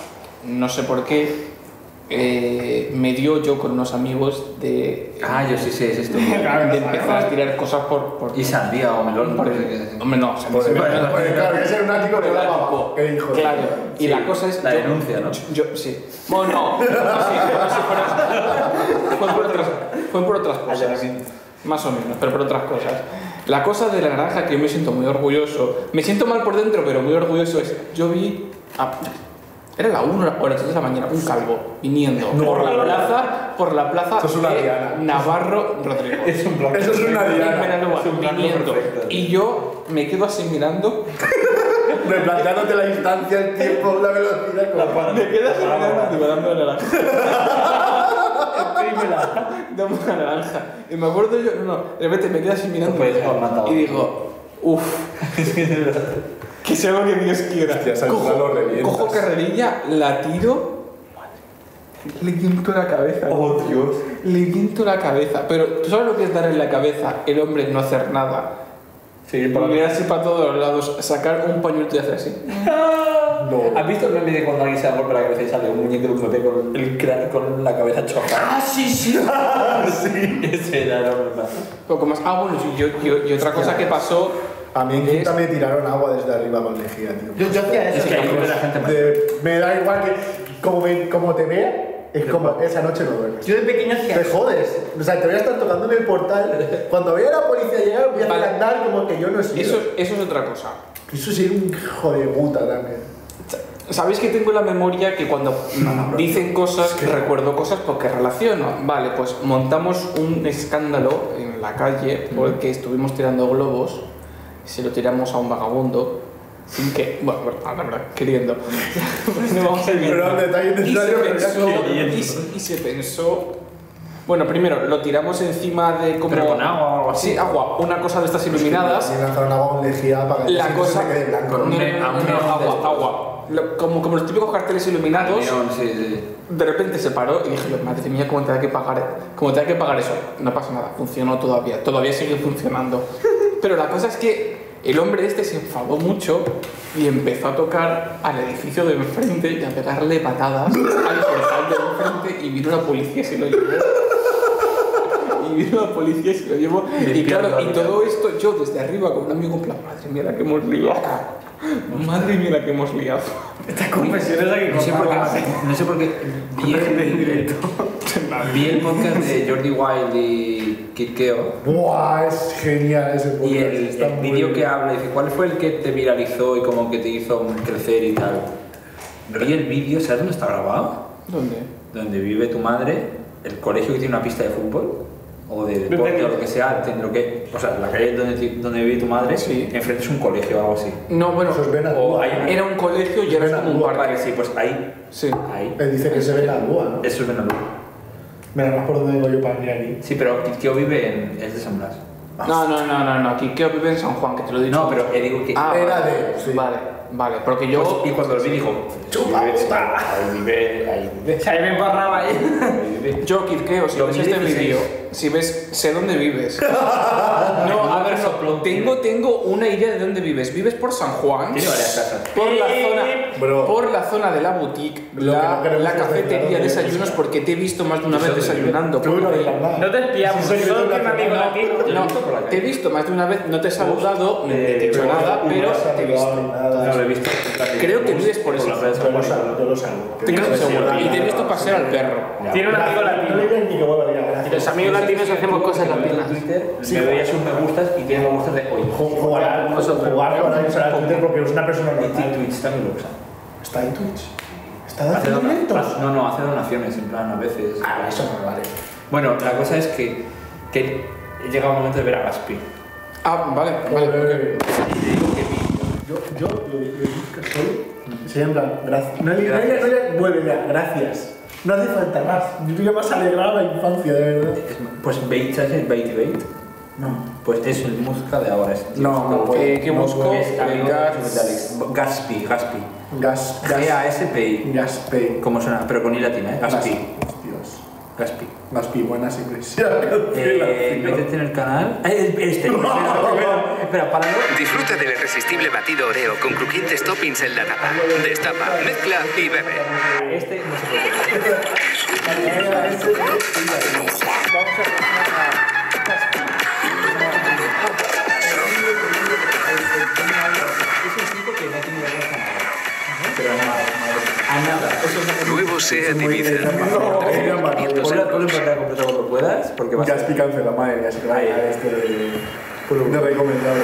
[SPEAKER 4] no sé por qué, eh, me dio yo con unos amigos de,
[SPEAKER 1] Ah, yo sí sé, es esto.
[SPEAKER 2] Claro,
[SPEAKER 4] de
[SPEAKER 2] claro.
[SPEAKER 4] empezar a tirar cosas por... por,
[SPEAKER 1] Y sandía o melón,
[SPEAKER 4] por-
[SPEAKER 1] no sé qué.
[SPEAKER 4] hombre, no, o sea,
[SPEAKER 3] Porque
[SPEAKER 4] no sé, no,
[SPEAKER 3] pues claro, que ese era un ático que
[SPEAKER 4] pero era
[SPEAKER 3] daba
[SPEAKER 4] tipo,
[SPEAKER 3] abajo. Qué hijo de
[SPEAKER 4] Pues Claro,
[SPEAKER 3] puta.
[SPEAKER 4] y la cosa es...
[SPEAKER 1] La
[SPEAKER 4] yo-
[SPEAKER 1] denuncia, ¿no?
[SPEAKER 4] Yo, sí. Bueno, no, sí, pero sí, pero- fue, por otras, fue por otras cosas. Más o menos, pero por otras cosas. La cosa de la naranja que yo me siento muy orgulloso, me siento mal por dentro, pero muy orgulloso es, yo vi, a- era la 1 o las 3 de la mañana, un calvo viniendo por la plaza, por la plaza
[SPEAKER 3] Esto es una
[SPEAKER 4] de
[SPEAKER 3] diana.
[SPEAKER 4] Navarro Rodrigo.
[SPEAKER 1] Es un blanco.
[SPEAKER 3] Eso es una
[SPEAKER 4] En
[SPEAKER 3] diana.
[SPEAKER 4] Benalúa,
[SPEAKER 1] es un blanco
[SPEAKER 4] viniendo.
[SPEAKER 1] perfecto.
[SPEAKER 4] Y yo me quedo así mirando
[SPEAKER 3] Replanteándote la distancia, el tiempo, la velocidad. como-
[SPEAKER 4] Me quedas mirando y me dan una naranja. Dame una naranja. Y me acuerdo yo, no, no, de repente me quedas así mirando
[SPEAKER 1] No puedes haber matado.
[SPEAKER 4] y digo, uff, que sea lo que Dios quiera.
[SPEAKER 3] Hostia, esa altura lo revientas.
[SPEAKER 4] cojo carrerilla, la tiro, le quinto la cabeza.
[SPEAKER 1] Oh, Dios.
[SPEAKER 4] Le quinto la cabeza. Pero tú sabes lo que es dar en la cabeza el hombre no hacer nada.
[SPEAKER 1] Sí, por
[SPEAKER 4] Mirar así para todos lados, sacar un pañuelito y hacer así.
[SPEAKER 3] No.
[SPEAKER 5] ¿Has visto el meme de cuando alguien se da golpe la cabeza y sale un muñeco de un bebé con, el crá- con la cabeza chocada? ¡Ah, sí, sí! sí, ese era la verdad.
[SPEAKER 4] Poco más. Ah, bueno, y, yo- yo- y otra cosa que pasó.
[SPEAKER 3] A mí en
[SPEAKER 4] es-
[SPEAKER 3] quinta me tiraron agua desde arriba con lejía, tío.
[SPEAKER 2] Yo, yo hacía eso.
[SPEAKER 1] Es que ahí vive la gente más.
[SPEAKER 3] De- me da igual que como, me- como te vea, es como esa noche no duermes.
[SPEAKER 2] Yo de pequeño hacía
[SPEAKER 3] Te jodes. O sea, te voy a estar tocando en el portal. Cuando vea a la policía llegar, voy a
[SPEAKER 4] Vale.
[SPEAKER 3] andar como que yo no soy.
[SPEAKER 4] Eso, eso es otra cosa.
[SPEAKER 3] Eso sí es un hijo de puta también.
[SPEAKER 4] Sabéis que tengo en la memoria que cuando mm, dicen cosas, recuerdo cosas porque relaciono. Vale, pues montamos un escándalo en la calle porque estuvimos tirando globos, se lo tiramos a un vagabundo, sin que. Bueno, bueno, la verdad, queriendo. no vamos a ir
[SPEAKER 3] Pero era un detalle
[SPEAKER 4] y se,
[SPEAKER 3] necesario, pero era
[SPEAKER 4] pensó,
[SPEAKER 3] queriendo.
[SPEAKER 4] y, se- y se pensó. Bueno, primero lo tiramos encima de como.
[SPEAKER 1] Pero con agua o algo así.
[SPEAKER 4] Sí, agua, una cosa de estas iluminadas.
[SPEAKER 3] Me lanzaron agua con lejía para que
[SPEAKER 4] La
[SPEAKER 3] se
[SPEAKER 4] cosa.
[SPEAKER 3] me quede blanco.
[SPEAKER 4] No, no,
[SPEAKER 1] Un neón,
[SPEAKER 4] no, no,
[SPEAKER 1] un neón
[SPEAKER 4] no,
[SPEAKER 1] de
[SPEAKER 4] agua,
[SPEAKER 1] estos.
[SPEAKER 4] agua. Lo- como, como los típicos carteles iluminados,
[SPEAKER 1] Neón, sí, sí.
[SPEAKER 4] de repente se paró y dije, yo, madre mía, ¿cómo tendrá que pagar, cómo tendrá que pagar eso? No pasa nada, funcionó todavía, todavía sigue funcionando. Pero la cosa es que el hombre este se enfadó mucho y empezó a tocar al edificio de enfrente y a pegarle patadas al portal de enfrente y vino la policía y se lo llevó. Y vino la policía y se lo llevó. Y claro, y todo esto yo desde arriba con un amigo en plan, madre mía la que hemos liado. Madre mía la que hemos liado.
[SPEAKER 2] estas confesiones a que
[SPEAKER 1] No sé por
[SPEAKER 2] contabas.
[SPEAKER 1] qué. No sé por qué. Vi
[SPEAKER 2] En
[SPEAKER 1] el,
[SPEAKER 2] directo.
[SPEAKER 1] vi el podcast de Jordi Wild y Kid Keo.
[SPEAKER 3] Buah, es genial ese podcast.
[SPEAKER 1] Y el,
[SPEAKER 3] está
[SPEAKER 1] el
[SPEAKER 3] muy
[SPEAKER 1] vídeo
[SPEAKER 3] bien.
[SPEAKER 1] que habla, dice, ¿cuál fue el que te viralizó y como que te hizo crecer y tal? Vi el vídeo, ¿sabes dónde está grabado?
[SPEAKER 4] ¿Dónde?
[SPEAKER 1] Donde vive tu madre, el colegio que tiene una pista de fútbol.
[SPEAKER 5] o de deporte o lo que sea, tendré que. O sea, la calle donde, donde vive tu madre,
[SPEAKER 4] Sí.
[SPEAKER 5] enfrente es un colegio o algo así.
[SPEAKER 4] No, bueno,
[SPEAKER 3] Eso es Benadúa.
[SPEAKER 5] O hay-
[SPEAKER 4] era un colegio y ahora es como un
[SPEAKER 3] Benadúa,
[SPEAKER 4] parque.
[SPEAKER 5] Vale, sí, pues ahí.
[SPEAKER 4] Sí.
[SPEAKER 5] Ahí.
[SPEAKER 3] Él dice que se ve la lúa, ¿no?
[SPEAKER 5] Eso es Benalú.
[SPEAKER 3] Mira, más por dónde vengo yo para venir aquí.
[SPEAKER 5] Sí, pero Kikio vive en. es de San Blas.
[SPEAKER 4] No, no, no, no, no. Aquí creo que vive en San Juan, que te lo he dicho.
[SPEAKER 5] No, pero eh, digo que.
[SPEAKER 4] Ah,
[SPEAKER 3] Era
[SPEAKER 4] vale,
[SPEAKER 3] de- sí.
[SPEAKER 4] Vale, vale. Porque
[SPEAKER 5] Pues,
[SPEAKER 4] yo.
[SPEAKER 5] y cuando lo vi dijo.
[SPEAKER 3] Chupa
[SPEAKER 5] vive-
[SPEAKER 3] puta.
[SPEAKER 5] Ahí vive. Ahí vive.
[SPEAKER 2] sea, ahí me embarraba ¿eh? ahí.
[SPEAKER 5] Ahí vive.
[SPEAKER 4] Yo, Kirkeo, si ves este
[SPEAKER 5] 2016.
[SPEAKER 4] vídeo, si ves, sé dónde vives. No, a ver, no. Tengo, tengo una idea de dónde vives. Vives por San Juan.
[SPEAKER 5] Tiene varias casas.
[SPEAKER 4] Por la zona,
[SPEAKER 3] Bro.
[SPEAKER 4] por la zona de la boutique,
[SPEAKER 3] Lo que no
[SPEAKER 4] la,
[SPEAKER 3] queremos
[SPEAKER 4] la
[SPEAKER 3] es
[SPEAKER 4] cafetería,
[SPEAKER 3] desvelar
[SPEAKER 4] desayunos,
[SPEAKER 3] dónde
[SPEAKER 4] porque te he visto más de una
[SPEAKER 5] Eso
[SPEAKER 4] vez
[SPEAKER 5] te digo.
[SPEAKER 4] desayunando.
[SPEAKER 3] Tú no
[SPEAKER 4] porque-
[SPEAKER 3] digas nada.
[SPEAKER 2] No te espiamos,
[SPEAKER 3] Sí, sí,
[SPEAKER 2] soy
[SPEAKER 3] sí,
[SPEAKER 2] que me
[SPEAKER 3] sí,
[SPEAKER 2] amigo de ti.
[SPEAKER 3] sí,
[SPEAKER 5] Yo
[SPEAKER 4] No,
[SPEAKER 5] he visto por la calle.
[SPEAKER 4] te he visto más de una vez, no te he saludado, ni te he dicho
[SPEAKER 3] eh, pero
[SPEAKER 4] Eh, nada,
[SPEAKER 3] no
[SPEAKER 4] pero
[SPEAKER 3] has
[SPEAKER 4] te he visto.
[SPEAKER 3] saludado ni nada.
[SPEAKER 5] No lo he visto.
[SPEAKER 4] Creo que vives por esa
[SPEAKER 5] la playa de
[SPEAKER 3] Yo
[SPEAKER 5] San
[SPEAKER 3] lo
[SPEAKER 5] Juan.
[SPEAKER 3] salgo, yo lo salgo.
[SPEAKER 4] Te creo
[SPEAKER 3] Sí,
[SPEAKER 4] seguro.
[SPEAKER 3] sí,
[SPEAKER 4] Y te he
[SPEAKER 3] sí,
[SPEAKER 4] visto
[SPEAKER 3] sí.
[SPEAKER 4] pasear al perro.
[SPEAKER 2] Tiene un amigo
[SPEAKER 3] No le
[SPEAKER 2] latino.
[SPEAKER 3] digas ni que vuelva a mirar, gracias.
[SPEAKER 2] Los amigos latinos hacemos cosas
[SPEAKER 5] Lo veo en
[SPEAKER 2] latinas.
[SPEAKER 5] Twitter,
[SPEAKER 3] Sí.
[SPEAKER 5] me veía sus me gustas y tiene me gustas de hoy.
[SPEAKER 3] Ju- Jugar jugar con alguien a Twitter porque es una persona
[SPEAKER 5] Y ti-
[SPEAKER 3] normal.
[SPEAKER 5] Twitch también lo usa.
[SPEAKER 3] Está en Twitch. Está
[SPEAKER 5] Hace
[SPEAKER 3] haciendo
[SPEAKER 5] dona-
[SPEAKER 3] eventos.
[SPEAKER 5] No, no, hace donaciones, en plan, a veces.
[SPEAKER 3] Ah, eso no me vale.
[SPEAKER 5] Bueno, la cosa es que, que he llegado al momento de ver a Gaspi.
[SPEAKER 4] Ah, vale, vale.
[SPEAKER 3] Eh,
[SPEAKER 5] Y le digo que vi.
[SPEAKER 3] Yo, yo lo digo solo. Sí, en plan, gracias. No le, no le, no le vuelve ya, gracias. No hace falta más. Yo ya más alegrado la infancia, de verdad.
[SPEAKER 5] Es- Pues Bait, ¿sabes qué es Bait Bait?
[SPEAKER 3] No.
[SPEAKER 5] Pues es el música de ahora. Es
[SPEAKER 4] No, no puede. Eh, ¿qué busco?
[SPEAKER 5] Es amigo de
[SPEAKER 4] Gas-
[SPEAKER 5] los Vitalics. Gaspi, Gaspi.
[SPEAKER 3] Gas. Gas.
[SPEAKER 5] G-A-S-P-I.
[SPEAKER 3] Gaspe.
[SPEAKER 5] ¿Cómo suena? Pero con I latina, ¿eh? E. Gaspi.
[SPEAKER 3] Dios.
[SPEAKER 5] Gaspi.
[SPEAKER 3] Gaspi, buenas iglesias.
[SPEAKER 5] Eh, métete en el canal. Eh, Este. Espera, espera, espera, páralo.
[SPEAKER 7] Disfruta del irresistible batido Oreo con crujientes toppings en la tapa. Destapa, mezcla y bebe.
[SPEAKER 5] Este no se puede. Este, Es un chico que no tiene vergüenza a nada. Pero a nada, a nada. Eso es
[SPEAKER 7] Nuevo SEAT Ibiza.
[SPEAKER 5] Ponlo ponlo en pantalla completa cuando puedas, porque va a
[SPEAKER 3] Gaspi
[SPEAKER 5] ser.
[SPEAKER 3] cancela, madre mía, es que vaya
[SPEAKER 5] Ahí.
[SPEAKER 3] este de, de recomendado.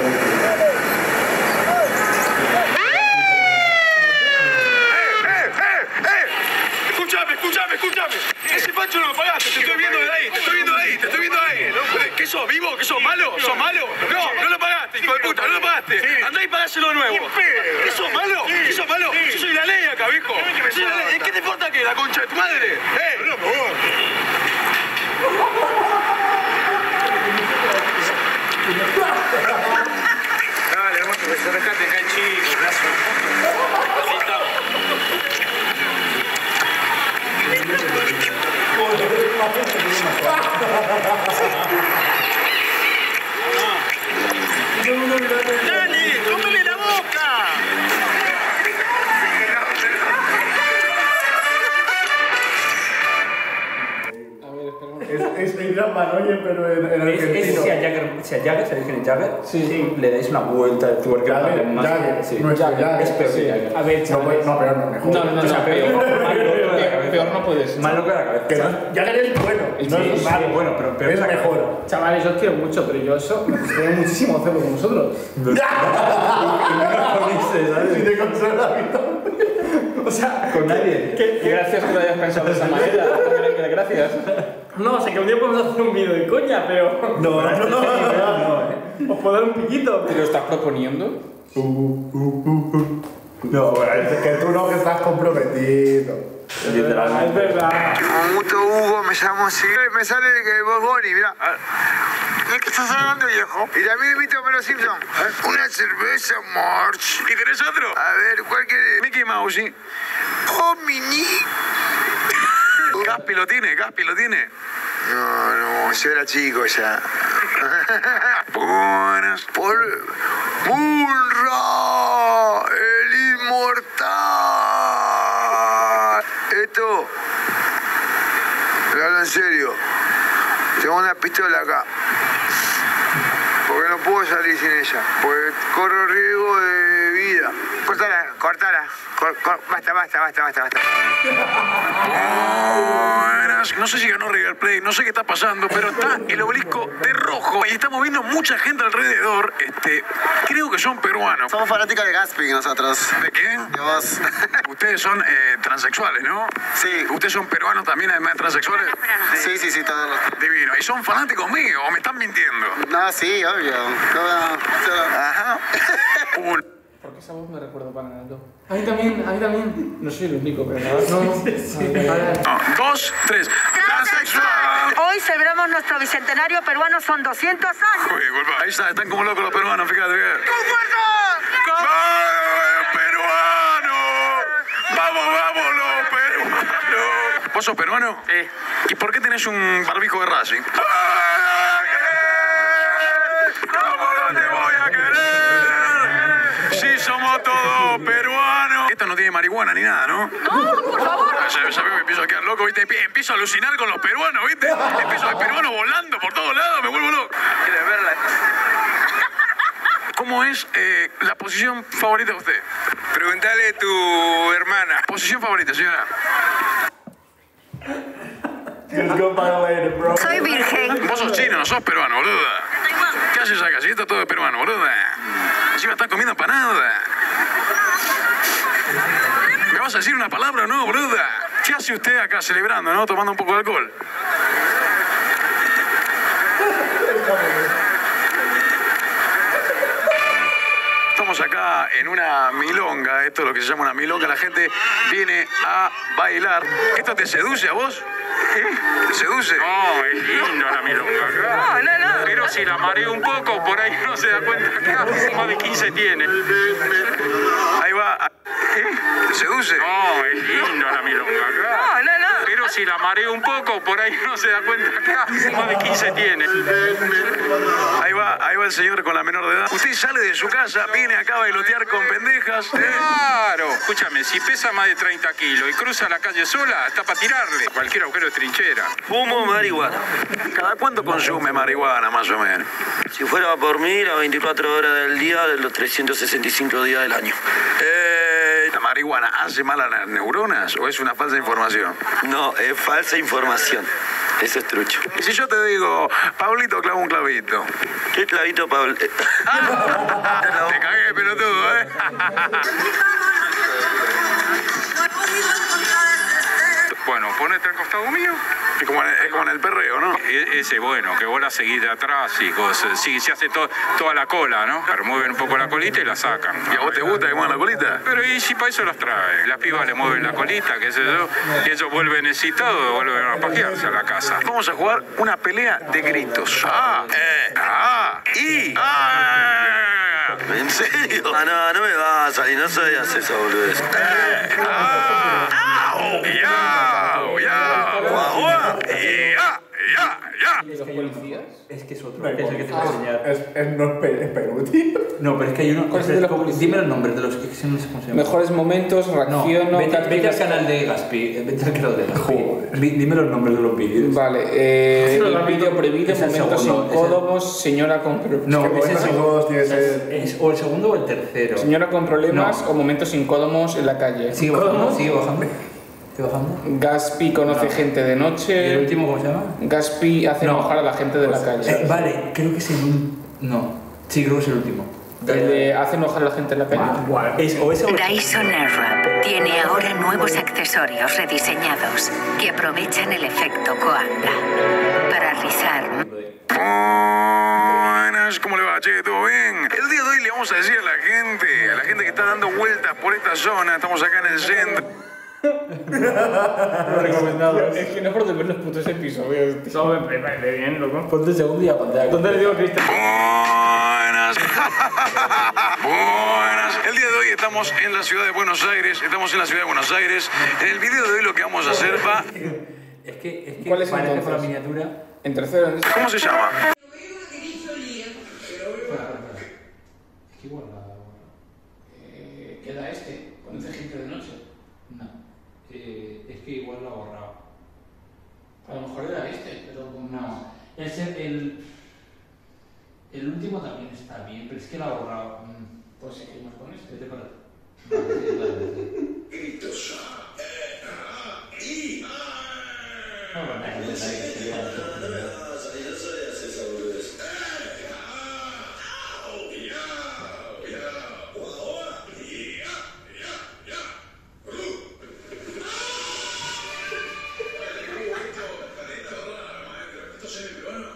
[SPEAKER 8] Escúchame, escúchame, escúchame. Ese pancho no me pagaste, te estoy viendo de ahí, te estoy viendo de ahí, te estoy viendo de ahí. No puede- ¿Qué sos, vivo? ¿Qué sos, malo? ¿Sos malo? No, no lo pagaste, hijo de puta, no lo pagaste. Andá y pagáselo de nuevo. ¿Qué sos, malo? ¿Qué sos, malo? Yo soy la ley acá, viejo. Yo soy la ley. ¿Qué te importa que la concha de tu madre? ¡Eh! Dale, hermano, que se rescate acá el chico, brazo. Así estamos. ¡Dani! ¡Cómele la boca!
[SPEAKER 3] Es, es el gran Manoye, pero en, en
[SPEAKER 5] Es, es,
[SPEAKER 3] argentino.
[SPEAKER 5] si a Jagger, si a Jagger, ¿sabéis quién es Jagger?
[SPEAKER 4] Sí.
[SPEAKER 5] Le dais una vuelta de tuerca para
[SPEAKER 3] Jagger,
[SPEAKER 5] ver más.
[SPEAKER 3] Jagger,
[SPEAKER 5] Sí.
[SPEAKER 3] nuestro Jagger,
[SPEAKER 5] Es peor que
[SPEAKER 3] sí.
[SPEAKER 5] Jagger.
[SPEAKER 4] A ver,
[SPEAKER 3] No, pues, no, pero no, mejor.
[SPEAKER 4] No, no, no,
[SPEAKER 5] O sea,
[SPEAKER 4] no, peor,
[SPEAKER 5] peor, más loco de la
[SPEAKER 4] peor,
[SPEAKER 5] cabeza.
[SPEAKER 4] peor no puedes. ser.
[SPEAKER 5] Más loco de la
[SPEAKER 3] Que
[SPEAKER 5] cabeza.
[SPEAKER 3] no, Jagger es bueno, no
[SPEAKER 5] Sí,
[SPEAKER 3] es
[SPEAKER 5] sí,
[SPEAKER 3] malo.
[SPEAKER 5] bueno, pero- pero
[SPEAKER 3] es
[SPEAKER 5] saca-
[SPEAKER 3] mejor.
[SPEAKER 2] Chavales, yo os quiero mucho, pero yo eso me gustaría muchísimo hacerlo con vosotros.
[SPEAKER 3] Si te consola la vida.
[SPEAKER 2] O sea,
[SPEAKER 5] Con nadie.
[SPEAKER 4] Gracias que lo hayas pensado de esa manera. Gracias.
[SPEAKER 2] no, o sea, que un día podemos hacer un vídeo de coña, pero.
[SPEAKER 3] No, no, no,
[SPEAKER 2] Os puedo dar un piquito.
[SPEAKER 4] ¿Te lo estás proponiendo?
[SPEAKER 3] No, es que tú no que estás comprometido.
[SPEAKER 2] Ah, Es
[SPEAKER 5] Literalmente.
[SPEAKER 2] verdad.
[SPEAKER 6] Con gusto, Hugo, me llamo así. Eh, Me sale el Bob Bunny, mirá.
[SPEAKER 8] Ah.
[SPEAKER 6] ¿De qué estás hablando, viejo? Y también invito a Homero Simpson. Una cerveza, March.
[SPEAKER 8] ¿Eh? ¿Y tenés otro?
[SPEAKER 6] A ver, ¿cuál querés?
[SPEAKER 8] Mickey Mouse, sí.
[SPEAKER 6] ¡Oh, mini!
[SPEAKER 8] Gaspi lo tiene, Gaspi lo tiene.
[SPEAKER 6] No, no, yo era chico ya. Buenas. Por... ¡Burra! ¡El inmortal! Esto... Lo hablo en serio. Tengo una pistola acá. Porque no puedo salir sin ella. Porque corro riesgo de vida. Cortala,
[SPEAKER 9] cortala. Cor- cor- basta, basta, basta, basta, basta.
[SPEAKER 6] Buenas. No sé si ganó River Plate, no sé qué está pasando, pero está el obelisco de rojo y estamos viendo mucha gente alrededor. Este, creo que son peruanos.
[SPEAKER 9] Somos fanáticos de Gaspi nosotros.
[SPEAKER 6] ¿De qué?
[SPEAKER 9] De vos.
[SPEAKER 6] Ustedes son eh, transexuales, ¿no?
[SPEAKER 9] Sí.
[SPEAKER 6] ¿Ustedes son peruanos también, además de transexuales?
[SPEAKER 9] Sí, sí, sí, todos los...
[SPEAKER 6] Divino. ¿Y son fanáticos míos o me están mintiendo?
[SPEAKER 9] No, sí, obvio. No, no, no. Ajá.
[SPEAKER 6] Un-
[SPEAKER 4] Porque esa voz me recuerda para nada. A mí también, a mí también. No soy el único, pero nada. No,
[SPEAKER 6] no, dos, tres. ¡Transexual!
[SPEAKER 10] Hoy celebramos nuestro bicentenario peruano, son 200 años.
[SPEAKER 6] Uy, disculpa. Ahí está, están como locos los peruanos, fíjate. fíjate.
[SPEAKER 9] ¡Con fuerza!
[SPEAKER 6] ¡Vamos, peruano! ¡Vamos, vamos, los peruanos! ¿Vos sos peruano? Sí. ¿Y por qué tenés un barbijo de Racing? ¿Cómo no te voy a querer? Si somos todos peruanos. Esto no tiene marihuana ni nada, ¿no?
[SPEAKER 10] No, por favor.
[SPEAKER 6] ¿Sabes que me empiezo a quedar loco, viste? Empie- Empiezo a alucinar con los peruanos, viste? Empiezo a ver peruanos volando por todos lados, me vuelvo loco. ¿Quieres verla? ¿Cómo es eh, la posición favorita de usted? Preguntale a tu hermana. ¿Posición favorita, señora?
[SPEAKER 3] Let's go by later, bro.
[SPEAKER 10] Soy virgen.
[SPEAKER 6] Vos sos chino, no sos peruano, boluda. ¿Qué haces acá? Si está todo de peruano, boluda. Si me estás comiendo empanada. ¿Me vas a decir una palabra o no, boluda? ¿Qué hace usted acá celebrando, no? Tomando un poco de alcohol. Estamos acá en una milonga, esto es lo que se llama una milonga, la gente viene a bailar. ¿Esto te seduce a vos? ¿Eh? ¿Te seduce? No, es linda la milonga. No, no, no. Pero si la mareo un poco, por ahí no se da cuenta que más de 15 tiene. Ahí va. ¿Eh? ¿Te seduce? No, es linda la milonga. No, no, no. Pero si la mareo un poco, por ahí no se da cuenta que más de 15 tiene. Ahí va, ahí va el señor con la menor de edad. Usted sale de su casa, viene acá a bailotear con pendejas. Claro. Escúchame, si pesa más de 30 kilos y cruza la calle sola, está para tirarle. Cualquier agujero de trinchera. Fumo marihuana. ¿Cada cuánto consume marihuana, más o menos?
[SPEAKER 11] Si fuera por mí, las 24 horas del día, de los 365 días del año.
[SPEAKER 6] Eh, ¿La marihuana hace mal a las neuronas o es una falsa información?
[SPEAKER 11] No, es falsa información. Eso es trucho.
[SPEAKER 6] Y si yo te digo, Pablito clava un clavito.
[SPEAKER 11] ¿Qué clavito, Pablo?
[SPEAKER 6] Te cagué, pelotudo, ¿eh? Bueno, ponete al costado mío. Es como, en- es como en el perreo, ¿no? E, ese bueno, que vos la seguís de atrás y cosas. Sí, se hace toda la cola, ¿no? Pero mueven un poco la colita y la sacan. ¿Y a vos te gusta que muevan la colita? Pero y si para eso las trae. Las pibas le mueven la colita, qué sé yo. Y ellos vuelven excitados, vuelven a pajearse a la casa. Vamos a jugar una pelea de gritos. Ah, eh, ah, y, ah.
[SPEAKER 11] ¿En serio? Ah, no, no me va a salir, no soy hacer esa boludez.
[SPEAKER 6] ¡Au! ¡Yau! ¡Yau! ¡Guau! ¡Ya! ¡Ya! ¡Ya!
[SPEAKER 1] ¿Los policías? Es que es otro,
[SPEAKER 3] Pero
[SPEAKER 1] que es el que te voy a enseñar.
[SPEAKER 3] Es, es, no es Pe- es Perú, tío.
[SPEAKER 1] No, pero es que hay uno...
[SPEAKER 4] ¿Cuál es el de los policías?
[SPEAKER 1] Dime los nombres de los que que no sé cómo se llaman.
[SPEAKER 4] Mejores momentos,
[SPEAKER 1] No,
[SPEAKER 4] reacciono,
[SPEAKER 1] vete, vete al
[SPEAKER 4] tácticas.
[SPEAKER 1] canal de Gaspi, eh, vete al canal de Gaspi. Di- Dime los nombres de los vídeos.
[SPEAKER 4] Vale, eh,
[SPEAKER 1] Hazlo
[SPEAKER 4] el
[SPEAKER 1] rápido.
[SPEAKER 4] vídeo prohibido,
[SPEAKER 1] Es el
[SPEAKER 4] momentos
[SPEAKER 1] segundo, es el-
[SPEAKER 4] incómodos, señora con pro-
[SPEAKER 1] No,
[SPEAKER 3] Qué
[SPEAKER 1] es el
[SPEAKER 3] buenos
[SPEAKER 1] segundo.
[SPEAKER 3] amigos, tienes el-
[SPEAKER 1] Es o el segundo o el tercero.
[SPEAKER 4] señora con problemas
[SPEAKER 1] No.
[SPEAKER 4] o momentos incómodos en la calle.
[SPEAKER 1] Sigue bajando, sigue bajando. Sigue bajando.
[SPEAKER 4] Gaspi conoce gente de
[SPEAKER 1] ¿Y el
[SPEAKER 4] noche.
[SPEAKER 1] último cómo se llama?
[SPEAKER 4] Gaspi hace
[SPEAKER 1] No.
[SPEAKER 4] enojar a la gente de la
[SPEAKER 1] Eh,
[SPEAKER 4] calle.
[SPEAKER 1] vale, creo que es el último. No, sí, creo que es el último.
[SPEAKER 4] El de hace enojar a la gente en la calle.
[SPEAKER 1] Es, o ese o el-
[SPEAKER 10] Dyson Airwrap tiene ahora nuevos accesorios rediseñados que aprovechan el efecto coanga para rizar
[SPEAKER 6] Buenas, ¿cómo le va? Che, ¿todo bien? El día de hoy le vamos a decir a la gente, a la gente que está dando vueltas por esta zona, estamos acá en el centro.
[SPEAKER 4] Es que no por ver los putos episodios, tío.
[SPEAKER 2] No, me me parece bien, loco.
[SPEAKER 1] Ponte el segundo y a pantalla.
[SPEAKER 2] ¿Dónde le digo a Cristian?
[SPEAKER 6] Buenas. Buenas. El día de hoy estamos en la ciudad de Buenos Aires. Estamos en la ciudad de Buenos Aires. En el video de hoy lo que vamos a hacer va.
[SPEAKER 1] Es que, es que
[SPEAKER 4] ¿Cuál es
[SPEAKER 1] parece por
[SPEAKER 4] entonces?
[SPEAKER 1] la miniatura.
[SPEAKER 4] En tercero, en
[SPEAKER 6] ¿Cómo se llama?
[SPEAKER 4] Queda este, conoce gente de noche.
[SPEAKER 1] No, es que igual lo ha borrado.
[SPEAKER 4] A lo mejor era este, pero con
[SPEAKER 1] No, es el, el, el último también está bien, pero es que lo ha borrado. Mm,
[SPEAKER 4] Pues seguimos con este.
[SPEAKER 1] Vete para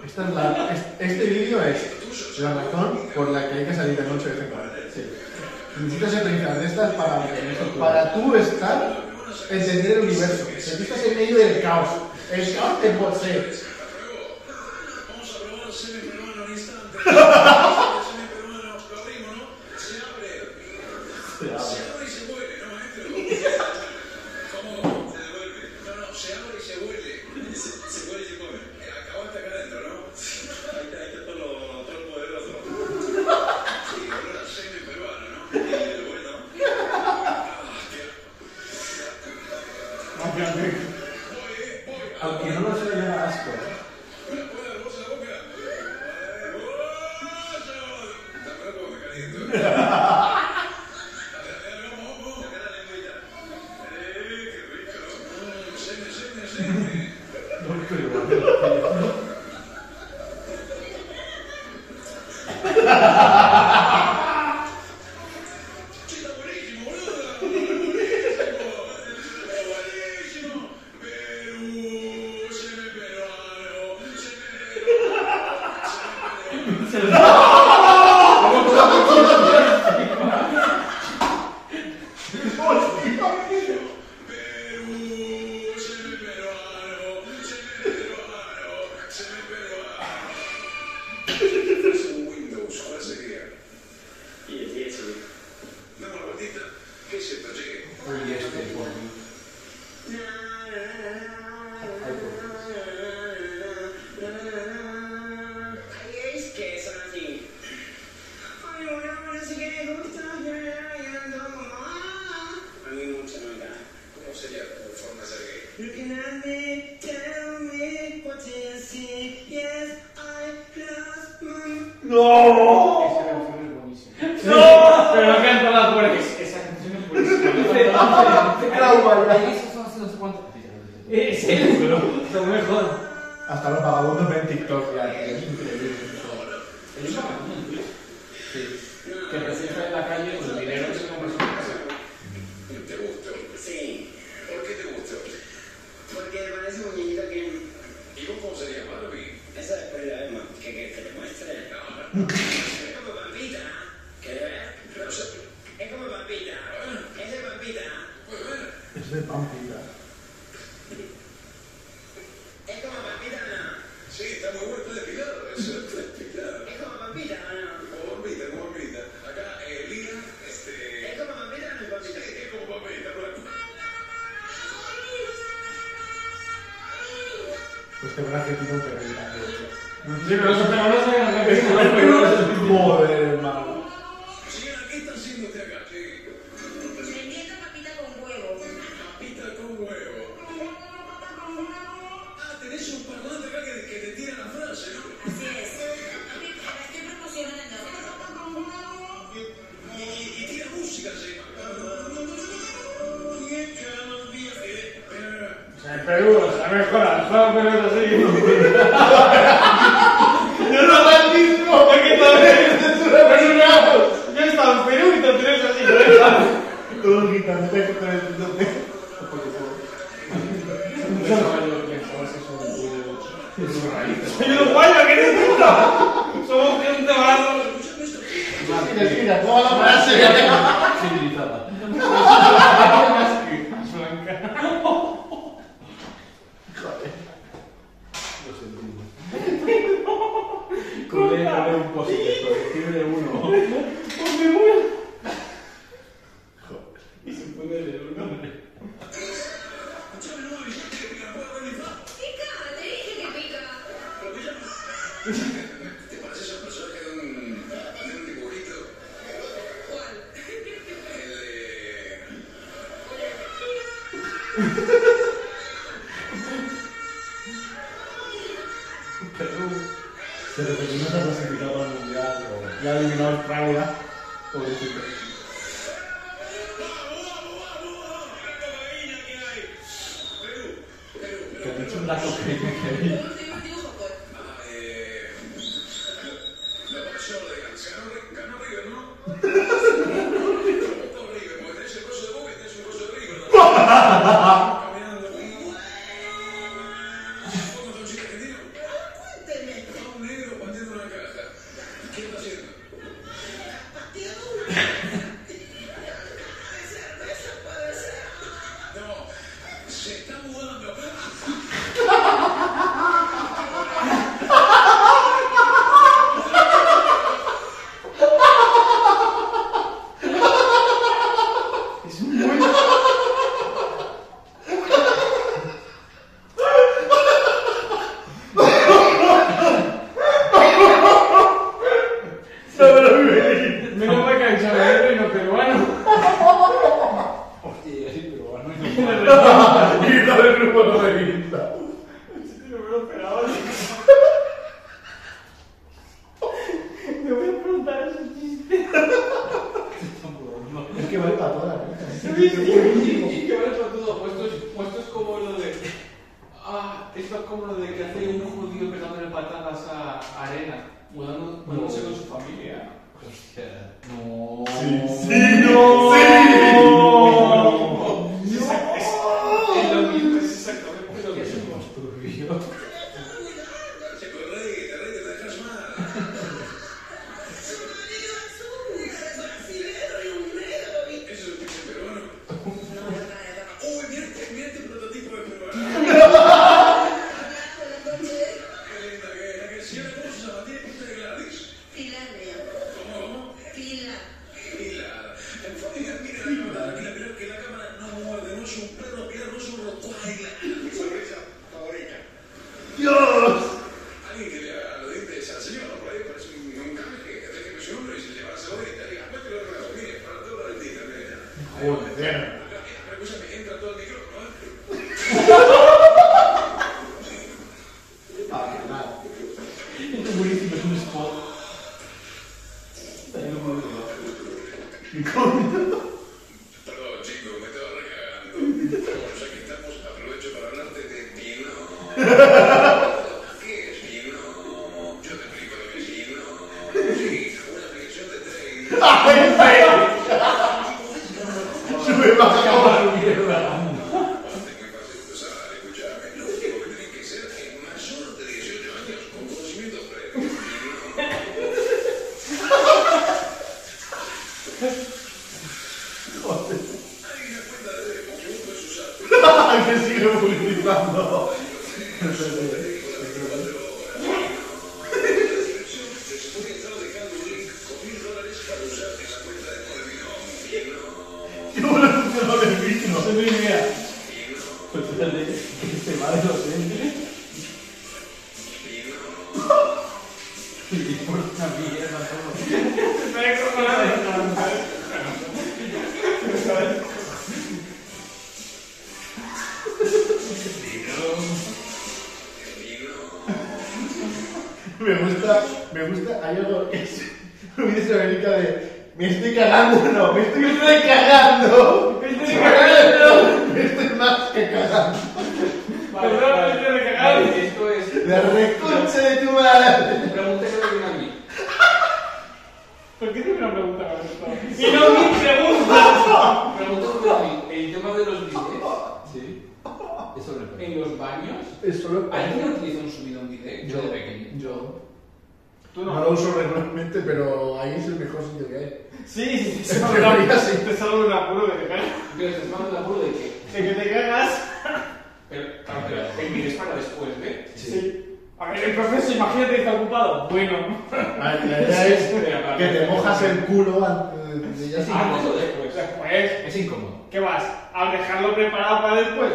[SPEAKER 7] Esta es la- es- este vídeo es la razón por la que hay que salir de noche de vez en cuando. Necesitas experiencias de estas para, para tú estar, entender el universo. Te estás en medio del caos. El caos te posee. Aunque no lo sea, yo da asco.
[SPEAKER 12] Pero no quedan todas las puertas. Esa canción es buenísima. Es él, pero lo mejor.
[SPEAKER 7] Hasta los vagabundos ven TikTok ya. que Es increíble.
[SPEAKER 13] Que recibe en la calle con el dinero que se compra en su casa.
[SPEAKER 7] Es de pampita. Pues te verás que tiene un perro.
[SPEAKER 12] Sí, pero los peruanos sacan la canción.
[SPEAKER 7] Joder, hermano.
[SPEAKER 12] O sea, en Perú, o sea, mejora. Todo Perú es así.
[SPEAKER 7] ¡No lo has visto!
[SPEAKER 12] Porque también es censura peruana. Yo he estado en Perú y te tienes así.
[SPEAKER 7] Todos gritan, "Ve, ve, ve, ve".
[SPEAKER 12] Soy uruguayo, ¿qué eres puta? Somos gente barata.
[SPEAKER 7] Mira, mira, toda la frase. Se repetió una clasificada al mundial. o Ya eliminó Australia. Pobrecito.
[SPEAKER 12] Yo
[SPEAKER 4] dato que, que vi.
[SPEAKER 2] Menos mal que el chavalero y los peruanos.
[SPEAKER 4] Me voy a preguntar ese chiste.
[SPEAKER 3] Es que vale para toda la vida.
[SPEAKER 4] Y que van a todo, puestos, puestos como lo de. Ah, es más como lo de que hace un judío pegándole patadas a arena, mudando- mudándose con su familia. Hostia. No. Sí,
[SPEAKER 2] sí, no. Sí.
[SPEAKER 4] No. Es, es- es lo mismo, es exactamente lo mismo.
[SPEAKER 14] ¡Dios!
[SPEAKER 4] Es buenísimo, es un spot. También lo puedo
[SPEAKER 3] que sigue publicitando. Me gusta, me gusta, hay algo que es un vídeo América de me estoy cagando, no, me estoy, me estoy cagando. Me estoy cagando, me estoy más que cagando.
[SPEAKER 4] Vale, esto es.
[SPEAKER 3] La reconcha de tu madre.
[SPEAKER 4] Pregunta que me viene a mí.
[SPEAKER 2] ¿Por qué siempre me preguntaban esto? ¡Y no me preguntas!
[SPEAKER 4] Pregunta que me viene a mí. El tema de los bidets. Sí. Es sobre En los baños.
[SPEAKER 3] Es solo
[SPEAKER 4] ¿Alguien utiliza un subido en bidet? Yo de pequeño.
[SPEAKER 3] Yo.
[SPEAKER 2] Tú
[SPEAKER 3] No lo uso regularmente, pero ahí es el mejor sitio que hay.
[SPEAKER 2] Sí, sí, sí.
[SPEAKER 3] En teoría, sí.
[SPEAKER 2] Te salgo de un apuro de que te cagas.
[SPEAKER 4] Pero te mando la burla de que.
[SPEAKER 2] De que te cagas.
[SPEAKER 4] Pero, claro, pero el bidet es para después, ¿ve?
[SPEAKER 2] Sí. A ver, el proceso, imagínate que está ocupado. Bueno.
[SPEAKER 3] La idea es
[SPEAKER 4] Pero,
[SPEAKER 3] que te mojas el culo antes de ya sí.
[SPEAKER 2] Ah,
[SPEAKER 4] Antes o después.
[SPEAKER 2] Después,
[SPEAKER 15] Es incómodo.
[SPEAKER 2] ¿qué vas? ¿A dejarlo preparado para después?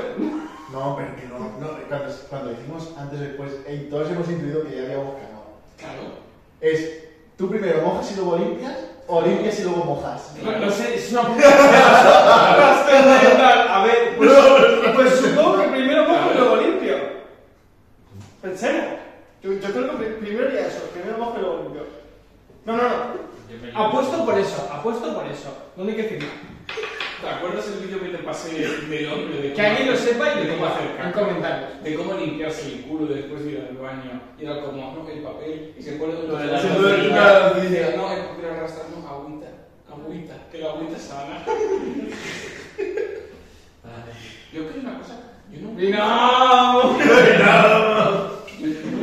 [SPEAKER 3] No, pero que no, no, cuando, cuando decimos antes o después, eh, todos hemos intuido que ya habíamos cagado.
[SPEAKER 4] Claro.
[SPEAKER 3] Es, tú primero mojas y luego limpias, o limpias y luego mojas.
[SPEAKER 2] No, no sé, es una puta mierda. A ver, pues, pues supongo que primero mojo y luego limpio. Pensemos. Yo, yo creo que pri- primero haría eso, primero mojo y luego limpio. No, no, no. Apuesto por eso, apuesto por eso. No hay que firmar.
[SPEAKER 4] ¿Te acuerdas el vídeo
[SPEAKER 7] yo que te pasé del hombre. De
[SPEAKER 2] Que alguien lo sepa y
[SPEAKER 7] de
[SPEAKER 2] lo
[SPEAKER 7] cómo
[SPEAKER 2] diga
[SPEAKER 7] hacer
[SPEAKER 2] en
[SPEAKER 7] caca,
[SPEAKER 2] comentarios.
[SPEAKER 7] De cómo limpiarse el culo después de ir al baño. Y era como, no, el papel. Y se acuerda de lo de la
[SPEAKER 2] Sí,
[SPEAKER 7] no, el
[SPEAKER 2] sí, claro, sí, sí.
[SPEAKER 7] papel arrastrando agüita. Agüita, que la agüita es sana. Ay, Yo creo una cosa. Yo no.
[SPEAKER 2] ¡No!
[SPEAKER 7] ¡No!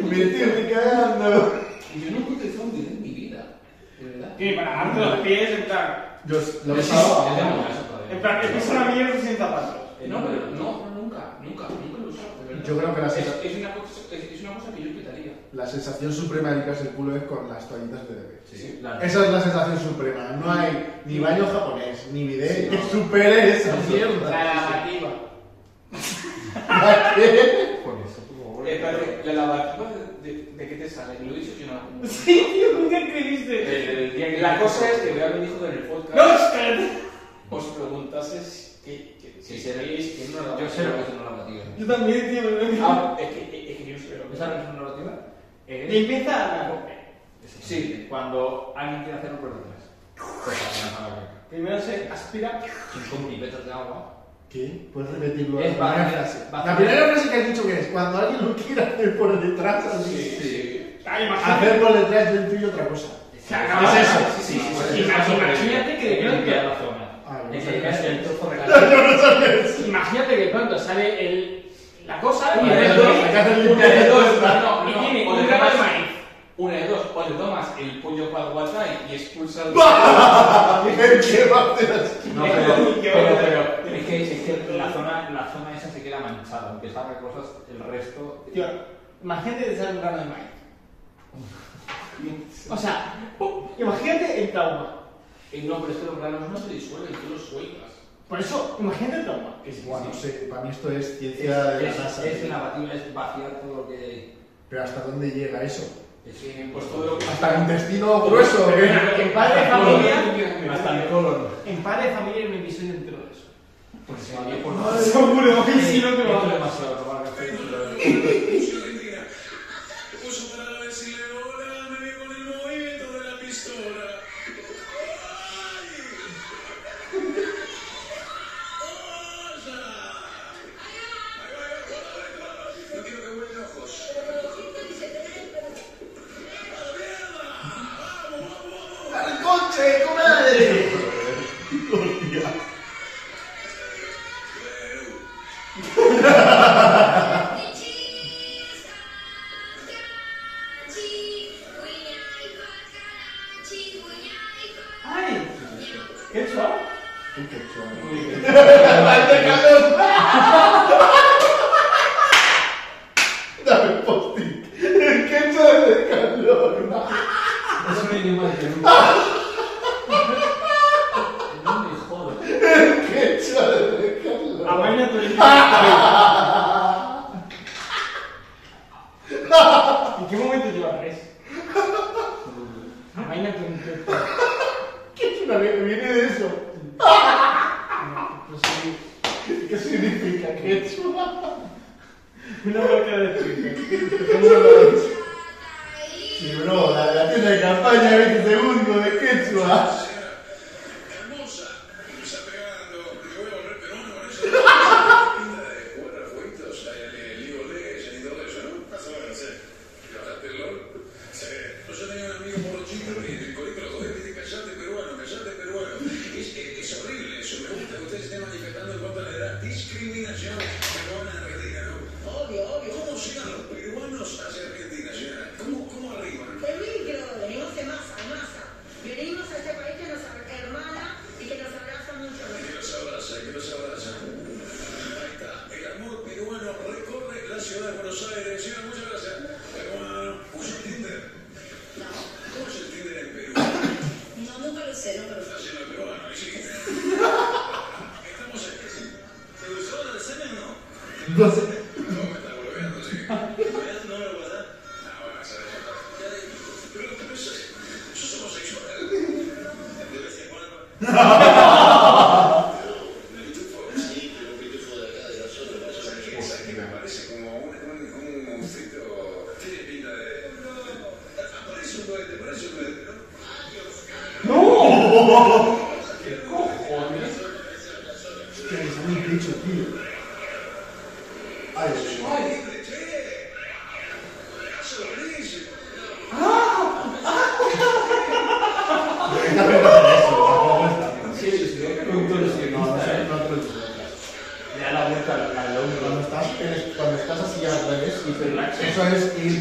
[SPEAKER 2] Me estoy cagando.
[SPEAKER 7] Yo nunca he utilizado un dedo en mi vida. De verdad.
[SPEAKER 2] Y para darte los pies, en plan.
[SPEAKER 3] Yo
[SPEAKER 7] lo he usado. Yo tengo una sopa de-
[SPEAKER 2] En plan, que pisa una mierda sin zapatos.
[SPEAKER 7] No, pero no, no, nunca, nunca, nunca lo he usado, de verdad.
[SPEAKER 3] Yo creo que la
[SPEAKER 7] es,
[SPEAKER 3] seda-
[SPEAKER 7] es, una cosa, es, es una cosa que yo quitaría.
[SPEAKER 3] La sensación suprema de limpiarse el culo es con las toallitas de bebé.
[SPEAKER 7] Sí, Eh, claro.
[SPEAKER 3] Esa es la sensación suprema. No hay ni baño japonés, ni bidet que supere esa
[SPEAKER 2] La
[SPEAKER 3] mierda.
[SPEAKER 2] lavativa.
[SPEAKER 3] ¿A qué?
[SPEAKER 7] Eh, espérate, la lavativa de, de, de qué te sale, lo dices yo no.
[SPEAKER 2] Sí, tío, nunca escribiste.
[SPEAKER 7] Del- del día que- La cosa es que veo a mi hijo en el podcast.
[SPEAKER 2] ¡No, espérate!
[SPEAKER 7] Os Pues preguntases que, que,
[SPEAKER 5] Sí,
[SPEAKER 7] si
[SPEAKER 5] sí,
[SPEAKER 7] sabéis que no la
[SPEAKER 5] Yo sé lo que es una lavativa.
[SPEAKER 2] Yo también, tío, pero no
[SPEAKER 7] Ah, es que, es que yo sé lo que
[SPEAKER 5] ¿Tú sabes lo que es una lavativa? Es-
[SPEAKER 2] Limpieza a
[SPEAKER 5] Sí, cuando alguien quiere hacer un por detrás. Pues, a la caca.
[SPEAKER 2] Primero se
[SPEAKER 5] ¿Ah,
[SPEAKER 2] aspira.
[SPEAKER 5] Con pipetas de agua.
[SPEAKER 3] ¿Qué? ¿Puedes repetirlo?
[SPEAKER 5] Es
[SPEAKER 3] la primera
[SPEAKER 5] vaciar-
[SPEAKER 3] frase. La
[SPEAKER 5] vaciar.
[SPEAKER 3] primera frase que has dicho que es cuando alguien lo quiera hacer por detrás así.
[SPEAKER 7] Sí,
[SPEAKER 2] Ah, imagínate.
[SPEAKER 3] Hacer por detrás del tuyo otra cosa.
[SPEAKER 2] acaba-
[SPEAKER 3] Es eso.
[SPEAKER 5] Sí, sí, sí,
[SPEAKER 2] Pues
[SPEAKER 5] sí.
[SPEAKER 2] Imagínate que de
[SPEAKER 5] Limpiar
[SPEAKER 2] pronto.
[SPEAKER 5] la zona.
[SPEAKER 3] Ah, no
[SPEAKER 5] Es
[SPEAKER 3] sé.
[SPEAKER 5] que es el tufo de la
[SPEAKER 2] Imagínate que de pronto sale el, la cosa y
[SPEAKER 3] Hay
[SPEAKER 2] el
[SPEAKER 3] que hacer
[SPEAKER 2] resto.
[SPEAKER 3] limpieza.
[SPEAKER 7] de dos,
[SPEAKER 3] Claro.
[SPEAKER 7] no,
[SPEAKER 2] Y
[SPEAKER 7] no,
[SPEAKER 2] tiene
[SPEAKER 7] o
[SPEAKER 2] un
[SPEAKER 7] de
[SPEAKER 2] grano de
[SPEAKER 7] dos.
[SPEAKER 2] maíz.
[SPEAKER 7] Una de dos, o le tomas el puño para guata y expulsas.
[SPEAKER 3] El que va a hacer así.
[SPEAKER 5] No,
[SPEAKER 2] Es
[SPEAKER 5] pero,
[SPEAKER 2] como que-
[SPEAKER 5] pero, pero es que, es que la, zona, la zona esa se queda manchada, aunque salga cosas, el resto.
[SPEAKER 2] Tío, imagínate que te sale un grano de maíz. O sea, ¡pum! imagínate el trauma.
[SPEAKER 7] Eh, no, pero es que los granos no se disuelven, tú los sueltas.
[SPEAKER 2] Por eso, imagínate el trauma.
[SPEAKER 3] Buah, no sé, para mí esto es
[SPEAKER 5] Es,
[SPEAKER 3] ciencia de la
[SPEAKER 5] es,
[SPEAKER 3] NASA.
[SPEAKER 5] es lavativa, es vaciar todo lo que hay.
[SPEAKER 3] Pero ¿hasta dónde llega eso?
[SPEAKER 5] Es que-
[SPEAKER 7] Pues todo lo que.
[SPEAKER 3] ¿Hasta el intestino grueso? o qué?
[SPEAKER 2] En padre de familia,
[SPEAKER 5] Hasta el colon.
[SPEAKER 2] en padre de familia hay un episodio entero de eso.
[SPEAKER 5] Pues se vale, por
[SPEAKER 2] Seguro, y si no te
[SPEAKER 5] Esto es
[SPEAKER 2] lo
[SPEAKER 5] demasiado, tomar café. pero-
[SPEAKER 7] Uso para decirle hola, me ve con el movimiento de la pistola.
[SPEAKER 3] ¡Al coche, comadre!
[SPEAKER 2] ¡Ay! ¿Qué suave!
[SPEAKER 3] Tú qué chulo. Dame el post-it. El ketchup de calor.
[SPEAKER 5] Es un idioma que nunca. No me jodas.
[SPEAKER 3] El ketchup de calor.
[SPEAKER 2] Amaina tu ¿En qué momento llevaréis? Amaina tu
[SPEAKER 3] ¿Qué es una que viene de eso? ¿Qué significa ketchup?
[SPEAKER 2] Una marca de Twitter.
[SPEAKER 3] Sí, bro, la, la tienda de campaña 20 segundos de quechua.
[SPEAKER 16] Peligro, venimos de masa, masa. Venimos a este país que nos hermana y que nos abraza mucho. No, nunca lo sé, nunca lo sé.
[SPEAKER 3] No sé.
[SPEAKER 2] ¡No!
[SPEAKER 3] Qué
[SPEAKER 2] sale un techo, tío. Ay, ay, ay.
[SPEAKER 3] Cuando estás así al revés, eso es ir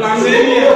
[SPEAKER 17] ¡Pandemia!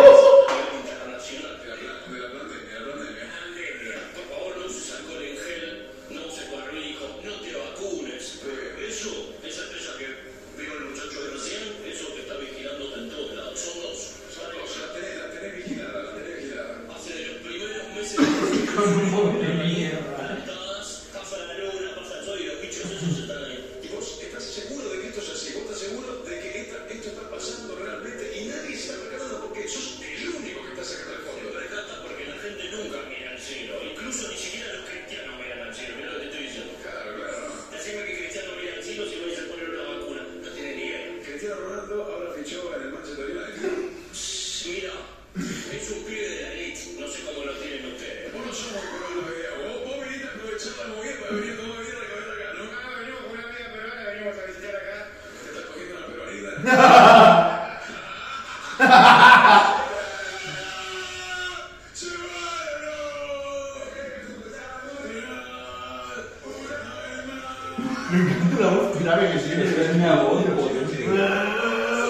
[SPEAKER 2] Me encanta la voz grave que tiene. Es una voz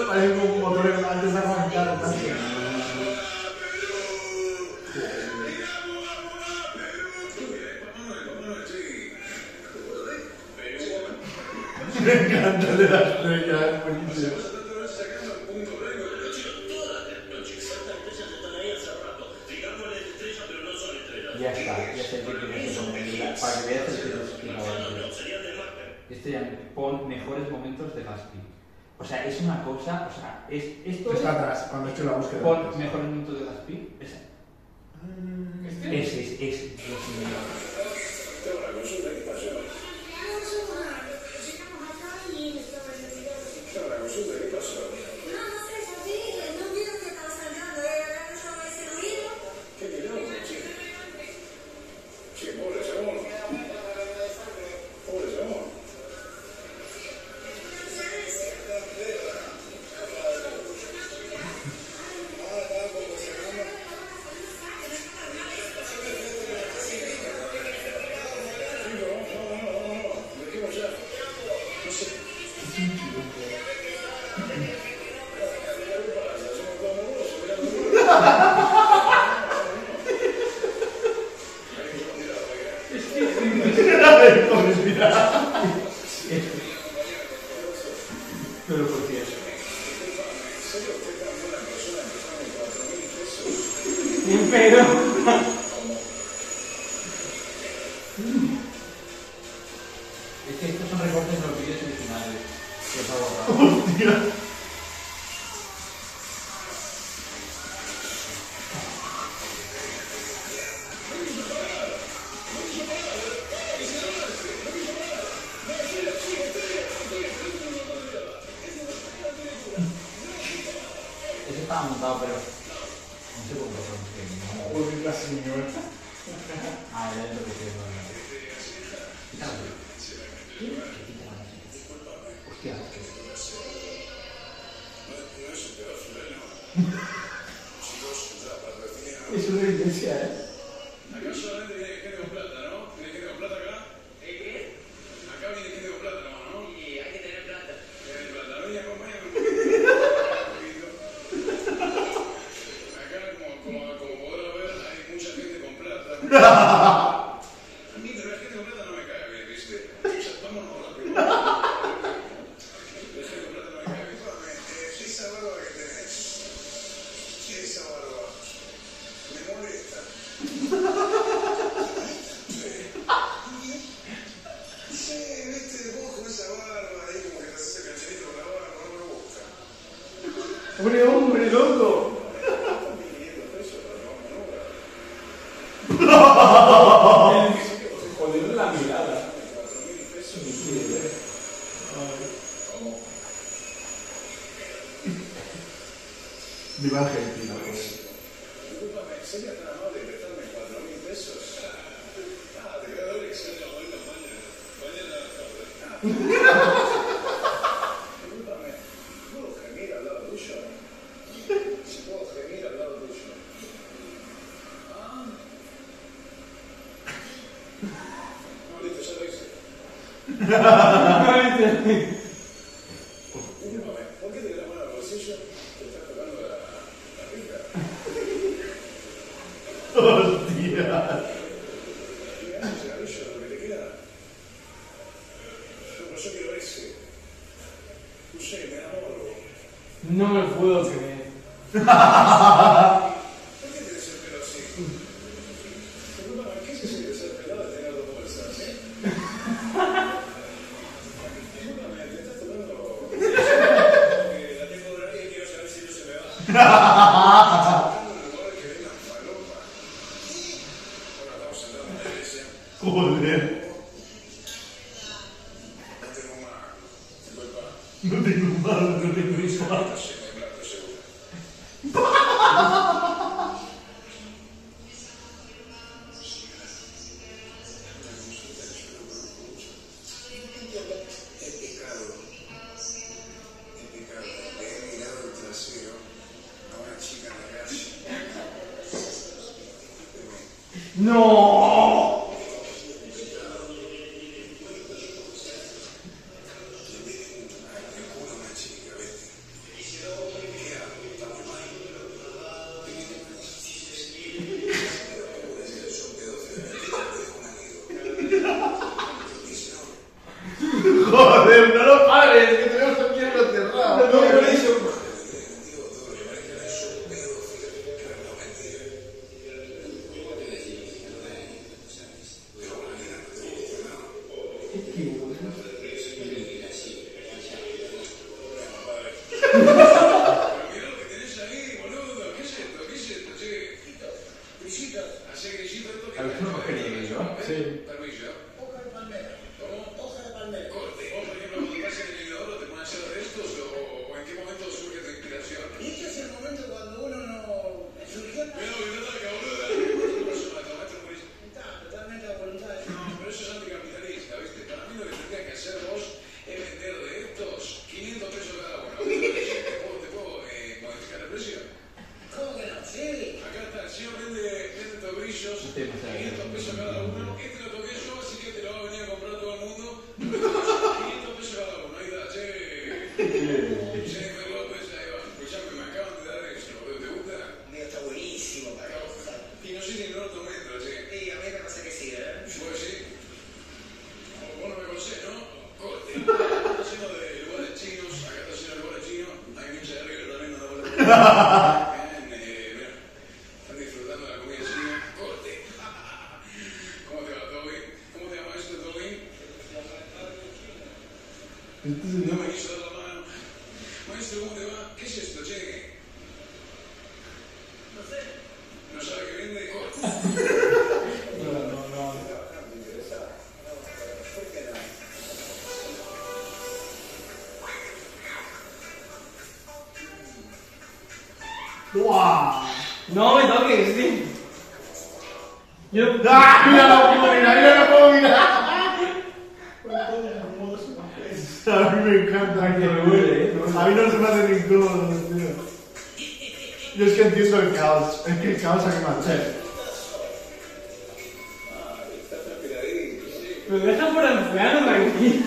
[SPEAKER 3] Parece como un motor antes de arrancar. Me encanta el de la estrella, es buenísimo.
[SPEAKER 5] Ya está, ya sé que tienes un momento. Para que veas el que nos explicaba antes. Este ya pon mejores momentos de Gaspi. O sea, es una cosa, o sea, es, esto
[SPEAKER 3] Está
[SPEAKER 5] es-
[SPEAKER 3] atrás, cuando he hecho la búsqueda.
[SPEAKER 5] Pon mejores momentos de Gaspi. Es,
[SPEAKER 3] ¿Este?
[SPEAKER 5] es, es, es, Dios mío. Pero por qué eso.
[SPEAKER 2] Pero.
[SPEAKER 5] Es que estos son recortes de los vídeos originales. Que os ha borrado.
[SPEAKER 2] Hostia.
[SPEAKER 5] Eso estaba montado, pero. No sé por qué. lo puse, no.
[SPEAKER 2] Uy, la señora.
[SPEAKER 5] Ah, ya es lo que estoy hablando. Quítalo. Hostia,
[SPEAKER 2] Es una iglesia, ¿eh?
[SPEAKER 12] Cioè, Me molesta. ¡Hombre, hombre, loco!
[SPEAKER 7] Joder, la mirada. Es un increíble.
[SPEAKER 3] Viva Argentina.
[SPEAKER 12] Hostia.
[SPEAKER 7] No me puedo creer.
[SPEAKER 12] Joder. No tengo mano, no tengo mano.
[SPEAKER 7] No.
[SPEAKER 12] Joder, no lo pares, que tenemos el mierda cerrado. No, no, eh, eh, ¡Guau!
[SPEAKER 7] No me toques, tío. Yo.
[SPEAKER 12] ¡Ah! ¡Mira la pomina! ¡Mira la pomina!
[SPEAKER 3] A mí me encanta. Que me huele, A mí no se me hace incómodo, tío. Yo es que entiendo el caos. Es que el caos hay que mantener.
[SPEAKER 7] Me deja por anciano, tranquilo.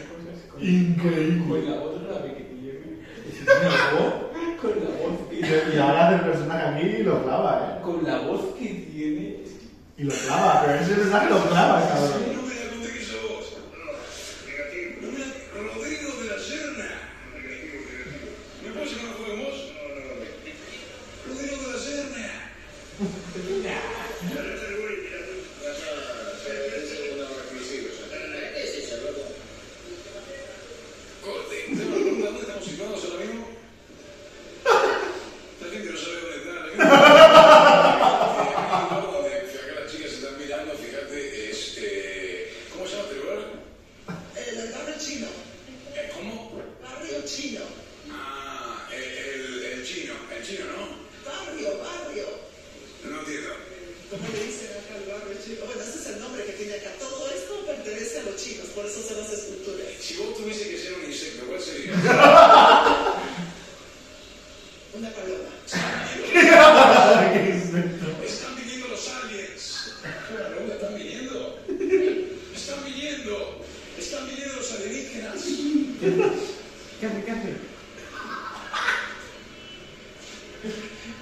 [SPEAKER 18] Con la voz grave que tiene. Es una voz con la voz que tiene.
[SPEAKER 3] Y ahora hace el personaje aquí y lo clava, ¿eh?
[SPEAKER 18] Con la voz que tiene.
[SPEAKER 3] Y lo clava, pero ese personaje lo clava, cabrón.
[SPEAKER 12] Rodrigo de la Serna. ¿Me puedo llamar Juan Mos? No, no, no. Rodrigo de la Serna. Corte, ¿te acuerdas dónde estamos situados ahora mismo? La gente no sabe dónde está. La gente no sabe dónde está. Acá las chicas están mirando, fíjate, es. eh, ¿Cómo se llama este lugar? El barrio chino. Eh, ¿Cómo? Barrio chino. Ah, el, el, el chino, el chino, ¿no? Barrio, barrio. No entiendo.
[SPEAKER 19] ¿Cómo le dicen acá al barrio chino? Bueno, ese es el nombre que tiene acá. Todo esto pertenece a los chinos, por eso son las esculturas.
[SPEAKER 12] Si vos tuviese que ser un insecto, ¿cuál sería? Una paloma. Están viniendo los aliens. ¿Una paloma están viniendo? Están viniendo. Están viniendo los alienígenas.
[SPEAKER 20] ¿Qué hace? ¿Qué hace?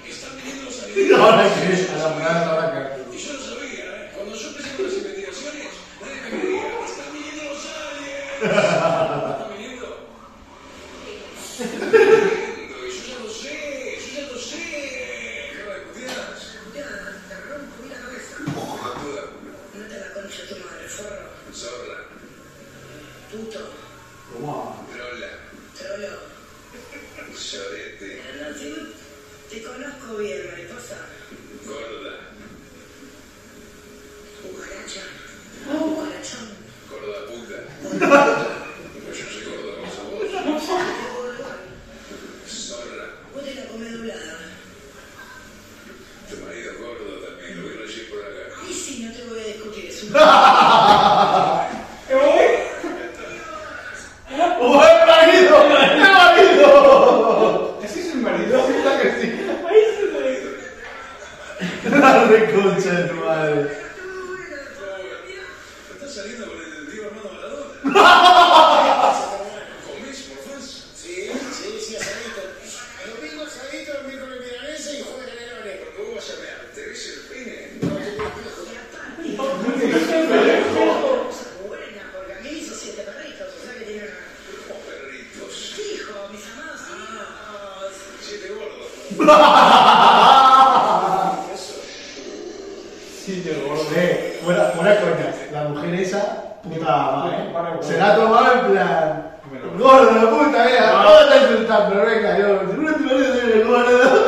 [SPEAKER 12] Están viniendo los
[SPEAKER 3] Ahora
[SPEAKER 12] alienígenas.
[SPEAKER 3] que- a la mujer, ahora que-
[SPEAKER 12] Y yo lo sabía, ¿eh? Cuando yo empecé con las investigaciones, nadie me creía. Están viniendo los aliens. Están viniendo. Están viniendo. Y yo ya lo sé, yo ya lo sé. ¿Qué me discutías?
[SPEAKER 19] No te la concha tu madre, forro.
[SPEAKER 12] Zorla.
[SPEAKER 19] Puto.
[SPEAKER 12] Lola.
[SPEAKER 19] Trolo.
[SPEAKER 12] Sorete.
[SPEAKER 19] No, yo no te conozco bien, mariposa.
[SPEAKER 12] Gorda.
[SPEAKER 19] Cucaracha. Cucarachón.
[SPEAKER 12] Gorda puta. Pues yo soy gorda, vamos a vos. Zorla.
[SPEAKER 19] Vos te la comés doblada.
[SPEAKER 12] Tu marido es gordo también, lo vi recién por acá.
[SPEAKER 19] Ay, sí, no te voy a discutir eso.
[SPEAKER 12] ¿Me
[SPEAKER 3] ¡Oh, el marido! ¡El marido!
[SPEAKER 20] ¿Ese es el marido? que sí.
[SPEAKER 12] Ahí es el marido.
[SPEAKER 3] La reconcha de tu madre.
[SPEAKER 12] ¿Estás saliendo con el tío Armando
[SPEAKER 19] Maradona?
[SPEAKER 12] ¿Comés por fans?
[SPEAKER 21] Sí, sí, sí, asadito. Domingo asadito, domingo de milanesa y jueves de leones.
[SPEAKER 12] Cuando vos vas a mear, ¿te ves el pene?
[SPEAKER 19] Buena, porque a mí hizo siete perritos, o sea que tiene una...
[SPEAKER 12] Como perritos.
[SPEAKER 19] Hijo, mis amados hijos.
[SPEAKER 12] Siete gordos.
[SPEAKER 3] Sí, te Eh, fuera, fuera coña. La mujer esa, puta mamá, ¿eh? Se la ha tomado en plan. Gordo, puta, eh, mira,
[SPEAKER 20] Ah.
[SPEAKER 3] todo está insultando, pero venga, yo. Seguro te parece ser el gordo.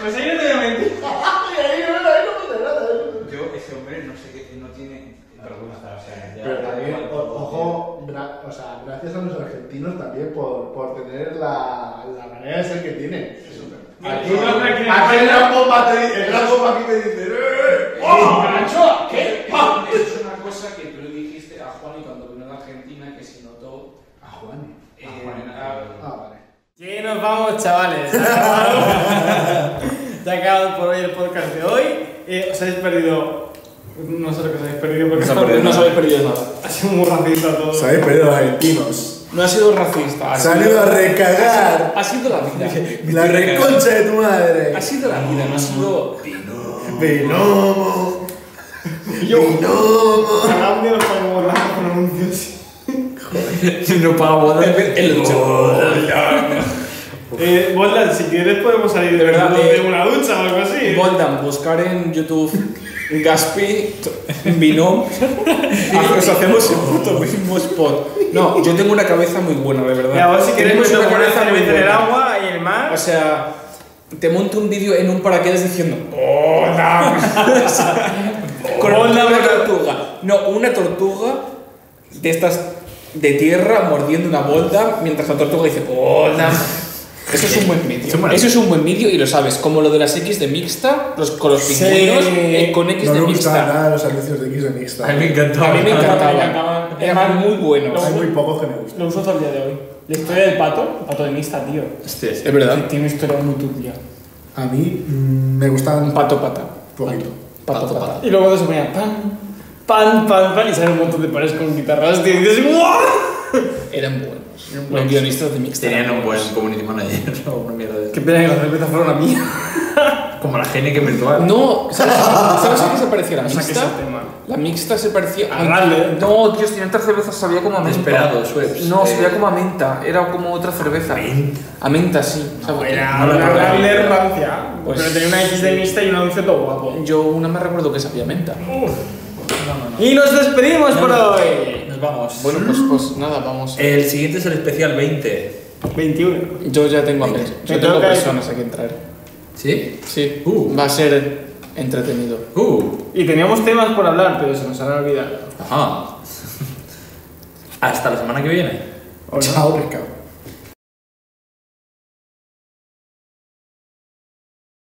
[SPEAKER 20] Pues ahí no te voy a mentir.
[SPEAKER 3] Y ahí, bueno, ahí no te nada, ¿eh?
[SPEAKER 5] Yo, ese hombre, no sé qué, no tiene. Perdón, o sea, ya.
[SPEAKER 3] Pero también, o- ojo, gra- o sea, gracias a los argentinos también por, por tener la, la manera de ser que tienen. Aquí, aquí el gran bomba te dice, el gran bomba aquí te dice, ¡eh! ¡Oh!
[SPEAKER 20] ¡Anchoa!
[SPEAKER 5] ¿Qué?
[SPEAKER 3] ¡Ah!
[SPEAKER 5] eh, Es una cosa que tú le dijiste a Juan y cuando vino de Argentina que se notó. ¿A Juan? A Juan.
[SPEAKER 3] Ah, vale.
[SPEAKER 2] Y nos vamos, chavales. Se ha acabado. Se ha acabado por hoy el podcast de hoy. Eh, os habéis perdido. No sé lo que os habéis perdido porque
[SPEAKER 4] No os habéis perdido nada.
[SPEAKER 2] Ha sido muy racista todo.
[SPEAKER 4] Os habéis
[SPEAKER 22] perdido los argentinos.
[SPEAKER 4] No ha sido
[SPEAKER 5] Ah,
[SPEAKER 4] racista. ha sido-
[SPEAKER 22] Salió a recagar.
[SPEAKER 4] Ha sido la vida.
[SPEAKER 22] La reconcha de tu madre.
[SPEAKER 4] Ha sido la vida, no ha sido.
[SPEAKER 22] Venomo. Venomo.
[SPEAKER 2] Cada uno nos pagó por los pronuncios.
[SPEAKER 4] No para boda. El
[SPEAKER 2] Eh, Boldan, si quieres podemos salir de eh,
[SPEAKER 4] verdad
[SPEAKER 2] de una ducha o algo así.
[SPEAKER 4] Boldan, buscar en YouTube Gaspi, Binom. Ah, Nos hacemos el puto mismo spot. No, yo tengo una cabeza muy buena, de verdad.
[SPEAKER 2] Mira, vos si querés
[SPEAKER 4] Tenemos
[SPEAKER 2] te
[SPEAKER 4] una
[SPEAKER 2] pones a meter el
[SPEAKER 4] buena.
[SPEAKER 2] agua y el mar.
[SPEAKER 4] O sea, te monto un vídeo en un paraquedas diciendo
[SPEAKER 2] Oh,
[SPEAKER 4] ¡Boldan! O sea, con
[SPEAKER 2] Boldan,
[SPEAKER 4] una tortuga. No, una tortuga de estas de tierra mordiendo una bolda mientras la tortuga dice ¡Boldan! Eso es un buen vídeo. Eso es un buen vídeo y lo sabes. Como lo de las X de mixta, los, con los
[SPEAKER 22] Sí.
[SPEAKER 4] pingüinos, eh, con X
[SPEAKER 22] No
[SPEAKER 4] de
[SPEAKER 22] me
[SPEAKER 4] mixta.
[SPEAKER 22] gustaban nada los anuncios de X de Mixta.
[SPEAKER 4] A mí me encantaban. A mí me encantaban. Eran muy buenos.
[SPEAKER 22] Hay muy pocos que me gustan.
[SPEAKER 2] Lo uso todo el día de hoy. La historia del pato, pato de mixta, tío.
[SPEAKER 4] es verdad.
[SPEAKER 2] Tiene una historia muy turbia.
[SPEAKER 22] A mí mm, me gustaban.
[SPEAKER 4] Pato pata.
[SPEAKER 22] Poquito.
[SPEAKER 4] Pato pata.
[SPEAKER 2] Y luego cuando se ponía pan, pan, pan, pan y salen un montón de pares con guitarras, tío. Y dices, ¡guau!
[SPEAKER 4] Eran buenos. Los guionistas de Mixta.
[SPEAKER 5] Tenían un buen community manager o una mierda de
[SPEAKER 2] Qué pena que las cervezas fueron a mí.
[SPEAKER 5] Como la Heineken virtual.
[SPEAKER 4] No, ¿sabes, ¿sabes a qué se parecía la
[SPEAKER 5] No saques
[SPEAKER 4] mixta?
[SPEAKER 5] el tema.
[SPEAKER 4] La mixta se parecía
[SPEAKER 5] A Radler.
[SPEAKER 4] No, tío, tenía otra cerveza, sabía como a menta.
[SPEAKER 5] Desperado, Schweppes.
[SPEAKER 4] No,
[SPEAKER 5] Eh.
[SPEAKER 4] sabía como a menta, era como otra cerveza. A menta, sí. sabe-
[SPEAKER 2] Era una grande rancia.
[SPEAKER 4] Pues-
[SPEAKER 2] Pero tenía una X de mixta y un 11 todo guapo.
[SPEAKER 4] Yo una me recuerdo que sabía menta.
[SPEAKER 2] Y nos despedimos por hoy.
[SPEAKER 5] Nos vamos.
[SPEAKER 4] Bueno, pues, pues nada, vamos.
[SPEAKER 5] El siguiente es el especial 20.
[SPEAKER 2] 21.
[SPEAKER 4] Yo ya tengo, a pers- yo tengo
[SPEAKER 2] Yo creo que-
[SPEAKER 4] personas a quien traer.
[SPEAKER 5] ¿Sí?
[SPEAKER 4] Sí, va a ser entretenido.
[SPEAKER 5] Uh,
[SPEAKER 2] Y teníamos temas por hablar, pero se nos han olvidado.
[SPEAKER 5] ajá. Hasta la semana que viene.
[SPEAKER 23] Chao, pescado.